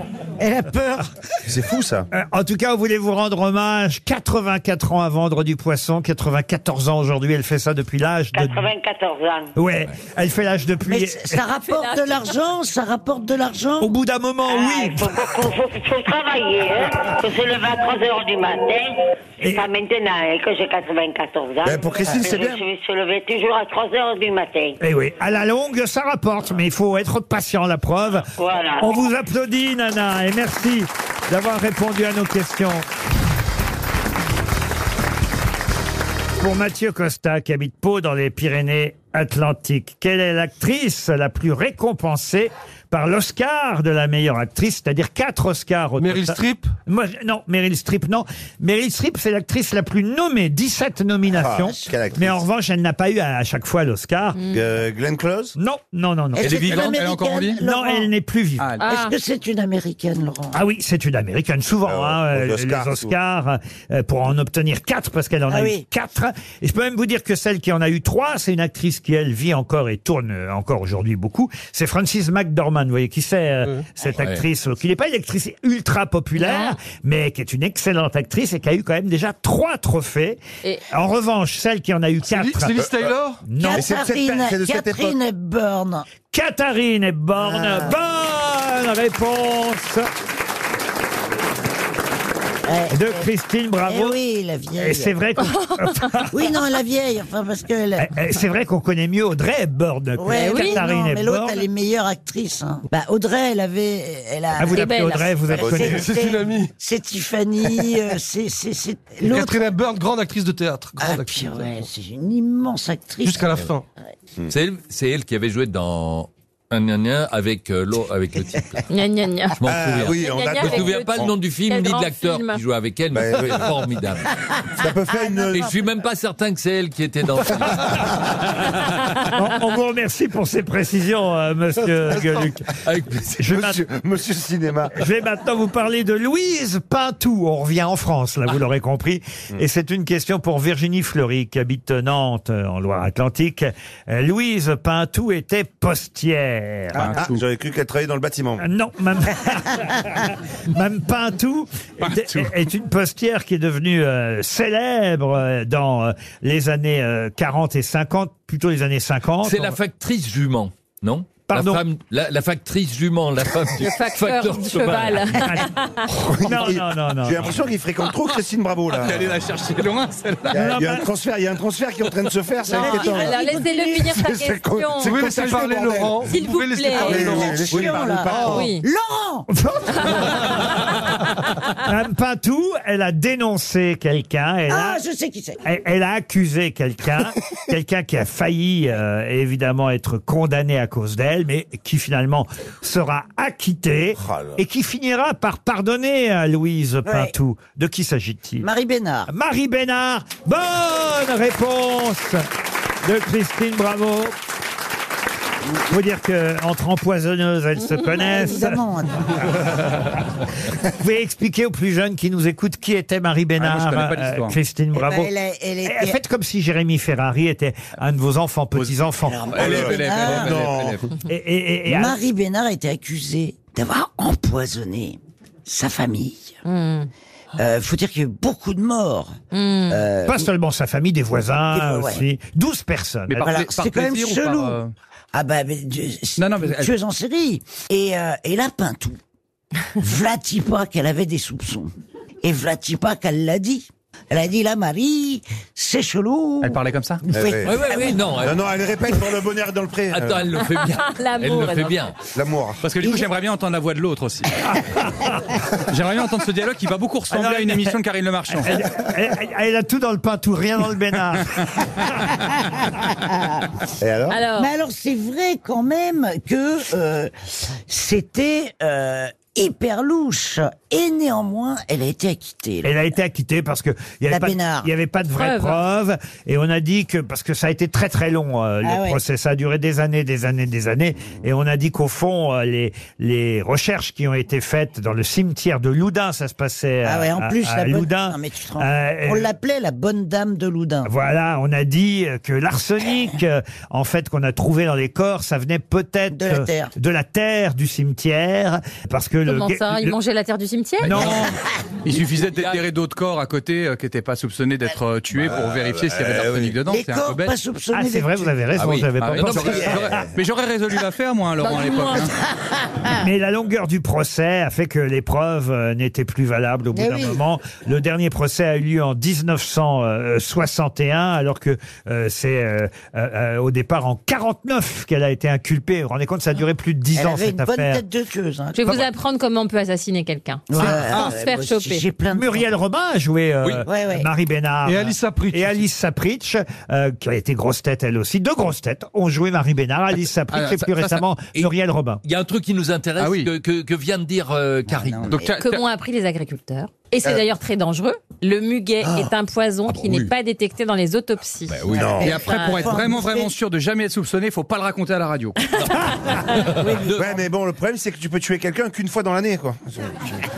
Speaker 2: Elle a peur.
Speaker 9: C'est fou ça.
Speaker 2: Euh, en tout cas, on voulait vous rendre hommage. 84 ans à vendre du poisson, 94 ans aujourd'hui. Elle fait ça depuis l'âge de.
Speaker 16: 94 ans.
Speaker 2: Ouais, elle fait l'âge depuis.
Speaker 4: Mais ça rapporte de l'argent, ça rapporte de l'argent.
Speaker 2: Au bout d'un moment,
Speaker 16: oui. Ah, Il faut, faut- faut- faut travailler, hein. Faut se lever à 3 heures du matin. C'est pas maintenant, hein, que j'ai 94 ans.
Speaker 2: Ben, pour Christine,
Speaker 16: Mais
Speaker 2: c'est bien.
Speaker 16: Je me suis levé toujours à 3 heures du matin.
Speaker 2: Eh oui, à la longue, ça rapporte, mais il faut être patient, la preuve.
Speaker 16: Voilà.
Speaker 2: On vous applaudit, Nana, et merci d'avoir répondu à nos questions. Pour Mathieu Costa, qui habite Pau dans les Pyrénées Atlantiques, quelle est l'actrice la plus récompensée par l'Oscar de la meilleure actrice, c'est-à-dire quatre Oscars au
Speaker 15: Meryl
Speaker 2: total
Speaker 15: Streep
Speaker 2: Moi, je- Non, Meryl Streep, non. Meryl Streep, c'est l'actrice la plus nommée, 17 nominations.
Speaker 9: Ah, quelle actrice.
Speaker 2: mais en revanche, elle n'a pas eu à, à chaque fois l'Oscar.
Speaker 9: Euh, Glenn Close
Speaker 2: Non, non, non, non.
Speaker 9: Elle est vivante, elle est encore en vie Ah.
Speaker 2: Non, Ah, elle n'est plus vivante.
Speaker 4: Est-ce que c'est une américaine, Laurent
Speaker 2: Ah oui, c'est une américaine, souvent, hein,
Speaker 9: aux
Speaker 2: euh, les
Speaker 9: Oscars,
Speaker 2: Oscars, euh, pour en obtenir quatre, parce qu'elle en a
Speaker 4: Ah
Speaker 2: eu
Speaker 4: oui.
Speaker 2: quatre. Et je peux même vous dire que celle qui en a eu trois, c'est une actrice qui, elle, vit encore et tourne euh, encore aujourd'hui beaucoup. C'est Frances McDormand, vous voyez qui c'est, euh, cette
Speaker 5: Ouais.
Speaker 2: actrice, euh, qui n'est pas une actrice ultra populaire, mais qui est une excellente actrice et qui a eu quand même déjà trois trophées.
Speaker 6: Et-
Speaker 2: En revanche, celle qui en a eu quatre... euh,
Speaker 15: Liz- c'est Liz Taylor
Speaker 2: Non.
Speaker 4: Catherine, Catherine Hepburn.
Speaker 2: Catherine Hepburn.
Speaker 4: Ah.
Speaker 2: Bonne réponse de Christine
Speaker 4: Eh
Speaker 2: Bravo.
Speaker 4: oui, la vieille.
Speaker 2: Et c'est vrai qu'on-
Speaker 4: oui, non, la vieille, enfin, parce que... elle-
Speaker 2: Eh, C'est vrai qu'on connaît mieux Audrey Hepburn que
Speaker 4: Ouais, oui,
Speaker 2: Catherine
Speaker 4: non, mais l'autre,
Speaker 2: Hepburn.
Speaker 4: elle est meilleure actrice. hein. Bah, Audrey, elle avait. Elle a,
Speaker 2: Ah, vous l'appelez Audrey, vous êtes
Speaker 4: C'est-
Speaker 2: connue.
Speaker 4: c'est-
Speaker 15: bah, C'est une amie.
Speaker 4: C'est Tiffany, euh, c'est. c'est- c'est-
Speaker 15: Et
Speaker 4: L'autre.
Speaker 15: Catherine Hepburn, grande actrice de théâtre. Grande
Speaker 4: Ah,
Speaker 15: actrice
Speaker 4: puis
Speaker 15: de théâtre.
Speaker 4: ouais, c'est une immense actrice.
Speaker 5: Hmm.
Speaker 15: Jusqu'à la fin.
Speaker 5: C'est elle, c'est elle qui avait joué dans un gna gna avec, euh, l'eau- avec le type. là.
Speaker 6: Gna gna gna.
Speaker 5: Je m'en
Speaker 9: Ah,
Speaker 6: Gna gna
Speaker 5: souviens. je me
Speaker 6: avec
Speaker 5: souviens pas le nom du film
Speaker 6: Quel
Speaker 5: ni de
Speaker 6: grand
Speaker 5: l'acteur
Speaker 6: film.
Speaker 5: qui joue avec elle, mais
Speaker 6: Ben
Speaker 5: c'était
Speaker 6: oui.
Speaker 5: formidable. Bah, Ça peut faire une... Et je suis même pas certain que c'est elle qui était dans le film.
Speaker 2: On, on vous remercie pour ces précisions, euh, monsieur Gueluc.
Speaker 9: monsieur, monsieur Cinéma.
Speaker 2: Je vais maintenant vous parler de Louise Pintou. On revient en France,
Speaker 9: Ah.
Speaker 2: là, vous l'aurez compris. Et c'est une question pour Virginie Fleury, qui habite Nantes, euh, en Loire-Atlantique. Euh, Louise Pintou était postière.
Speaker 9: Ah, ah, j'aurais cru qu'elle travaillait dans le bâtiment.
Speaker 2: Euh, Non, même, même Pintou est, est une postière qui est devenue euh, célèbre euh, dans euh, les années euh, 40 et 50, plutôt les années 50.
Speaker 5: C'est la factrice jument, non
Speaker 2: Pardon
Speaker 5: la, femme- la- la factrice jument, la femme du
Speaker 6: Le facteur, du cheval.
Speaker 9: Ah,
Speaker 2: Non, non, non, non.
Speaker 9: J'ai l'impression qu'il fréquente trop Christine Bravo, là.
Speaker 7: Allez la chercher loin,
Speaker 9: Il y a,
Speaker 7: celle-là.
Speaker 9: il y a un transfert, il y a un transfert qui est en train de se faire, c'est
Speaker 6: Non,
Speaker 9: inquiétant. Eh
Speaker 6: alors laissez-le finir sa
Speaker 9: C'est- c'est con-
Speaker 6: question.
Speaker 9: c'est
Speaker 6: Oui,
Speaker 9: contagieux, bordel.
Speaker 6: S'il vous, plaît.
Speaker 9: parler, Laurent. Laissez-le parler,
Speaker 4: Oh,
Speaker 9: pardon.
Speaker 6: Oui.
Speaker 4: Laurent
Speaker 2: Madame Pintou, elle a dénoncé quelqu'un. elle a-
Speaker 4: Ah, je sais qui c'est.
Speaker 2: Elle, elle a accusé quelqu'un, quelqu'un qui a failli euh, évidemment être condamné à cause d'elle, mais qui finalement sera acquitté
Speaker 4: Oh,
Speaker 2: et qui finira par pardonner à Louise Pintou. De qui s'agit-il
Speaker 4: Marie Bénard.
Speaker 2: Marie Bénard. Bonne réponse de Christine Bravo. Faut dire que entre empoisonneuses, elles se connaissent.
Speaker 4: Évidemment.
Speaker 2: Vous pouvez expliquer aux plus jeunes qui nous écoutent qui était Marie Bénard,
Speaker 7: Ah, moi, je connais pas
Speaker 2: euh,
Speaker 7: l'histoire.
Speaker 2: Christine
Speaker 4: Eh ben,
Speaker 2: Bravo.
Speaker 4: elle est- elle
Speaker 2: Eh,
Speaker 4: était-
Speaker 2: Faites comme si Jérémy Ferrari était un de vos enfants, petits-enfants.
Speaker 4: Marie Bénard-
Speaker 2: Et- et- et- et-
Speaker 4: Ah. Marie Bénard a été accusée d'avoir empoisonné sa famille. Euh, faut dire qu'il y a eu beaucoup de morts. Euh,
Speaker 2: Pas seulement sa famille, des voisins
Speaker 4: Des voisins,
Speaker 2: aussi. 12 personnes.
Speaker 4: Mais voilà, c'est quand même
Speaker 7: euh,
Speaker 4: chelou. Ah bah, mais, non, non,
Speaker 2: mais-
Speaker 4: tueuse en série. Et, euh, et là, Pintou, vlati pas qu'elle avait des soupçons. Et vlati pas qu'elle l'a dit. Elle a dit, la Marie, c'est chelou.
Speaker 7: Elle parlait comme ça
Speaker 4: Oui.
Speaker 9: Ouais, ouais,
Speaker 4: Ah
Speaker 9: ouais,
Speaker 4: oui.
Speaker 9: non, non, elle répète pour le bonheur dans le pré. euh.
Speaker 5: Attends, elle le fait bien.
Speaker 6: L'amour,
Speaker 5: elle le fait
Speaker 6: alors.
Speaker 5: bien.
Speaker 9: L'amour.
Speaker 7: Parce que du coup, j'aimerais bien entendre la voix de l'autre aussi. j'aimerais bien entendre ce dialogue qui va beaucoup ressembler
Speaker 2: Alors,
Speaker 7: à une émission de Karine Le Marchand.
Speaker 2: Elle, elle- elle a tout dans le Pintou, rien dans le Bénard.
Speaker 9: Et alors
Speaker 6: Alors
Speaker 4: Mais alors, c'est vrai quand même que euh, c'était euh, hyper louche. Et néanmoins, elle a été acquittée.
Speaker 2: Elle a été acquittée parce que il y
Speaker 4: La
Speaker 2: avait, pas de-
Speaker 4: Bénard.
Speaker 2: il y avait pas de vraies
Speaker 4: Preuve.
Speaker 2: preuves et on a dit que parce que ça a été très très long euh, le
Speaker 4: Ah ouais.
Speaker 2: procès ça a duré des années des années des années et on a dit qu'au fond euh, les les recherches qui ont été faites dans le cimetière de Loudun ça se passait
Speaker 4: Ah
Speaker 2: à-
Speaker 4: ouais, en
Speaker 2: à-
Speaker 4: plus,
Speaker 2: à
Speaker 4: la bonne...
Speaker 2: Loudun
Speaker 4: Non, mais tu te rends-
Speaker 2: Euh,
Speaker 4: On
Speaker 2: euh,
Speaker 4: l'appelait la bonne dame de Loudun.
Speaker 2: Voilà, on a dit euh, que l'arsenic, euh, en fait, qu'on a trouvé dans les corps, ça venait peut-être
Speaker 4: De la
Speaker 2: euh,
Speaker 4: terre.
Speaker 2: de la terre du cimetière, parce que
Speaker 6: Comment
Speaker 2: le,
Speaker 6: ça Il
Speaker 2: le-
Speaker 6: mangeait la terre du cimetière
Speaker 2: Euh, non,
Speaker 7: Il suffisait de déterrer d'autres corps à côté euh, qui n'étaient pas soupçonnés d'être euh, tués pour vérifier s'il y avait de l'arsenic dedans.
Speaker 4: Les
Speaker 7: C'est un peu
Speaker 4: corps
Speaker 7: bête.
Speaker 4: pas soupçonnés.
Speaker 2: Ah, c'est vrai,
Speaker 4: d'être
Speaker 2: vous avez raison,
Speaker 7: Ah oui.
Speaker 2: j'avais
Speaker 7: Ah
Speaker 2: pas
Speaker 7: oui, non,
Speaker 2: pensé.
Speaker 7: mais j'aurais- Mais j'aurais résolu l'affaire, moi, hein, Laurent, à l'époque. hein.
Speaker 4: Ah.
Speaker 2: Mais l'allongueur du procès a fait que les preuves euh, n'étaient plus valables au bout
Speaker 4: Eh
Speaker 2: d'un
Speaker 4: oui.
Speaker 2: moment. Le dernier procès a eu lieu en 1961, alors que euh, c'est euh, euh, euh, au départ en 49 qu'elle a été inculpée. Vous vous rendez compte, ça a duré plus de 10
Speaker 4: Elle
Speaker 2: ans
Speaker 4: avait
Speaker 2: cette
Speaker 4: une bonne
Speaker 2: affaire.
Speaker 4: tête de tueuse. hein.
Speaker 6: Je vais vous apprendre comment on peut assassiner quelqu'un.
Speaker 4: Ouais, Ah,
Speaker 9: Ah,
Speaker 6: sans
Speaker 4: ouais,
Speaker 6: se faire
Speaker 4: moi,
Speaker 6: choper.
Speaker 4: J'ai plein de
Speaker 2: Muriel Robin a joué euh,
Speaker 4: Oui. Ouais, ouais.
Speaker 2: Marie Bénard. euh,
Speaker 15: Et Alice Sapritch.
Speaker 2: Et Alice Sapritch, euh, qui a été grosse tête elle aussi. Deux grosses têtes ont joué Marie Bénard, Alice Sapritch
Speaker 5: Ah,
Speaker 2: et
Speaker 5: ça-
Speaker 2: plus
Speaker 5: ça- ça-
Speaker 2: récemment
Speaker 5: et-
Speaker 2: Muriel Robin.
Speaker 5: Il y a un truc qui nous intéresse
Speaker 7: Ah oui. Ah,
Speaker 5: que, que- que vient de dire euh, Karine.
Speaker 7: Donc, t'as-
Speaker 6: que
Speaker 7: t'as-
Speaker 6: m'ont appris les agriculteurs. Et
Speaker 2: Euh,
Speaker 6: c'est d'ailleurs très dangereux. Le muguet
Speaker 2: Ah,
Speaker 6: est un poison
Speaker 2: bah
Speaker 6: qui n'est pas détecté dans les autopsies.
Speaker 9: Non.
Speaker 7: Et après, pour être vraiment, vraiment sûr de jamais être soupçonné, faut pas le raconter à la radio.
Speaker 6: Ah,
Speaker 9: Ouais, mais bon, le problème, c'est que tu peux tuer quelqu'un qu'une fois dans l'année, quoi.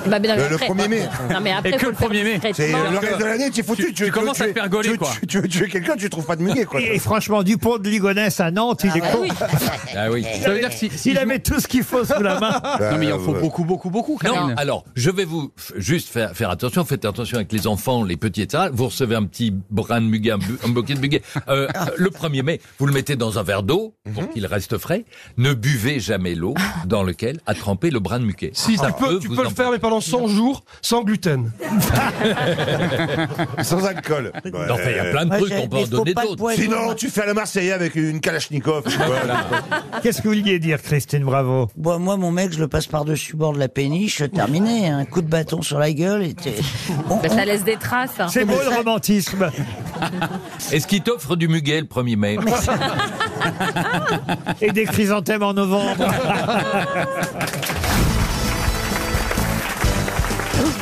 Speaker 6: Bah, mais non, mais
Speaker 9: Le- le
Speaker 6: après-
Speaker 9: 1er mai.
Speaker 6: Non, mais après,
Speaker 7: Et que
Speaker 6: faut
Speaker 7: le 1er mai.
Speaker 9: C'est
Speaker 6: discrètement.
Speaker 9: le reste de l'année, t'es foutu.
Speaker 7: tu commences à te faire gauler,
Speaker 9: tu-
Speaker 7: quoi.
Speaker 9: Tu tu veux tuer quelqu'un, tu trouves pas de muguet, quoi.
Speaker 2: Et, et franchement, Dupont de Ligonnès à Nantes, il est con.
Speaker 5: Ah oui.
Speaker 7: Ça veut dire que si, si
Speaker 2: Il
Speaker 7: je
Speaker 2: avait tout ce qu'il faut sous la main.
Speaker 7: Non, mais il
Speaker 2: Ben,
Speaker 7: en
Speaker 9: Bah,
Speaker 7: faut
Speaker 9: ouais.
Speaker 7: beaucoup, beaucoup, beaucoup, Karine.
Speaker 5: Non, alors, je vais vous f- juste faire, faire attention, faites attention avec les enfants, les petits, etc. Vous recevez un petit brin de muguet, un, bu- un bouquet de muguet. Euh, le 1er mai, vous le mettez dans un verre d'eau
Speaker 7: Mhm.
Speaker 5: pour qu'il reste frais. Ne buvez jamais l'eau
Speaker 7: Ah.
Speaker 5: dans laquelle a trempé le brin de muguet.
Speaker 15: Si,
Speaker 5: Ça
Speaker 15: Ah, tu peux,
Speaker 5: peut
Speaker 15: tu
Speaker 5: vous
Speaker 15: peux le
Speaker 5: emporter.
Speaker 15: faire, mais pendant 100 jours, sans gluten.
Speaker 9: Sans alcool. Ouais.
Speaker 5: Non, enfin, il y a plein de
Speaker 4: Ouais,
Speaker 5: trucs,
Speaker 4: j'ai-
Speaker 5: on peut
Speaker 4: mais
Speaker 5: en
Speaker 4: faut
Speaker 5: donner
Speaker 4: pas le
Speaker 5: d'autres.
Speaker 4: poison.
Speaker 9: Sinon, tu fais à la Marseillaise avec une Kalachnikov. tu vois.
Speaker 2: Qu'est-ce que vous vouliez dire, Christine Bravo
Speaker 4: Bon, moi, mon hein. mec, je le passe par-dessus bord de la péniche, terminé. Un coup de bâton sur la gueule. Et t'es- on,
Speaker 6: Bah, ça
Speaker 4: on-
Speaker 6: laisse laisse des traces. hein.
Speaker 2: C'est beau le romantisme.
Speaker 5: Est-ce qu'il t'offre du muguet le 1er mai
Speaker 2: Et des chrysanthèmes en novembre.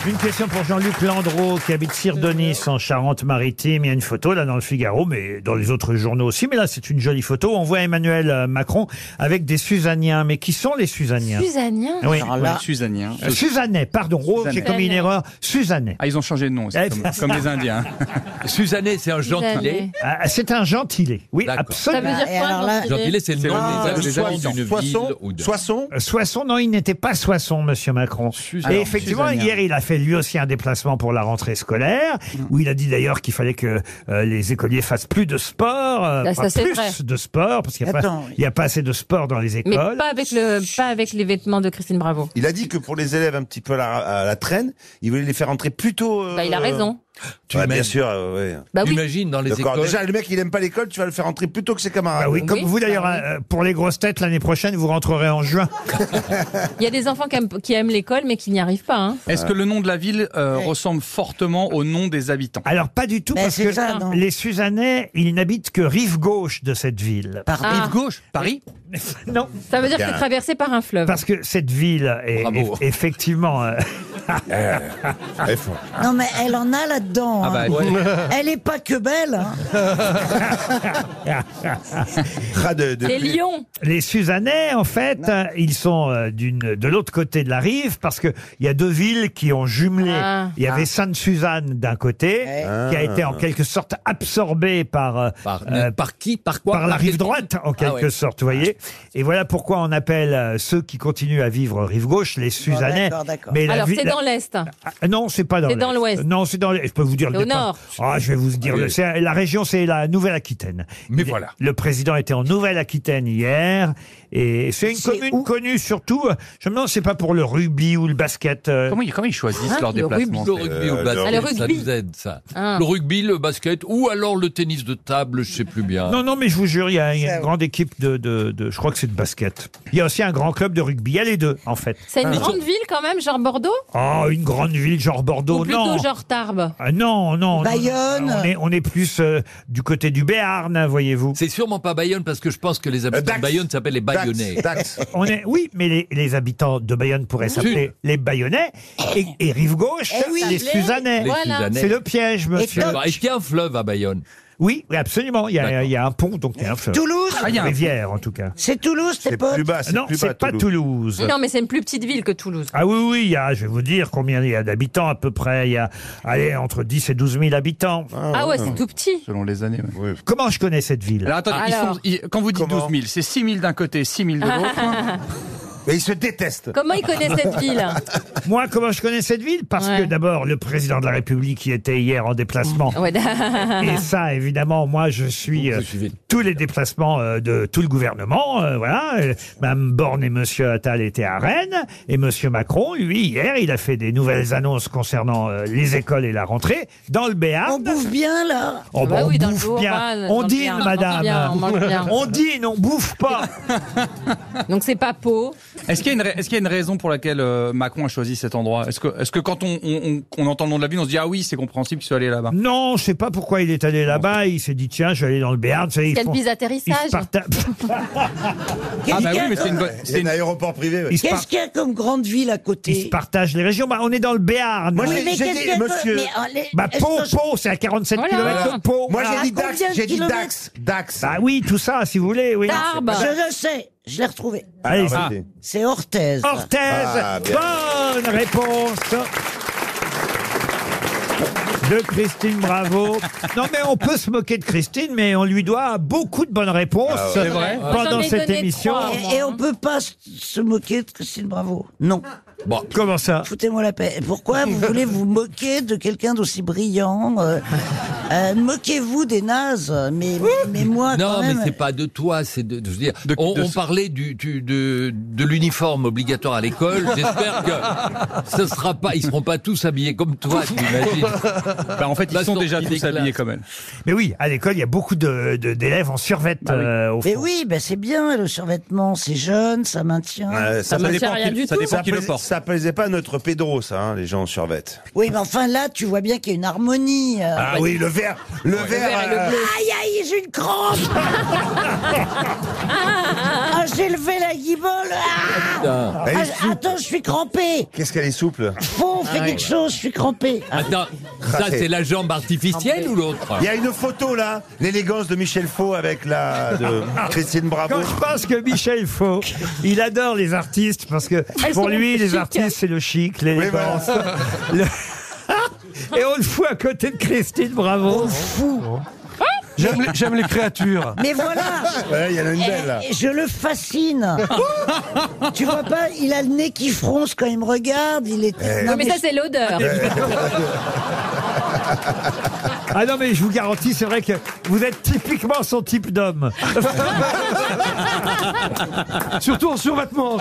Speaker 2: Une question pour Jean-Luc Landreau qui habite Sirdonis en Charente-Maritime. Il y a une photo là dans le Figaro, mais dans les autres journaux aussi. Mais là, c'est une jolie photo. On voit Emmanuel euh, Macron avec des Suzaniens. Mais qui sont les Suzaniens
Speaker 6: Suzaniens
Speaker 2: Oui,
Speaker 7: Alors là- Les Suzaniens.
Speaker 2: Euh, Suzanais, pardon. Oh, J'ai
Speaker 7: Suzanais.
Speaker 2: commis une erreur. Suzanais.
Speaker 7: Ah, ils ont changé de nom, aussi,
Speaker 2: Eh,
Speaker 7: comme,
Speaker 2: c'est
Speaker 7: comme
Speaker 2: ça.
Speaker 7: les Indiens.
Speaker 5: Suzannet, c'est un
Speaker 6: gentilé.
Speaker 2: Ah, C'est un gentilé. Oui,
Speaker 6: Ça
Speaker 2: absolument.
Speaker 6: veut dire quoi, gentilé
Speaker 5: c'est le
Speaker 2: C'est
Speaker 5: nom
Speaker 2: le-
Speaker 5: des
Speaker 2: Soissons.
Speaker 5: habitants d'une
Speaker 2: Soissons.
Speaker 5: ville ou de-
Speaker 2: Soissons Euh, Soissons, non, il n'était pas Soissons, Monsieur Macron.
Speaker 5: Ah, Suzanne.
Speaker 2: Et effectivement,
Speaker 5: Suzanne.
Speaker 2: hier, il a fait lui aussi un déplacement pour la rentrée scolaire, où il a dit d'ailleurs qu'il fallait que euh, les écoliers fassent plus de sport, euh,
Speaker 6: Là, Bah, ça,
Speaker 2: enfin,
Speaker 6: c'est
Speaker 2: plus
Speaker 6: vrai.
Speaker 2: de sport, parce qu'il n'y a, pas-
Speaker 6: Attends.
Speaker 2: il y a pas assez de sport dans les
Speaker 6: Mais
Speaker 2: écoles.
Speaker 6: pas avec, le, pas avec les vêtements de Christine Bravo.
Speaker 9: Il a dit que pour les élèves un petit peu à la, à la traîne, il voulait les faire entrer plutôt.
Speaker 6: Bah, il a raison.
Speaker 9: Tu bien sûr, euh, ouais.
Speaker 6: Bah oui.
Speaker 5: T'imagines dans les
Speaker 9: D'accord.
Speaker 5: écoles.
Speaker 9: Déjà, le mec, il aime pas l'école, tu vas le faire entrer plutôt que ses camarades.
Speaker 2: Ah oui, comme vous d'ailleurs, euh, pour les grosses têtes, l'année prochaine, vous rentrerez en juin.
Speaker 6: Il y a des enfants qui aiment, qui aiment l'école, mais qui n'y arrivent pas. hein.
Speaker 7: Est-ce que le nom de la ville euh, ressemble fortement au nom des habitants
Speaker 2: Alors pas du
Speaker 7: Ben,
Speaker 2: tout, parce que les Suzannais, ils n'habitent que rive gauche de cette ville.
Speaker 6: Par Ah. rive
Speaker 7: gauche Paris
Speaker 2: Non.
Speaker 6: Ça veut dire que c'est
Speaker 2: Bien.
Speaker 6: traversé par un fleuve.
Speaker 2: Parce que cette ville est est- effectivement. euh,
Speaker 4: Non, mais elle en a là-dedans.
Speaker 2: Ah
Speaker 4: hein.
Speaker 2: bah, ouais.
Speaker 4: Elle est pas que belle. hein.
Speaker 6: Les lions.
Speaker 2: Les Suzannais, en fait, euh, ils sont euh, d'une de l'autre côté de la rive parce que il y a deux villes qui ont jumelé.
Speaker 6: Ah.
Speaker 2: Il y avait
Speaker 6: Ah.
Speaker 2: Sainte-Suzanne d'un côté, qui a été en quelque sorte absorbée par euh,
Speaker 5: Ah. Par-
Speaker 2: euh,
Speaker 5: par qui Par quoi
Speaker 2: Par la rive droite, en
Speaker 5: Ah
Speaker 2: quelque
Speaker 5: ouais.
Speaker 2: sorte, vous voyez. Et voilà pourquoi on appelle euh, ceux qui continuent à vivre rive gauche les Suzannais.
Speaker 4: Ah, d'accord, d'accord.
Speaker 2: Mais la
Speaker 6: Alors,
Speaker 2: vi-
Speaker 6: c'est
Speaker 2: la-
Speaker 6: dans l'Est.
Speaker 2: Ah, Non, c'est pas dans
Speaker 6: C'est dans l'ouest.
Speaker 2: Non, c'est dans l'est. Je peux vous dire
Speaker 6: C'est
Speaker 2: le
Speaker 6: au
Speaker 2: départ.
Speaker 6: nord.
Speaker 2: Ah, je vais vous dire le.
Speaker 5: oui.
Speaker 2: c'est- La région, c'est la Nouvelle-Aquitaine. Mais voilà. Le président était en Nouvelle-Aquitaine hier, et c'est une commune connue surtout. euh, Je me demande, c'est pas pour le rugby ou le basket. euh,
Speaker 7: Comment ils, comment ils choisissent
Speaker 2: Hein,
Speaker 7: leur
Speaker 2: le
Speaker 7: déplacement
Speaker 5: Le rugby ou le basket, ça nous aide, ça.
Speaker 2: Ah.
Speaker 5: Le rugby, le basket, ou alors le tennis de table, je sais plus bien.
Speaker 2: Non, non, mais je vous jure, il y a, il y a une grande équipe de, de- de- Je crois que c'est de basket. Il y a aussi un grand club de rugby. Il y a les deux, en fait.
Speaker 6: C'est une grande ville quand même, genre Bordeaux
Speaker 2: Oh, une grande ville genre
Speaker 6: Ou
Speaker 2: Bordeaux,
Speaker 6: plutôt
Speaker 2: Oh, non.
Speaker 6: genre Tarbes
Speaker 2: Ah non, non. non, non.
Speaker 6: Bayonne.
Speaker 2: On est, on est plus euh, du côté du Béarn, voyez-vous.
Speaker 5: C'est sûrement pas Bayonne, parce que je pense que les habitants de Bayonne s'appellent les Bayonnais.
Speaker 2: On est, oui, mais les, les habitants de Bayonne pourraient
Speaker 5: Sud.
Speaker 2: s'appeler les Bayonnais et, et rive gauche,
Speaker 4: Eh oui.
Speaker 2: les
Speaker 5: Les
Speaker 2: Suzannais.
Speaker 5: Voilà. Suzannais.
Speaker 2: C'est le piège, monsieur.
Speaker 5: Alors, Est-ce qu'il y a un fleuve à Bayonne
Speaker 2: Oui, oui, absolument. Il y, a, il y a un pont, donc il y a un fleuve.
Speaker 4: Toulouse
Speaker 2: Ah, il y a un rivière, en tout cas.
Speaker 4: C'est Toulouse, tes potes
Speaker 2: Non, c'est pas Toulouse.
Speaker 6: Non, mais c'est une plus petite ville que Toulouse.
Speaker 2: Ah oui, oui, il y a, je vais vous dire combien il y a d'habitants à peu près. Il y a, allez, entre 10 et 12 000 habitants.
Speaker 6: Ah ouais, c'est tout petit.
Speaker 7: Selon les années.
Speaker 2: Comment je connais cette ville
Speaker 7: Alors attendez, ils
Speaker 6: Alors.
Speaker 7: sont- ils- quand vous dites 12 000, c'est 6 000 d'un côté, 6 000 de l'autre.
Speaker 9: Mais ils se détestent.
Speaker 6: Comment ils connaissent cette ville
Speaker 2: Moi, comment je connais cette ville Parce que d'abord, le président de la République y était hier en déplacement.
Speaker 6: Ouais.
Speaker 2: Et ça, évidemment, moi, je suis euh, tous les déplacements euh, de tout le gouvernement. euh, voilà, Euh, Mme Borne et Monsieur Attal étaient à Rennes, et Monsieur Macron, lui, hier, il a fait des nouvelles annonces concernant euh, les écoles et la rentrée dans le Béarn. On
Speaker 4: bouffe bien là.
Speaker 2: Oh,
Speaker 6: Ah bah
Speaker 2: bah, on
Speaker 6: oui, dans le
Speaker 2: bouffe
Speaker 6: Joran,
Speaker 2: bien.
Speaker 6: dans
Speaker 2: On
Speaker 6: le
Speaker 2: dîne,
Speaker 6: Béarn, on mange
Speaker 2: madame.
Speaker 6: bien, on mange bien.
Speaker 2: On dîne, on bouffe pas.
Speaker 6: Donc c'est pas Pau.
Speaker 7: Est-ce qu'il y, a une ra- est-ce qu'il y a une raison pour laquelle euh, Macron a choisi cet endroit Est-ce que, est que quand on, on- on- on entend le nom de la ville, on se dit ah oui, c'est compréhensible qu'il soit allé là-bas
Speaker 2: Non, je sais pas pourquoi il est allé là-bas. Il s'est dit tiens, je vais aller dans le Béarn. Vous savez, ils
Speaker 6: Quelle
Speaker 2: font-
Speaker 6: bise d'atterrissage.
Speaker 2: ils se parta-
Speaker 4: Quel-
Speaker 7: Ah bah oui, mais c'est une bonne-
Speaker 9: C'est un aéroport privé. ouais.
Speaker 4: Qu'est-ce qu'il y a comme grande ville à
Speaker 2: Ils se
Speaker 4: côté
Speaker 2: partagent les régions. Bah, on est dans le Béarn.
Speaker 9: Moi,
Speaker 4: Oui,
Speaker 9: j'ai-
Speaker 4: mais
Speaker 9: j'ai
Speaker 4: qu'est-ce
Speaker 9: dit,
Speaker 4: que-
Speaker 9: monsieur.
Speaker 4: mais, oh, les-
Speaker 2: Bah,
Speaker 4: est-ce
Speaker 2: Pau,
Speaker 4: que je-
Speaker 2: Pau, c'est à 47
Speaker 4: Voilà.
Speaker 2: km
Speaker 4: Voilà.
Speaker 2: de Pau.
Speaker 4: Moi, j'ai
Speaker 2: Voilà.
Speaker 4: dit À Dax, combien de j'ai dit kilomètres Dax,
Speaker 9: Dax.
Speaker 2: Bah oui, tout ça, si vous voulez, oui.
Speaker 4: Je le sais, je l'ai retrouvé.
Speaker 2: Allez, Ah. vas-y.
Speaker 4: C'est Orthez.
Speaker 2: Orthez,
Speaker 4: Ah,
Speaker 2: bonne réponse de Christine Bravo. Non mais on peut se moquer de Christine, mais on lui doit beaucoup de bonnes réponses
Speaker 4: Ah ouais. C'est vrai.
Speaker 2: Oh, pendant cette émission.
Speaker 4: Et, et on peut pas s- se moquer de Christine Bravo. Non.
Speaker 5: Bon.
Speaker 2: Comment ça
Speaker 4: Foutez-moi la paix. Pourquoi vous voulez vous moquer de quelqu'un d'aussi brillant euh, euh, Moquez-vous des nazes, mais, mais moi
Speaker 5: Non,
Speaker 4: quand
Speaker 5: mais
Speaker 4: même.
Speaker 5: c'est pas de toi, c'est de, de- je veux dire. on, on parlait du, du- de, de l'uniforme obligatoire à l'école. J'espère que ce sera pas, ils seront pas tous habillés comme toi, tu imagines.
Speaker 7: Bah, en fait, ils
Speaker 5: La
Speaker 7: sont
Speaker 5: sortie
Speaker 7: déjà
Speaker 5: des
Speaker 7: tous
Speaker 5: classes.
Speaker 7: habillés comme elle.
Speaker 2: Mais oui, à l'école, il y a beaucoup de- de- d'élèves en survette euh, au fond.
Speaker 4: Mais ben, oui, bah c'est bien le survêtement, c'est jeune, ça maintient.
Speaker 2: Ouais, ça- ça dépend qui- ça dépend qui le porte.
Speaker 9: Ça plaisait pas à notre Pedro, ça, hein, les gens en survette.
Speaker 4: Oui, mais enfin là, tu vois bien qu'il y a une harmonie. euh.
Speaker 9: Ah oui, le vert, le
Speaker 4: Ouais.
Speaker 9: vert. euh,
Speaker 4: Aïe, aïe, j'ai une crampe Ah, J'ai levé la guibole Ah
Speaker 9: putain. Elle est
Speaker 4: Ah,
Speaker 9: souple.
Speaker 4: Attends, je suis crampé
Speaker 9: Qu'est-ce qu'elle est souple
Speaker 4: Faut, fais quelque chose, je suis crampé
Speaker 5: Attends, ça c'est la jambe artificielle ou l'autre
Speaker 9: Il y a une photo là, l'élégance de Michel Faux avec la de Christine Bravo.
Speaker 2: Quand je pense que Michel Faux, il adore les artistes parce que
Speaker 9: Elles
Speaker 2: pour
Speaker 9: sont
Speaker 2: lui, les
Speaker 9: chic.
Speaker 2: artistes, c'est le chic, l'élégance.
Speaker 9: Oui,
Speaker 2: Le- Et on le fout à côté de Christine Bravo. On
Speaker 4: fout.
Speaker 2: J'aime les, créatures.
Speaker 4: Mais voilà
Speaker 9: Ouais, il y en a une belle, là.
Speaker 4: Et- et Je le fascine Tu vois pas, il a le nez qui fronce quand il me regarde, il est...
Speaker 9: Eh.
Speaker 6: Non, mais ça, c'est l'odeur.
Speaker 2: Ah non, mais je vous garantis, c'est vrai que vous êtes typiquement son type d'homme. Surtout en survêtement.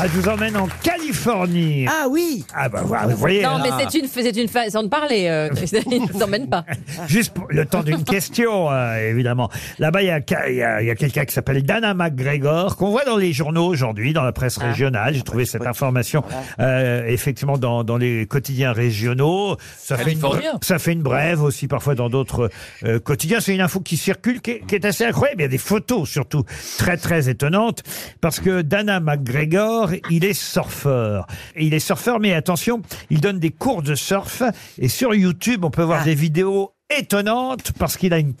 Speaker 2: Ah, je vous emmène en Californie.
Speaker 4: Ah oui
Speaker 2: Ah bah voilà, vous voyez.
Speaker 6: non, mais
Speaker 2: là.
Speaker 6: c'est une, c'est une façon de parler. Euh, il ne t'emmène pas.
Speaker 2: Juste pour- le temps d'une question, euh, évidemment. Là-bas, il y a, ca- il y a- il y a quelqu'un qui s'appelle Dana McGregor, qu'on voit dans les journaux aujourd'hui, dans la presse régionale. J'ai trouvé cette information, euh, effectivement, dans, dans les quotidiens régionaux. Ça fait, une,
Speaker 5: Californien.
Speaker 2: bre- ça fait une brève aussi, parfois, dans d'autres euh, quotidiens. C'est une info qui circule, qui est, qui est assez incroyable. Il y a des photos, surtout, très, très étonnantes, parce que Dana McGregor, il est surfeur. Et il est surfeur, mais attention, il donne des cours de surf, et sur YouTube, on peut
Speaker 7: Ah.
Speaker 2: voir des vidéos étonnante parce qu'il a une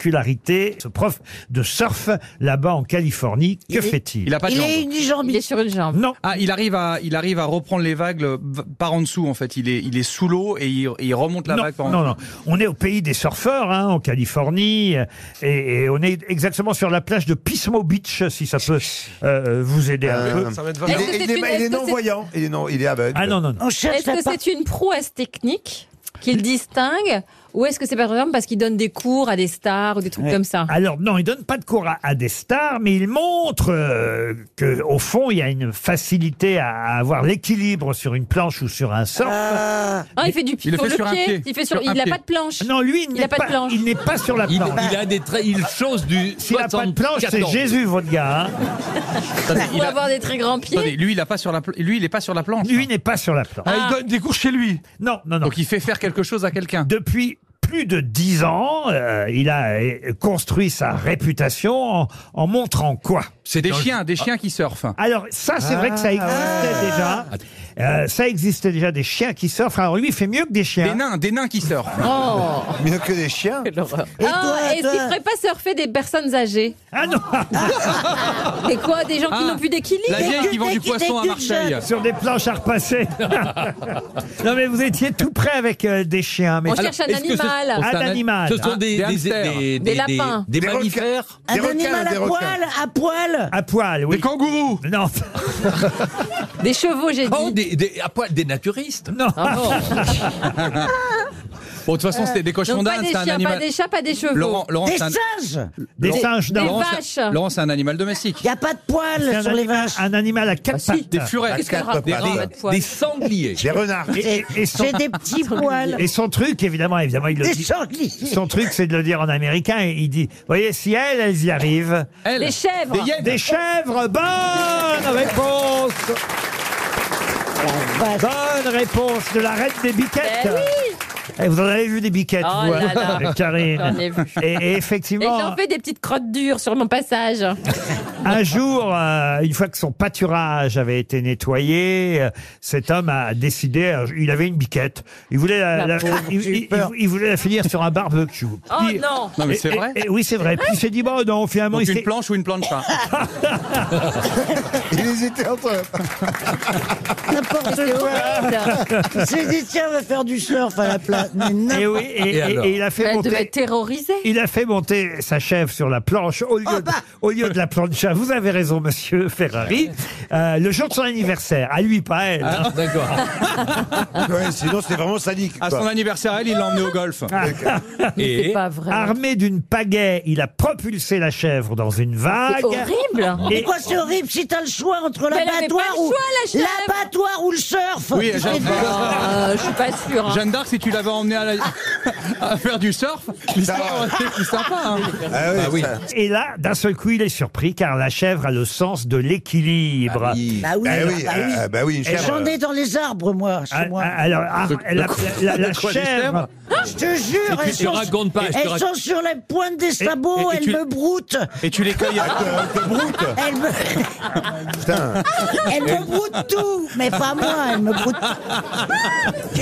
Speaker 2: particularité. Ce prof de surf là-bas en Californie, que fait-il
Speaker 7: Il a pas de Il jambe. est
Speaker 6: Il est sur une jambe.
Speaker 2: Non.
Speaker 7: Ah, il arrive à, il arrive à reprendre les vagues euh, v- par en dessous en fait. Il est, il est sous l'eau et il, il remonte la
Speaker 2: Non,
Speaker 7: vague par en
Speaker 2: non, non. On est au pays des surfeurs, hein, en Californie, euh, et, et on est exactement sur la plage de Pismo Beach, si ça peut euh, vous aider un
Speaker 9: Euh,
Speaker 2: peu.
Speaker 9: ça va être vraiment- Il est- il est- il est non-voyant, il est non, il est aveugle.
Speaker 2: Ah non, non, non.
Speaker 6: Est-ce que c'est une prouesse technique qu'il distingue ou est-ce que c'est par exemple parce qu'il donne des cours à des stars ou des trucs comme ça
Speaker 2: Alors non, il donne pas de cours à, à des stars, mais il montre euh, que au fond il y a une facilité à, à avoir l'équilibre sur une planche ou sur un surf.
Speaker 6: Ah, il fait du pied. sur le pied. Il fait sur, il a pas de planche.
Speaker 2: Non, lui, il,
Speaker 6: il
Speaker 2: n'est
Speaker 6: a pas, de planche.
Speaker 2: Il n'est pas sur la
Speaker 5: Il,
Speaker 2: planche.
Speaker 5: il a des traits, il chose du.
Speaker 2: S'il n'a pas de planche, c'est
Speaker 5: 74.
Speaker 2: Jésus, votre gars. hein.
Speaker 7: Attendez,
Speaker 6: Pour
Speaker 7: il a-
Speaker 6: avoir des très grands pieds.
Speaker 7: Attendez, lui il a pas sur la, pla- lui il est pas sur la planche. hein. Ah,
Speaker 2: Lui n'est pas sur la planche.
Speaker 6: Ah.
Speaker 7: il donne des cours chez lui.
Speaker 2: Ah. Non, non, non.
Speaker 7: Donc il fait faire quelque chose à quelqu'un.
Speaker 2: Depuis plus de dix ans, euh, il a euh, construit sa réputation en, en montrant quoi Ah.
Speaker 7: C'est des chiens, des chiens qui surfent.
Speaker 6: Ah,
Speaker 2: Alors ça, c'est vrai que
Speaker 7: Ah.
Speaker 2: ça existait déjà. Euh, ça existait déjà des chiens qui surfent. Alors lui, il fait mieux que des chiens.
Speaker 7: Des nains, des nains qui surfent.
Speaker 6: Oh.
Speaker 9: Mieux que des chiens.
Speaker 6: Ah, est-ce qu'il ferait pas surfer des personnes âgées
Speaker 2: Ah non
Speaker 6: Et quoi, des gens qui n'ont plus d'équilibre
Speaker 7: Ah. la vieille qui vend du poisson à Marseille.
Speaker 2: Sur des planches à repasser. non mais vous étiez tout près avec euh, des chiens. Mais
Speaker 6: On cherche un
Speaker 5: est-ce que ce-
Speaker 6: animal.
Speaker 5: on- c'est
Speaker 2: Un animal.
Speaker 5: Ce sont des,
Speaker 7: Des
Speaker 5: des,
Speaker 7: hamsters.
Speaker 6: Des
Speaker 5: des, des-
Speaker 6: lapins.
Speaker 5: des
Speaker 9: Ah, Des requins.
Speaker 5: mammifères.
Speaker 4: Un
Speaker 9: Des requins,
Speaker 4: animal
Speaker 9: des
Speaker 4: à
Speaker 9: requins.
Speaker 4: poil, à poil
Speaker 2: À poil, oui.
Speaker 7: Des kangourous.
Speaker 2: Non,
Speaker 6: Des chevaux, j'ai
Speaker 5: Oh,
Speaker 6: dit. Ah
Speaker 5: des, des, à poil, des naturistes.
Speaker 2: non.
Speaker 7: Bon, de toute façon, c'était des cochons
Speaker 6: Donc pas
Speaker 7: d'Inde,
Speaker 6: des
Speaker 7: c'est un
Speaker 6: chiens, pas
Speaker 7: animal.
Speaker 6: des chats, pas des chevaux.
Speaker 7: Laurent, Laurent,
Speaker 4: Des
Speaker 7: c'est un...
Speaker 4: singes
Speaker 2: Des
Speaker 7: Laurent-
Speaker 2: singes, non.
Speaker 6: Des
Speaker 7: Laurent, c'est-
Speaker 6: vaches.
Speaker 7: Laurent, c'est un animal domestique.
Speaker 4: Il a pas de
Speaker 2: C'est
Speaker 4: poil
Speaker 2: un,
Speaker 4: sur les
Speaker 2: animal,
Speaker 4: vaches
Speaker 2: un animal
Speaker 5: Ah,
Speaker 2: à quatre pattes.
Speaker 7: Des furets.
Speaker 6: Qu'est-ce que le
Speaker 9: Quatre
Speaker 6: rapport
Speaker 9: pattes.
Speaker 6: avec poil
Speaker 5: Des sangliers.
Speaker 9: Des renards.
Speaker 2: Et, et son,
Speaker 4: J'ai des petits poils
Speaker 2: et son truc, évidemment, évidemment, il le
Speaker 4: Des
Speaker 2: dit.
Speaker 4: sangliers
Speaker 2: Son truc, c'est de le dire en américain. Et il dit, voyez, si elles, elles y arrivent.
Speaker 7: Elle.
Speaker 6: Des chèvres.
Speaker 7: Des hyènes.
Speaker 2: Des chèvres, bonne réponse Bonne réponse de la reine des biquettes
Speaker 6: Eh
Speaker 2: Et vous en avez vu des biquettes,
Speaker 6: Oh
Speaker 2: vous,
Speaker 6: là là.
Speaker 2: euh, Karine.
Speaker 6: J'en ai vu.
Speaker 2: Et, et
Speaker 6: Et
Speaker 2: effectivement,
Speaker 6: j'en fais des petites crottes dures sur mon passage.
Speaker 2: un jour, euh, une fois que son pâturage avait été nettoyé, euh, cet homme a décidé. euh, il avait une biquette. Il voulait la,
Speaker 6: La
Speaker 2: la-
Speaker 6: pauvre,
Speaker 2: il, il- il voulait la finir sur un barbecue.
Speaker 6: Oh
Speaker 2: Puis-
Speaker 6: non
Speaker 7: Non, mais
Speaker 2: Et-
Speaker 7: c'est
Speaker 2: et-
Speaker 7: vrai.
Speaker 2: et oui, c'est vrai. Ah, Puis il s'est dit, bon, non, finalement,
Speaker 7: Donc
Speaker 2: il
Speaker 7: une
Speaker 2: s'est-
Speaker 7: planche ou une plancha.
Speaker 9: Il hésitait entre.
Speaker 4: N'importe quoi J'ai dit tiens, on va faire du surf à la place. Mais n'importe
Speaker 2: Et oui, et,
Speaker 5: Et
Speaker 2: et-
Speaker 5: alors
Speaker 2: et il a fait
Speaker 6: Bah, Elle devait
Speaker 2: monter.
Speaker 6: être terrorisée.
Speaker 2: Il a fait monter sa chèvre sur la planche au lieu,
Speaker 4: Oh,
Speaker 2: de-
Speaker 4: bah.
Speaker 2: au lieu de la plancha. Vous avez raison, monsieur Ferrari. Euh, le jour de son anniversaire. À lui, pas à elle.
Speaker 7: Ah,
Speaker 2: hein.
Speaker 5: D'accord.
Speaker 9: Ouais, sinon, c'était vraiment sadique.
Speaker 7: À
Speaker 9: quoi.
Speaker 7: son anniversaire, elle, il l'a emmené au golf.
Speaker 5: Et
Speaker 6: C'est pas vrai.
Speaker 2: Ah. Armé d'une pagaie, il a propulsé la chèvre dans une vague.
Speaker 4: Ah,
Speaker 6: C'est horrible.
Speaker 4: Mais quoi, c'est horrible si t'as le choix entre
Speaker 6: Mais elle avait pas
Speaker 4: l'abattoir
Speaker 6: le
Speaker 4: ou
Speaker 6: choix, la chèvre.
Speaker 4: l'abattoir ou le surf. d'enfant.
Speaker 7: Oui,
Speaker 4: tu
Speaker 7: Jeanne
Speaker 4: sais,
Speaker 7: d'Arc.
Speaker 4: euh,
Speaker 6: je suis pas sûre. hein.
Speaker 7: Jeanne d'Arc, si tu l'avais emmenée à, la- à faire du surf, l'histoire aurait été plus sympa. hein.
Speaker 4: Ah
Speaker 7: Bah oui.
Speaker 2: Et là, Ah, d'un seul coup, il est surpris car la chèvre a le sens de l'équilibre.
Speaker 4: Bah oui, bah oui. J'en ai dans les arbres, moi, chez
Speaker 2: Ah,
Speaker 4: moi.
Speaker 2: ah, alors, ah,
Speaker 4: De-
Speaker 2: la,
Speaker 4: de quoi-
Speaker 2: la- la
Speaker 4: de quoi, des
Speaker 2: chèvre.
Speaker 4: Je te jure,
Speaker 2: Et tu
Speaker 4: elles
Speaker 2: te
Speaker 4: sont,
Speaker 2: racontes pas, je te
Speaker 4: elles
Speaker 2: rac-
Speaker 4: sont sur la pointe des sabots,
Speaker 7: et- et
Speaker 4: elles
Speaker 7: tu-
Speaker 4: me broutent.
Speaker 7: Et tu les cueilles à-
Speaker 4: Ah, Elles me... elles me broutent tout, mais pas moi, elles me broutent.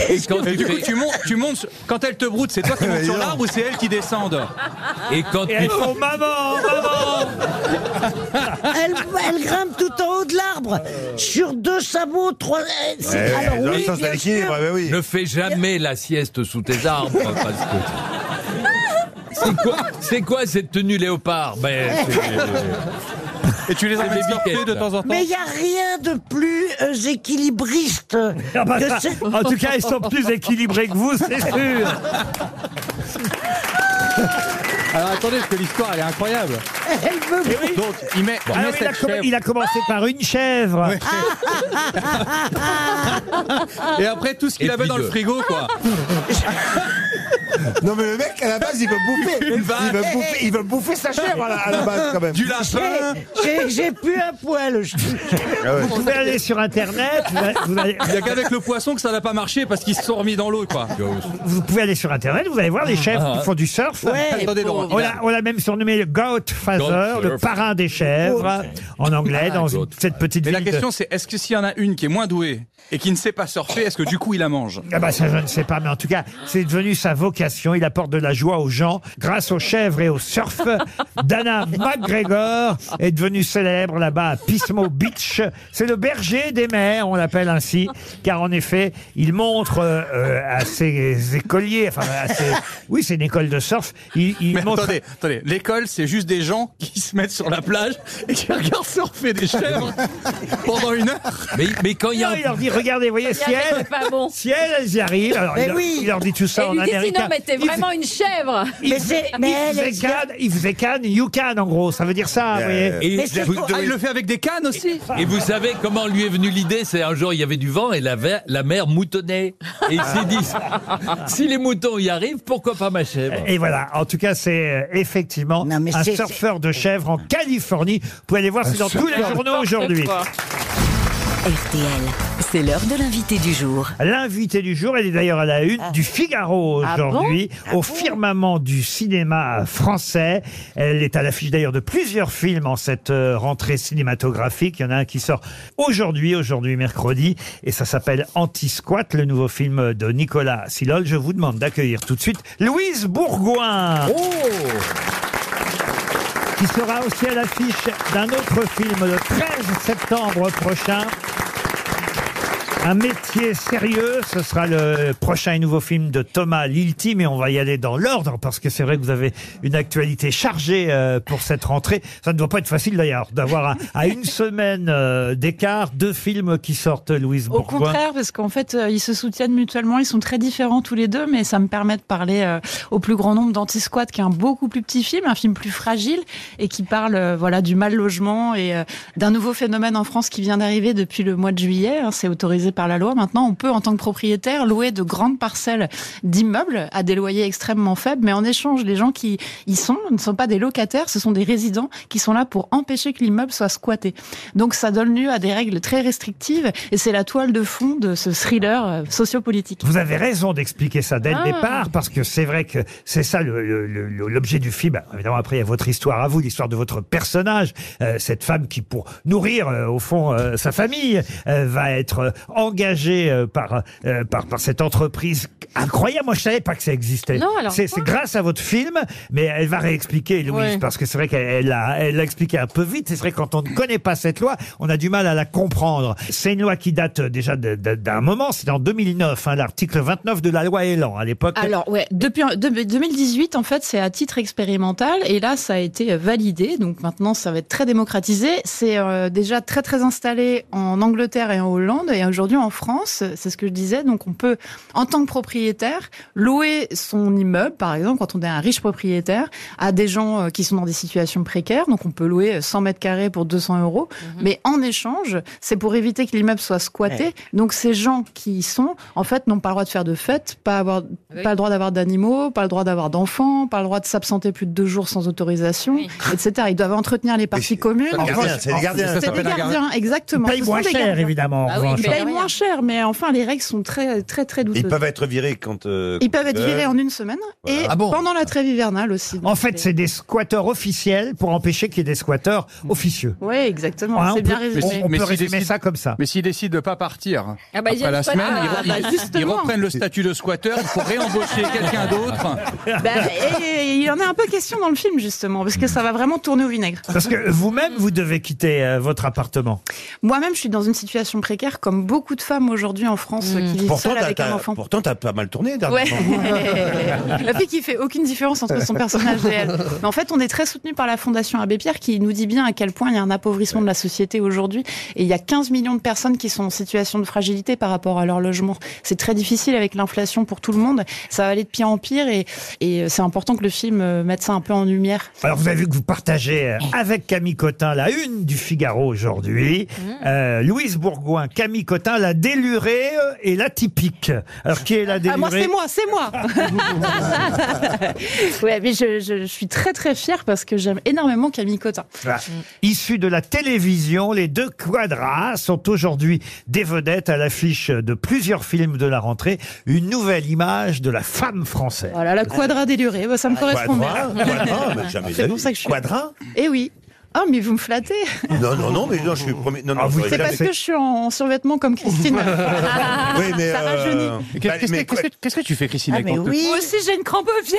Speaker 7: Et quand tu, fais- tu montes, tu montes sur- quand elle te broute, c'est toi qui montes sur l'arbre ou c'est elle qui descendent
Speaker 5: Et quand
Speaker 7: tu
Speaker 2: elles font maman, maman
Speaker 4: Elles, elles grimpent tout en haut de l'arbre, sur deux sabots, trois... eh, c'est- alors oui, bien sûr.
Speaker 5: Ne fais jamais la sieste sous tes arbres. parce que- C'est quoi, c'est quoi cette tenue léopard Ben,
Speaker 7: Eh,
Speaker 5: c'est-
Speaker 7: Et tu les
Speaker 5: C'est
Speaker 7: emmènes
Speaker 5: des
Speaker 7: surfer
Speaker 5: biquettes,
Speaker 7: de
Speaker 5: là.
Speaker 7: temps en temps
Speaker 4: Mais il n'y a rien de plus euh, équilibriste
Speaker 2: Ah bah,
Speaker 4: que c'est-
Speaker 2: en tout cas, elles sont plus équilibrées que vous, c'est sûr.
Speaker 7: Alors attendez, parce que l'histoire elle est incroyable.
Speaker 4: Elle veut
Speaker 7: Donc il met, il
Speaker 2: Ah
Speaker 7: met
Speaker 2: oui, il, a
Speaker 7: cette
Speaker 2: comm-
Speaker 7: chèvre.
Speaker 2: il a commencé par une chèvre.
Speaker 7: Et après tout ce qu'il
Speaker 2: Et
Speaker 7: avait
Speaker 2: puis
Speaker 7: dans le
Speaker 2: deux.
Speaker 7: frigo quoi.
Speaker 9: Non mais le mec à la base il veut bouffer,
Speaker 7: Une
Speaker 9: il
Speaker 7: vache.
Speaker 9: veut bouffer, il veut bouffer sa chèvre à la, à la base quand même.
Speaker 7: Du lapin.
Speaker 4: J'ai- J'ai plus un poil, je te jure.
Speaker 2: Vous pouvez aller sur Internet. Vous, allez- vous allez-
Speaker 7: Ah Il n'y a qu'avec le poisson que ça n'a pas marché parce qu'ils se sont remis dans l'eau quoi.
Speaker 2: vous pouvez aller sur Internet, vous allez voir les chèvres
Speaker 7: Ah.
Speaker 2: qui font du surf.
Speaker 7: Ouais, Attendez, les Laurent, pauvres.
Speaker 2: on l'a on l'a même surnommé le Goat Father, le
Speaker 7: Goat. Ah,
Speaker 2: parrain des chèvres, en anglais, dans une- cette petite
Speaker 7: Mais
Speaker 2: ville.
Speaker 7: la
Speaker 2: de-
Speaker 7: question c'est est-ce que s'il y en a une qui est moins douée et qui ne sait pas surfer, est-ce que du coup il la mange
Speaker 2: Ah bah ça je ne sais pas, mais en tout cas, c'est devenu sa vocation. Il apporte de la joie aux gens grâce aux chèvres et au surf. Dana McGregor est devenue célèbre là-bas à Pismo Beach. C'est le berger des mers, on l'appelle ainsi, car en effet, il montre euh, euh, à ses écoliers, enfin à ses- oui, c'est une école de surf. Il, il
Speaker 7: Mais
Speaker 2: montre-
Speaker 7: attendez, attendez, l'école, c'est juste des gens qui se mettent sur la plage et qui regardent surfer des chèvres pendant une heure.
Speaker 5: Mais, mais quand il y a
Speaker 2: Non, il leur dit, regardez, voyez,
Speaker 6: Il y a
Speaker 2: si
Speaker 6: un mec
Speaker 2: elles,
Speaker 6: qui est pas bon.
Speaker 2: si elles, elles y arrivent, alors
Speaker 6: Mais
Speaker 2: il, leur-
Speaker 6: oui.
Speaker 2: il leur dit tout ça
Speaker 6: Et
Speaker 2: en
Speaker 6: lui dit si,
Speaker 2: américain.
Speaker 6: non, mais t'es
Speaker 2: Il-
Speaker 6: vraiment une chèvre.
Speaker 2: Il faisait,
Speaker 4: mais
Speaker 2: il
Speaker 4: elle,
Speaker 2: faisait
Speaker 4: elle-
Speaker 2: canne, il faisait canne, you can en gros, ça veut dire ça, vous voyez.
Speaker 5: Et
Speaker 4: Mais c'est
Speaker 5: vous
Speaker 4: pour-
Speaker 7: Ah, il
Speaker 5: devez-
Speaker 7: le fait avec des cannes aussi
Speaker 5: Et vous savez comment lui est venue l'idée C'est un jour, il y avait du vent et la, ver- la mer moutonnait. Et il s'est dit, si les moutons y arrivent, pourquoi pas ma chèvre
Speaker 2: Et voilà, en tout cas, c'est euh, effectivement
Speaker 4: Non, mais
Speaker 2: un
Speaker 4: c'est-
Speaker 2: surfeur de chèvres en Californie. Vous pouvez aller voir, c'est dans tous les journaux aujourd'hui.
Speaker 10: RTL, c'est l'heure de l'invité du jour.
Speaker 2: L'invité du jour, elle est d'ailleurs à la une du Figaro
Speaker 10: Ah bon
Speaker 2: aujourd'hui,
Speaker 10: Ah
Speaker 2: au
Speaker 10: bon
Speaker 2: firmament du cinéma français. Elle est à l'affiche d'ailleurs de plusieurs films en cette euh, rentrée cinématographique. Il y en a un qui sort aujourd'hui, aujourd'hui mercredi, et ça s'appelle Anti-Squat, le nouveau film de Nicolas Silol. Je vous demande d'accueillir tout de suite Louise Bourgoin. qui sera aussi à l'affiche d'un autre film le 13 septembre prochain. Un métier sérieux, ce sera le prochain et nouveau film de Thomas Lilti, mais on va y aller dans l'ordre parce que c'est vrai que vous avez une actualité chargée euh, pour cette rentrée. Ça ne doit pas être facile d'ailleurs d'avoir à, à une semaine euh, d'écart deux films qui sortent, Louise
Speaker 17: Au
Speaker 2: Bourgoin.
Speaker 17: contraire, parce qu'en fait, euh, ils se soutiennent mutuellement, ils sont très différents tous les deux, mais ça me permet de parler euh, au plus grand nombre d'Anti-Squat, qui est un beaucoup plus petit film, un film plus fragile, et qui parle euh, voilà du mal logement et euh, d'un nouveau phénomène en France qui vient d'arriver depuis le mois de juillet. hein, C'est autorisé par la loi. Maintenant, on peut, en tant que propriétaire, louer de grandes parcelles d'immeubles à des loyers extrêmement faibles, mais en échange, les gens qui y sont ne sont pas des locataires, ce sont des résidents qui sont là pour empêcher que l'immeuble soit squatté. Donc ça donne lieu à des règles très restrictives et c'est la toile de fond de ce thriller euh, sociopolitique.
Speaker 2: Vous avez raison d'expliquer ça dès
Speaker 17: Ah.
Speaker 2: le départ, parce que c'est vrai que c'est ça le- le- le- le- l'objet du film. Évidemment, après, il y a votre histoire à vous, l'histoire de votre personnage, euh, cette femme qui, pour nourrir, euh, au fond, euh, sa famille, euh, va être euh, engagée euh, par, euh, par, par cette entreprise incroyable. Moi, je savais pas que ça existait.
Speaker 6: Non, alors
Speaker 2: C'est
Speaker 6: quoi
Speaker 2: c'est grâce à votre film, mais elle va réexpliquer, Louise,
Speaker 17: Ouais.
Speaker 2: parce que c'est vrai qu'elle elle l'a elle l'a expliqué un peu vite. C'est vrai que quand on ne connaît pas cette loi, on a du mal à la comprendre. C'est une loi qui date euh, déjà de- de- d'un moment. C'était en 2009, hein, l'article 29 de la loi Elan à l'époque.
Speaker 17: Alors ouais, depuis en- de- 2018 en fait, c'est à titre expérimental et là ça a été euh, validé. Donc maintenant ça va être très démocratisé. C'est euh, déjà très très installé en Angleterre et en Hollande et aujourd'hui aujourd'hui en France, c'est ce que je disais, donc on peut, en tant que propriétaire, louer son immeuble, par exemple, quand on est un riche propriétaire, à des gens euh, qui sont dans des situations précaires. Donc on peut louer euh, 100 mètres carrés pour 200 euros. Mais en échange, c'est pour éviter que l'immeuble soit squatté.
Speaker 18: Ouais.
Speaker 17: Donc ces gens qui y sont, en fait, n'ont pas le droit de faire de fête, pas, avoir, pas le droit d'avoir d'animaux, pas le droit d'avoir d'enfants, pas le droit de s'absenter plus de deux jours sans autorisation, etc. Ils doivent entretenir les parties communes.
Speaker 9: Ah,
Speaker 2: c'est des gardiens, c'est des gardiens. Ça
Speaker 17: C'est des
Speaker 2: s'appelle un gardien.
Speaker 17: gardiens, exactement.
Speaker 2: Ils payent
Speaker 17: Ce sont
Speaker 2: moins
Speaker 17: des
Speaker 2: cher,
Speaker 17: gardiens.
Speaker 2: évidemment, en Ah oui, revanche.
Speaker 17: Ils
Speaker 2: mais-
Speaker 17: payent moins cher, mais enfin, les règles sont très, très, très douteuses.
Speaker 9: Ils peuvent être virés quand. euh,
Speaker 17: Ils peuvent être
Speaker 9: quand-
Speaker 17: virés en une semaine
Speaker 2: Euh,
Speaker 17: et
Speaker 2: Ah
Speaker 17: pendant la trêve hivernale aussi.
Speaker 2: En fait, c'est des squatteurs officiels pour empêcher qu'il y ait des squatteurs officieux.
Speaker 17: Oui, exactement.
Speaker 2: Hein,
Speaker 17: c'est
Speaker 2: on
Speaker 17: bien
Speaker 2: peut-
Speaker 17: résumé.
Speaker 2: on- on peut résumer ça comme ça.
Speaker 7: Mais s'ils décident de pas partir
Speaker 17: Ah bah, ils
Speaker 7: après la
Speaker 17: viennent
Speaker 7: semaine,
Speaker 17: pas-
Speaker 7: ils, re-
Speaker 17: Ah
Speaker 7: ils-
Speaker 17: bah,
Speaker 7: ils
Speaker 17: justement.
Speaker 7: reprennent le statut de squatteur pour réembaucher quelqu'un d'autre.
Speaker 17: Bah, et- et il en est un peu question dans le film, justement, parce que ça va vraiment tourner au vinaigre.
Speaker 2: Parce que vous-même, vous devez quitter euh, votre appartement.
Speaker 17: Moi-même, je suis dans une situation précaire, comme beaucoup de femmes aujourd'hui en
Speaker 2: Mm.
Speaker 17: France euh, qui vivent
Speaker 9: Pourtant,
Speaker 17: seules
Speaker 9: t'as-
Speaker 17: avec un
Speaker 9: t'as
Speaker 17: enfant.
Speaker 9: pourtant, t'as pas mal tourné
Speaker 17: Ouais.
Speaker 9: dernièrement.
Speaker 17: la fille qui fait aucune différence entre son personnage et elle. Mais en fait, on est très soutenu par la Fondation Abbé Pierre qui nous dit bien à quel point il y a un appauvrissement de la société aujourd'hui. Et il y a 15 millions de personnes qui sont en situation de fragilité par rapport à leur logement. C'est très difficile avec l'inflation pour tout le monde. Ça va aller de pire en pire et, et c'est important que le film euh, mette ça un peu en lumière.
Speaker 2: Alors, vous avez vu que vous partagez euh,
Speaker 17: Eh.
Speaker 2: avec Camille Cotin la une du Figaro aujourd'hui.
Speaker 17: Mm.
Speaker 2: Euh, Louise Bourgoin, Camille Cotin, la délurée euh, et l'atypique. Alors, qui est la délurée
Speaker 17: Ah, moi, c'est moi, c'est moi Ouais, mais je, je- je suis très très fière parce que j'aime énormément Camille Cotin.
Speaker 2: Voilà. Issus de la télévision, les deux quadras sont aujourd'hui des vedettes à l'affiche de plusieurs films de la rentrée. Une nouvelle image de la femme française.
Speaker 17: Voilà, la quadra délurée, bah, ça me correspond
Speaker 2: Quadra,
Speaker 17: bien.
Speaker 2: quadra, mais jamais de la
Speaker 17: C'est pour
Speaker 2: vie.
Speaker 17: ça que je suis.
Speaker 2: Quadra
Speaker 17: Eh oui. Ah, mais vous me flattez
Speaker 9: Non, non, non, mais non, je suis premier. Non, non,
Speaker 2: vous
Speaker 9: j'aurais
Speaker 17: C'est
Speaker 9: jamais
Speaker 17: parce
Speaker 9: fait.
Speaker 17: que je suis en survêtement comme Christine.
Speaker 9: Oui, mais.
Speaker 17: Ça rajeunit.
Speaker 9: euh,
Speaker 7: Qu'est-ce-
Speaker 9: bah,
Speaker 7: qu'est-ce
Speaker 9: mais
Speaker 7: que-
Speaker 9: quoi-
Speaker 7: qu'est-ce que- Qu'est-ce que tu fais, Christine
Speaker 17: Ah,
Speaker 7: avec
Speaker 17: mais
Speaker 7: ton-
Speaker 17: Moi aussi, j'ai une crampe au pied.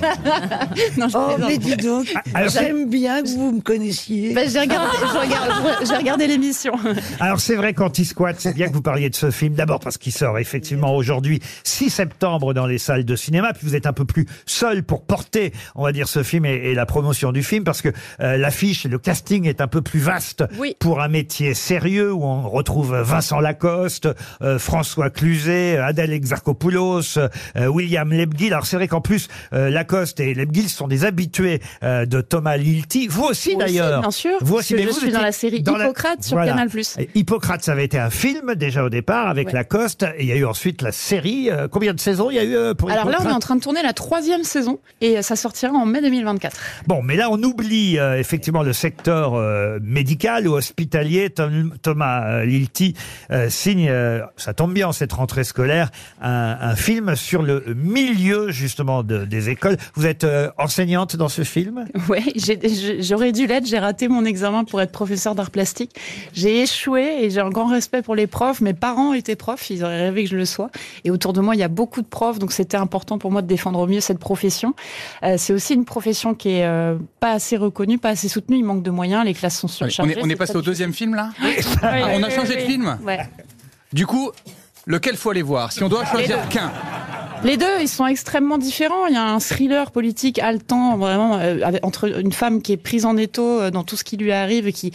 Speaker 17: non, je
Speaker 18: Oh,
Speaker 17: plaisante. Ah,
Speaker 18: mais dis donc,
Speaker 2: Alors, c'est-
Speaker 18: j'aime bien que vous me connaissiez.
Speaker 17: Bah, j'ai regardé, je regarde- je- j'ai regardé l'émission.
Speaker 2: Alors c'est vrai qu'Anti-Squat, c'est bien que vous parliez de ce film. D'abord parce qu'il sort effectivement aujourd'hui 6 septembre dans les salles de cinéma. Puis vous êtes un peu plus seul pour porter, on va dire, ce film et, et la promotion du film parce que euh, l'affiche, le casting est un peu plus vaste
Speaker 17: Oui.
Speaker 2: pour un métier sérieux où on retrouve Vincent Lacoste, euh, François Cluzet, Adèle Exarchopoulos, euh, William Lebguil. Alors c'est vrai qu'en plus euh, Lacoste et Lebguil sont des habitués euh, de Thomas Lilti. Vous aussi
Speaker 17: Vous aussi,
Speaker 2: d'ailleurs.
Speaker 17: bien sûr,
Speaker 2: Vous
Speaker 17: parce
Speaker 2: aussi.
Speaker 17: que
Speaker 2: mais
Speaker 17: je
Speaker 2: vous
Speaker 17: suis dans
Speaker 2: étiez
Speaker 17: la série Hippocrate sur Canal+.
Speaker 2: Et Hippocrate, ça avait été un film déjà au départ avec
Speaker 17: Ouais.
Speaker 2: Lacoste. Et il y a eu ensuite la série. Euh, combien de saisons il y a eu euh, pour
Speaker 17: Alors là, on est en
Speaker 2: Hippocrate
Speaker 17: train de tourner la troisième saison et euh, ça sortira en mai 2024.
Speaker 2: Bon, mais là, on oublie euh, effectivement le secteur euh, médical ou hospitalier. Tom- Thomas euh, Lilti euh, signe, euh, ça tombe bien en cette rentrée scolaire, un, un film sur le milieu justement de- des écoles. Vous êtes euh, enseignante dans ce film
Speaker 17: Ouais, j'ai- j'ai- j'aurais dû l'être. J'ai raté mon examen pour être professeur d'art plastique. J'ai échoué et j'ai un grand respect pour les profs. Mes parents étaient profs, ils auraient rêvé que je le sois. Et autour de moi, il y a beaucoup de profs, donc c'était important pour moi de défendre au mieux cette profession. Euh, c'est aussi une profession qui est euh, pas assez reconnue, pas assez soutenue. Il manque de moyens, les classes sont
Speaker 7: On
Speaker 17: surchargées.
Speaker 7: est, on est
Speaker 17: c'est
Speaker 7: passé
Speaker 17: très
Speaker 7: au deuxième film là Ah,
Speaker 17: difficile.
Speaker 7: On a changé de film
Speaker 17: Ouais.
Speaker 7: Du coup, lequel faut aller voir Si on doit choisir qu'un.
Speaker 17: Les deux, ils sont extrêmement différents. Il y a un thriller politique haletant, vraiment, euh, avec- entre une femme qui est prise en étau euh, dans tout ce qui lui arrive et qui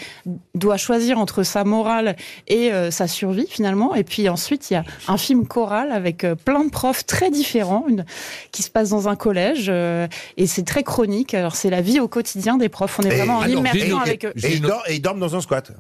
Speaker 17: doit choisir entre sa morale et euh, sa survie, finalement. Et puis ensuite, il y a un film choral avec euh, plein de profs très différents une- qui se passe dans un collège. euh, et c'est très chronique. Alors, c'est la vie au quotidien des profs. On est vraiment en
Speaker 9: alors,
Speaker 17: immersion
Speaker 9: dis-nous-
Speaker 17: avec
Speaker 7: euh,
Speaker 17: eux.
Speaker 9: Et, ils dor- et ils dorment dans un squat.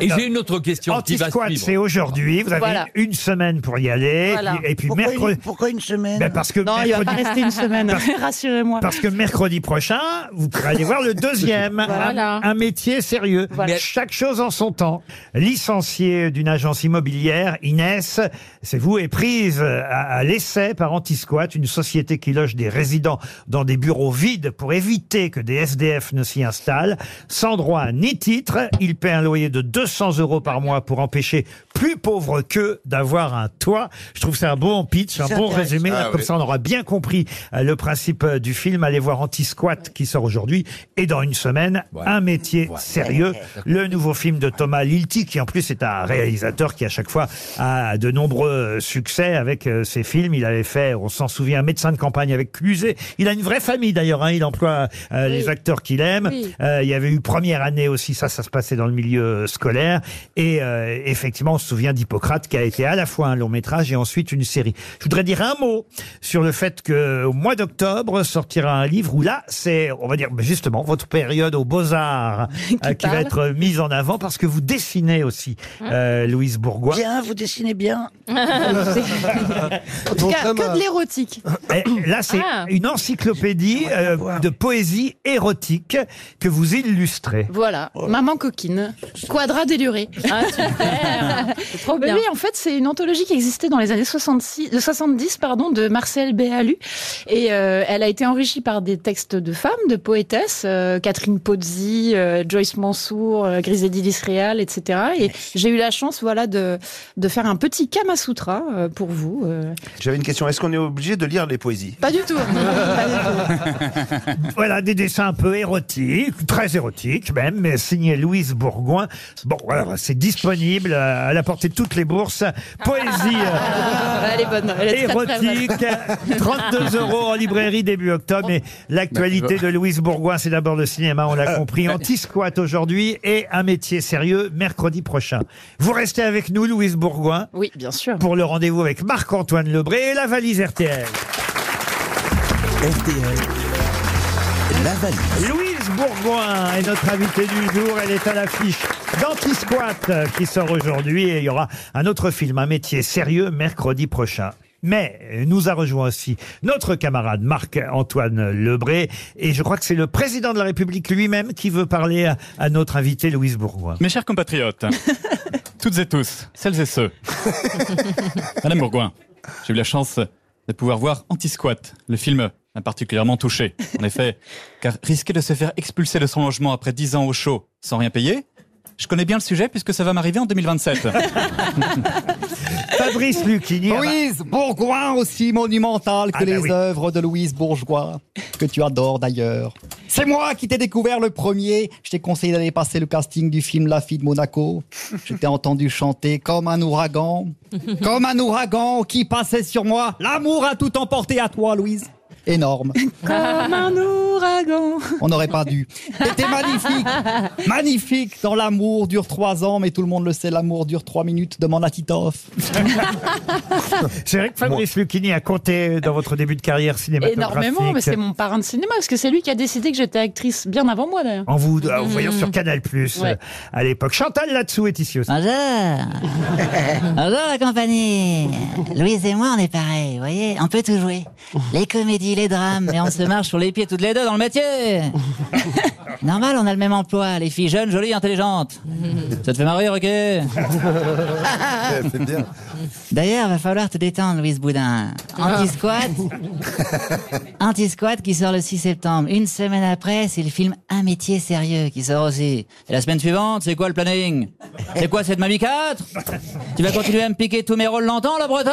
Speaker 5: Et j'ai une autre question qui va
Speaker 2: Anti-squat,
Speaker 5: suivre.
Speaker 2: c'est aujourd'hui. Vous avez
Speaker 17: Voilà.
Speaker 2: une semaine pour y aller.
Speaker 17: Voilà.
Speaker 2: Et puis
Speaker 17: Pourquoi
Speaker 2: mercredi.
Speaker 17: une-
Speaker 2: pourquoi une semaine Parce que
Speaker 17: non, il va pas
Speaker 2: mercredi-
Speaker 17: rester une semaine.
Speaker 2: Parce-
Speaker 17: Rassurez-moi.
Speaker 2: Parce que mercredi prochain, vous pourrez aller voir le deuxième,
Speaker 17: Voilà.
Speaker 2: un, un métier sérieux.
Speaker 17: Voilà.
Speaker 2: Mais Chaque chose en son temps. Licenciée d'une agence immobilière, Inès, c'est vous, est prise à, à l'essai par Antisquat, une société qui loge des résidents dans des bureaux vides pour éviter que des SDF ne s'y installent. Sans droit ni titre, il paie un loyer de 200 euros par mois pour empêcher plus pauvres qu'eux d'avoir un toit. Je trouve ça un bon pitch. C'est un bon résumé, là, comme ça on aura bien compris euh, le principe euh, du film. Allez voir Anti-Squat qui sort aujourd'hui et dans une semaine, Un métier sérieux, le nouveau film de Thomas Lilti qui en plus est un réalisateur qui à chaque fois a de nombreux euh, succès avec euh, ses films. Il avait fait, on s'en souvient, Médecin de campagne avec Cluzet. Il a une vraie famille d'ailleurs, hein. il emploie euh, les acteurs qu'il aime.
Speaker 19: Oui.
Speaker 2: Euh, il y avait eu Première année aussi, ça, ça se passait dans le milieu euh, scolaire. Et euh, effectivement, on se souvient d'Hippocrate qui a été à la fois un long métrage et ensuite une série. Je voudrais dire un mot sur le fait que au mois d'octobre sortira un livre où là, c'est, on va dire ben, justement, votre période aux beaux-arts euh, qui
Speaker 4: parle.
Speaker 2: va être mise en avant parce que vous dessinez aussi,
Speaker 17: Hein
Speaker 2: euh, Louise Bourgois. Euh,
Speaker 4: Bien, vous dessinez bien.
Speaker 17: En tout cas, que de l'érotique.
Speaker 2: Eh, Là, c'est
Speaker 17: Ah.
Speaker 2: une encyclopédie euh, de poésie érotique que vous illustrez.
Speaker 17: Voilà,
Speaker 2: Oh
Speaker 17: maman coquine, quadra déluré.
Speaker 6: Ah, super.
Speaker 17: Trop
Speaker 6: bien.
Speaker 17: Oui, en fait, c'est une anthologie qui existait dans les années 66, de 70 pardon, de Marcel Béhalu. Et euh, elle a été enrichie par des textes de femmes, de poétesses, euh, Catherine Pozzi, euh, Joyce Mansour, euh, Griselda Disreal, etc. Et j'ai eu la chance voilà, de, de faire un petit Kama Sutra euh, pour vous. euh.
Speaker 9: J'avais une question. Est-ce qu'on est obligé de lire les poésies
Speaker 17: Pas du tout. Pas du tout.
Speaker 2: Voilà, des dessins un peu érotiques, très érotiques même, mais signé Louise Bourgoin. Bon, alors, c'est disponible euh, à la portée de toutes les bourses. Poésie euh,
Speaker 17: Ah, elle est bonne. Elle est très, très bonne.
Speaker 2: érotique, 32 euros en librairie début octobre. Et l'actualité de Louise Bourgoin, c'est d'abord le cinéma, on l'a compris. Anti-squat aujourd'hui et un métier sérieux mercredi prochain. Vous restez avec nous, Louise Bourgoin.
Speaker 17: Oui, bien sûr.
Speaker 2: Pour le rendez-vous avec Marc-Antoine Lebré et la valise RTL. La valise. Louise Bourgoin est notre invitée du jour. Elle est à l'affiche d'Antisquat euh, qui sort aujourd'hui et il y aura un autre film, un métier sérieux, mercredi prochain. Mais euh, nous a rejoint aussi notre camarade Marc-Antoine Lebré et je crois que c'est le président de la République lui-même qui veut parler à, à notre invité Louise Bourgoin.
Speaker 20: Mes chers compatriotes, toutes et tous, celles et ceux, Madame Bourgoin, j'ai eu la chance de pouvoir voir Anti-Squat. Le film m'a particulièrement touché, en effet, car risquer de se faire expulser de son logement après 10 ans au chaud sans rien payer, je connais bien le sujet puisque ça va m'arriver en 2027.
Speaker 2: Fabrice Lucchini.
Speaker 21: Louise Bourgoin aussi monumentale que
Speaker 2: Ah bah
Speaker 21: les
Speaker 2: oui.
Speaker 21: œuvres de Louise Bourgeois, que tu adores d'ailleurs. C'est moi qui t'ai découvert le premier. Je t'ai conseillé d'aller passer le casting du film La fille de Monaco. Je t'ai entendu chanter comme un ouragan, comme un ouragan qui passait sur moi. L'amour a tout emporté à toi, Louise. Énorme.
Speaker 17: Comme un ouragan.
Speaker 21: On n'aurait pas dû. T'étais magnifique. Magnifique dans l'amour dure trois ans, mais tout le monde le sait, l'amour dure trois minutes. Demande à Titoff.
Speaker 2: C'est vrai que Fabrice Lucchini a compté dans votre début de carrière cinématographique.
Speaker 17: Énormément, mais c'est mon parrain de cinéma, parce que c'est lui qui a décidé que j'étais actrice bien avant moi d'ailleurs.
Speaker 2: En vous, en vous voyant
Speaker 17: Mhm.
Speaker 2: sur Canal Plus euh,
Speaker 17: Ouais. Ah,
Speaker 2: à l'époque. Chantal là-dessous est ici aussi.
Speaker 22: Bonjour la compagnie Louise et moi on est pareil, vous voyez, on peut tout jouer. Les comédies, les drames, mais on se marche sur les pieds toutes les deux dans le métier Normal, on a le même emploi, les filles jeunes, jolies, intelligentes. Ça te fait marrer, ok D'ailleurs, va falloir te détendre, Louise Boudin. Anti-squat. Anti-squat qui sort le 6 septembre. Une semaine après, c'est le film Un métier sérieux qui sort aussi. Et la semaine suivante, c'est quoi le planning C'est quoi cette mamie 4 Tu vas continuer à me piquer tous mes rôles longtemps, la bretonne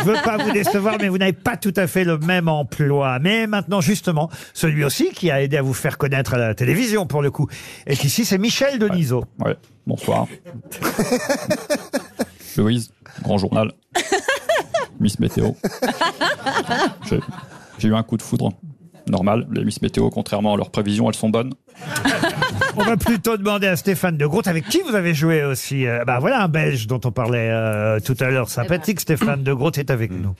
Speaker 2: Je veux pas vous décevoir, mais vous n'avez pas tout à fait le même emploi. Mais maintenant, justement, celui aussi qui a aidé à vous faire connaître à la télévision, pour le coup, et ici, c'est Michel Denisot.
Speaker 20: Ouais, bonsoir. Louise, grand journal. Miss Météo. J'ai- J'ai eu un coup de foudre. Normal, les Miss Météo, contrairement à leurs prévisions, elles sont bonnes.
Speaker 2: On va plutôt demander à Stéphane de Groot, avec qui vous avez joué aussi. Euh, bah voilà, un Belge dont on parlait euh, tout à l'heure. Sympathique, Stéphane de Groot est avec nous.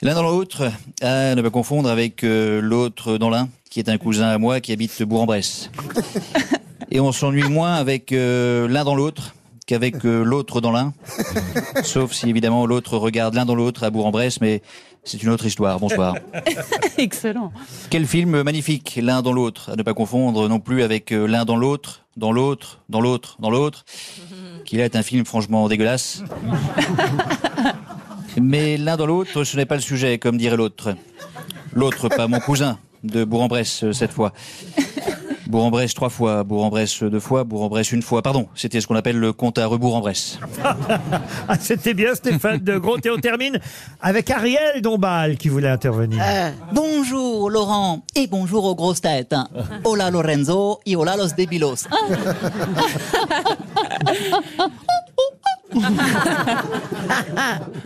Speaker 23: L'un dans l'autre, à ne pas confondre avec euh, l'autre dans l'un, qui est un cousin à moi qui habite Bourg-en-Bresse. Et on s'ennuie moins avec euh, l'un dans l'autre qu'avec euh, l'autre dans l'un. Sauf si évidemment l'autre regarde l'un dans l'autre à Bourg-en-Bresse, mais c'est une autre histoire. Bonsoir.
Speaker 17: Excellent.
Speaker 23: Quel film magnifique, l'un dans l'autre, à ne pas confondre non plus avec euh, l'un dans l'autre, dans l'autre, dans l'autre, dans l'autre, qui là est un film franchement dégueulasse. Mais l'un dans l'autre, ce n'est pas le sujet, comme dirait l'autre. L'autre, pas mon cousin de Bourg-en-Bresse euh, cette fois. Bourg-en-Bresse trois fois, Bourg-en-Bresse deux fois, Bourg-en-Bresse une fois. Pardon, c'était ce qu'on appelle le compte à rebours en Bresse.
Speaker 2: Ah, c'était bien Stéphane de Gros. Et on termine avec Ariel Dombal qui voulait intervenir.
Speaker 22: Euh, bonjour Laurent et bonjour aux grosses têtes. Hola Lorenzo et hola los débilos.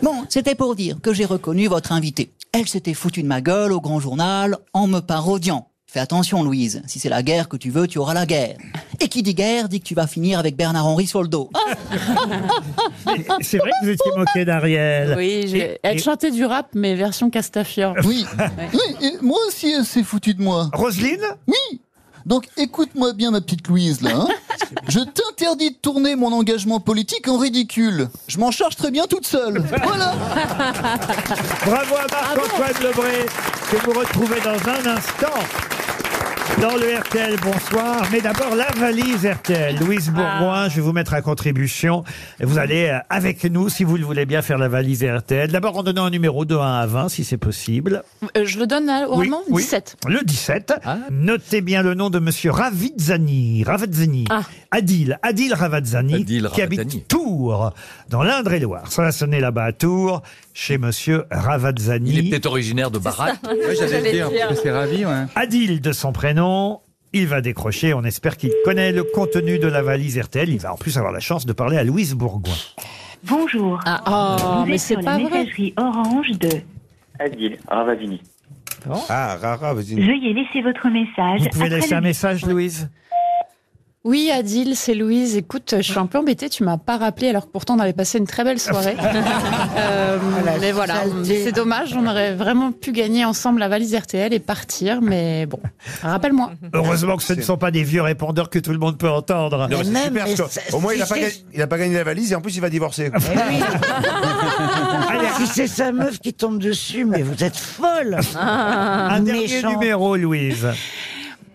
Speaker 22: bon, c'était pour dire que j'ai reconnu votre invitée. Elle s'était foutue de ma gueule au grand journal en me parodiant. Fais attention, Louise. Si c'est la guerre que tu veux, tu auras la guerre. Et qui dit guerre dit que tu vas finir avec Bernard-Henri sur le dos.
Speaker 2: C'est vrai que vous étiez moqué d'Ariel.
Speaker 17: Oui, je-
Speaker 2: Et-
Speaker 17: elle
Speaker 2: et-
Speaker 17: chantait du rap, mais version Castafiore.
Speaker 3: Oui. Oui, et moi aussi, elle s'est foutue de moi.
Speaker 2: Roselyne
Speaker 3: Oui. Donc écoute-moi bien, ma petite Louise, là. hein. Je t'interdis de tourner mon engagement politique en ridicule. Je m'en charge très bien toute seule. Voilà.
Speaker 2: Bravo à Marc-Antoine Lebré, que vous retrouvez dans un instant. Dans le RTL, bonsoir. Mais d'abord, la valise RTL. Louise Bourgoin, je vais vous mettre à contribution. Et vous allez, euh, avec nous, si vous le voulez bien, faire la valise RTL. D'abord, en donnant un numéro de 1 à 20, si c'est possible.
Speaker 17: Euh, je le donne à-
Speaker 2: Oui,
Speaker 17: oralement
Speaker 2: oui.
Speaker 17: 17.
Speaker 2: Le 17.
Speaker 5: Ah.
Speaker 2: Notez bien le nom de monsieur Ravizzani. Ravazzani. Adil. Adil Ravazzani. qui habite Tours, dans l'Indre-et-Loire. Ça va sonner là-bas à Tours, chez monsieur Ravazzani.
Speaker 5: Il est peut-être originaire de Barat.
Speaker 2: ravi, Adil de son prénom. Il va décrocher. On espère qu'il connaît le contenu de la valise RTL. Il va en plus avoir la chance de parler à Louise Bourgoin.
Speaker 12: Bonjour.
Speaker 17: oh,
Speaker 12: Vous
Speaker 17: mais
Speaker 12: êtes
Speaker 17: c'est
Speaker 12: sur
Speaker 17: pas
Speaker 12: la
Speaker 17: vrai.
Speaker 12: messagerie orange de
Speaker 19: Adil Ravazini.
Speaker 9: Ah, Rara, vas-y.
Speaker 12: Veuillez laisser votre message. après le bip.
Speaker 2: message, Louise
Speaker 17: Oui, Adil, c'est Louise. Écoute, je suis un peu embêtée, tu m'as pas rappelé alors que pourtant on avait passé une très belle soirée. Euh,
Speaker 18: Voilà,
Speaker 17: mais voilà,
Speaker 18: saleté.
Speaker 17: c'est dommage, on aurait vraiment pu gagner ensemble la valise RTL et partir, mais bon, rappelle-moi.
Speaker 2: Heureusement que ce ne sont pas des vieux répondeurs que tout le monde peut entendre.
Speaker 9: Non, mais c'est super, parce que au moins, il n'a pas, gagné- il a pas gagné la valise et en plus, il va divorcer.
Speaker 18: si c'est sa meuf qui tombe dessus, mais vous êtes folle
Speaker 17: Ah.
Speaker 2: Un dernier
Speaker 18: Méchant.
Speaker 2: numéro, Louise.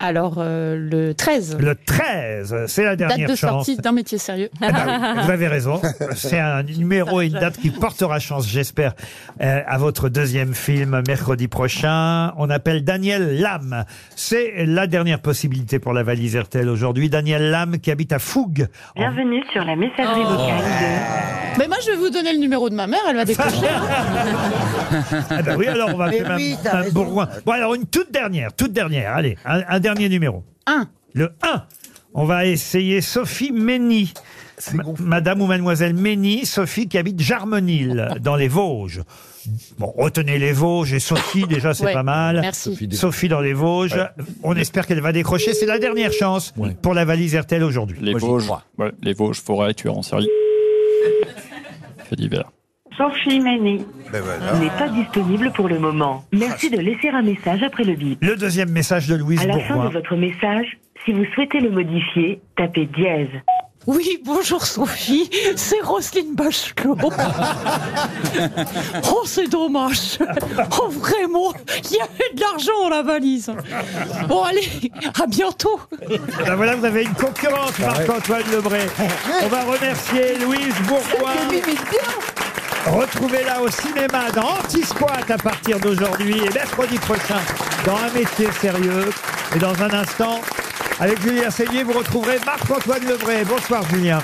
Speaker 17: Alors, euh, le 13.
Speaker 2: Le 13, c'est la dernière
Speaker 17: Date de
Speaker 2: chance.
Speaker 17: sortie d'un métier sérieux.
Speaker 2: Eh ben oui, vous avez raison. C'est un numéro et une date qui portera chance, j'espère, euh, à votre deuxième film mercredi prochain. On appelle Daniel Lame. C'est la dernière possibilité pour la valise RTL aujourd'hui. Daniel Lame qui habite à Fougue.
Speaker 12: Bienvenue sur la messagerie vocale de.
Speaker 17: Mais moi, je vais vous donner le numéro de ma mère, elle va décrocher.
Speaker 2: Ah ben oui, alors on va
Speaker 17: Mais
Speaker 2: appeler Mme-
Speaker 17: oui, t'as
Speaker 2: Mme
Speaker 17: raison.
Speaker 2: Bourgoin. Bon, alors une toute dernière, toute dernière. Allez, un, un dernier numéro.
Speaker 17: 1.
Speaker 2: Le 1. On va essayer Sophie Mény. Ma- Madame ou Mademoiselle Mény, Sophie qui habite Jarmenil, dans les Vosges. Bon, retenez les Vosges et Sophie, déjà, c'est
Speaker 17: Ouais,
Speaker 2: pas mal.
Speaker 17: merci. Sophie des-
Speaker 2: Sophie dans les Vosges. On espère qu'elle va décrocher. C'est la dernière chance pour la valise RTL aujourd'hui.
Speaker 20: Les Vosges. Ouais, les Vosges, forêt, tueurs en série. Fait divers.
Speaker 12: Sophie Méné
Speaker 20: voilà.
Speaker 12: n'est pas disponible pour le moment. Merci de laisser un message après le bip.
Speaker 2: Le deuxième message de Louise
Speaker 12: À la fin
Speaker 2: Bourgoin.
Speaker 12: de votre message, si vous souhaitez le modifier, tapez dièse.
Speaker 17: Oui, bonjour Sophie, c'est Roselyne Bachelot. oh, c'est dommage. Oh, vraiment, il y avait de l'argent dans la valise. Bon, allez, à bientôt.
Speaker 2: Ben voilà, vous avez une concurrente, Marc-Antoine Lebray. On va remercier Louise Bourgoin. Retrouvez-la au cinéma dans Anti-Squat à partir d'aujourd'hui et mercredi prochain dans Un métier sérieux. Et dans un instant, avec Julien Seigné, vous retrouverez Marc-Antoine Lebray. Bonsoir Julien.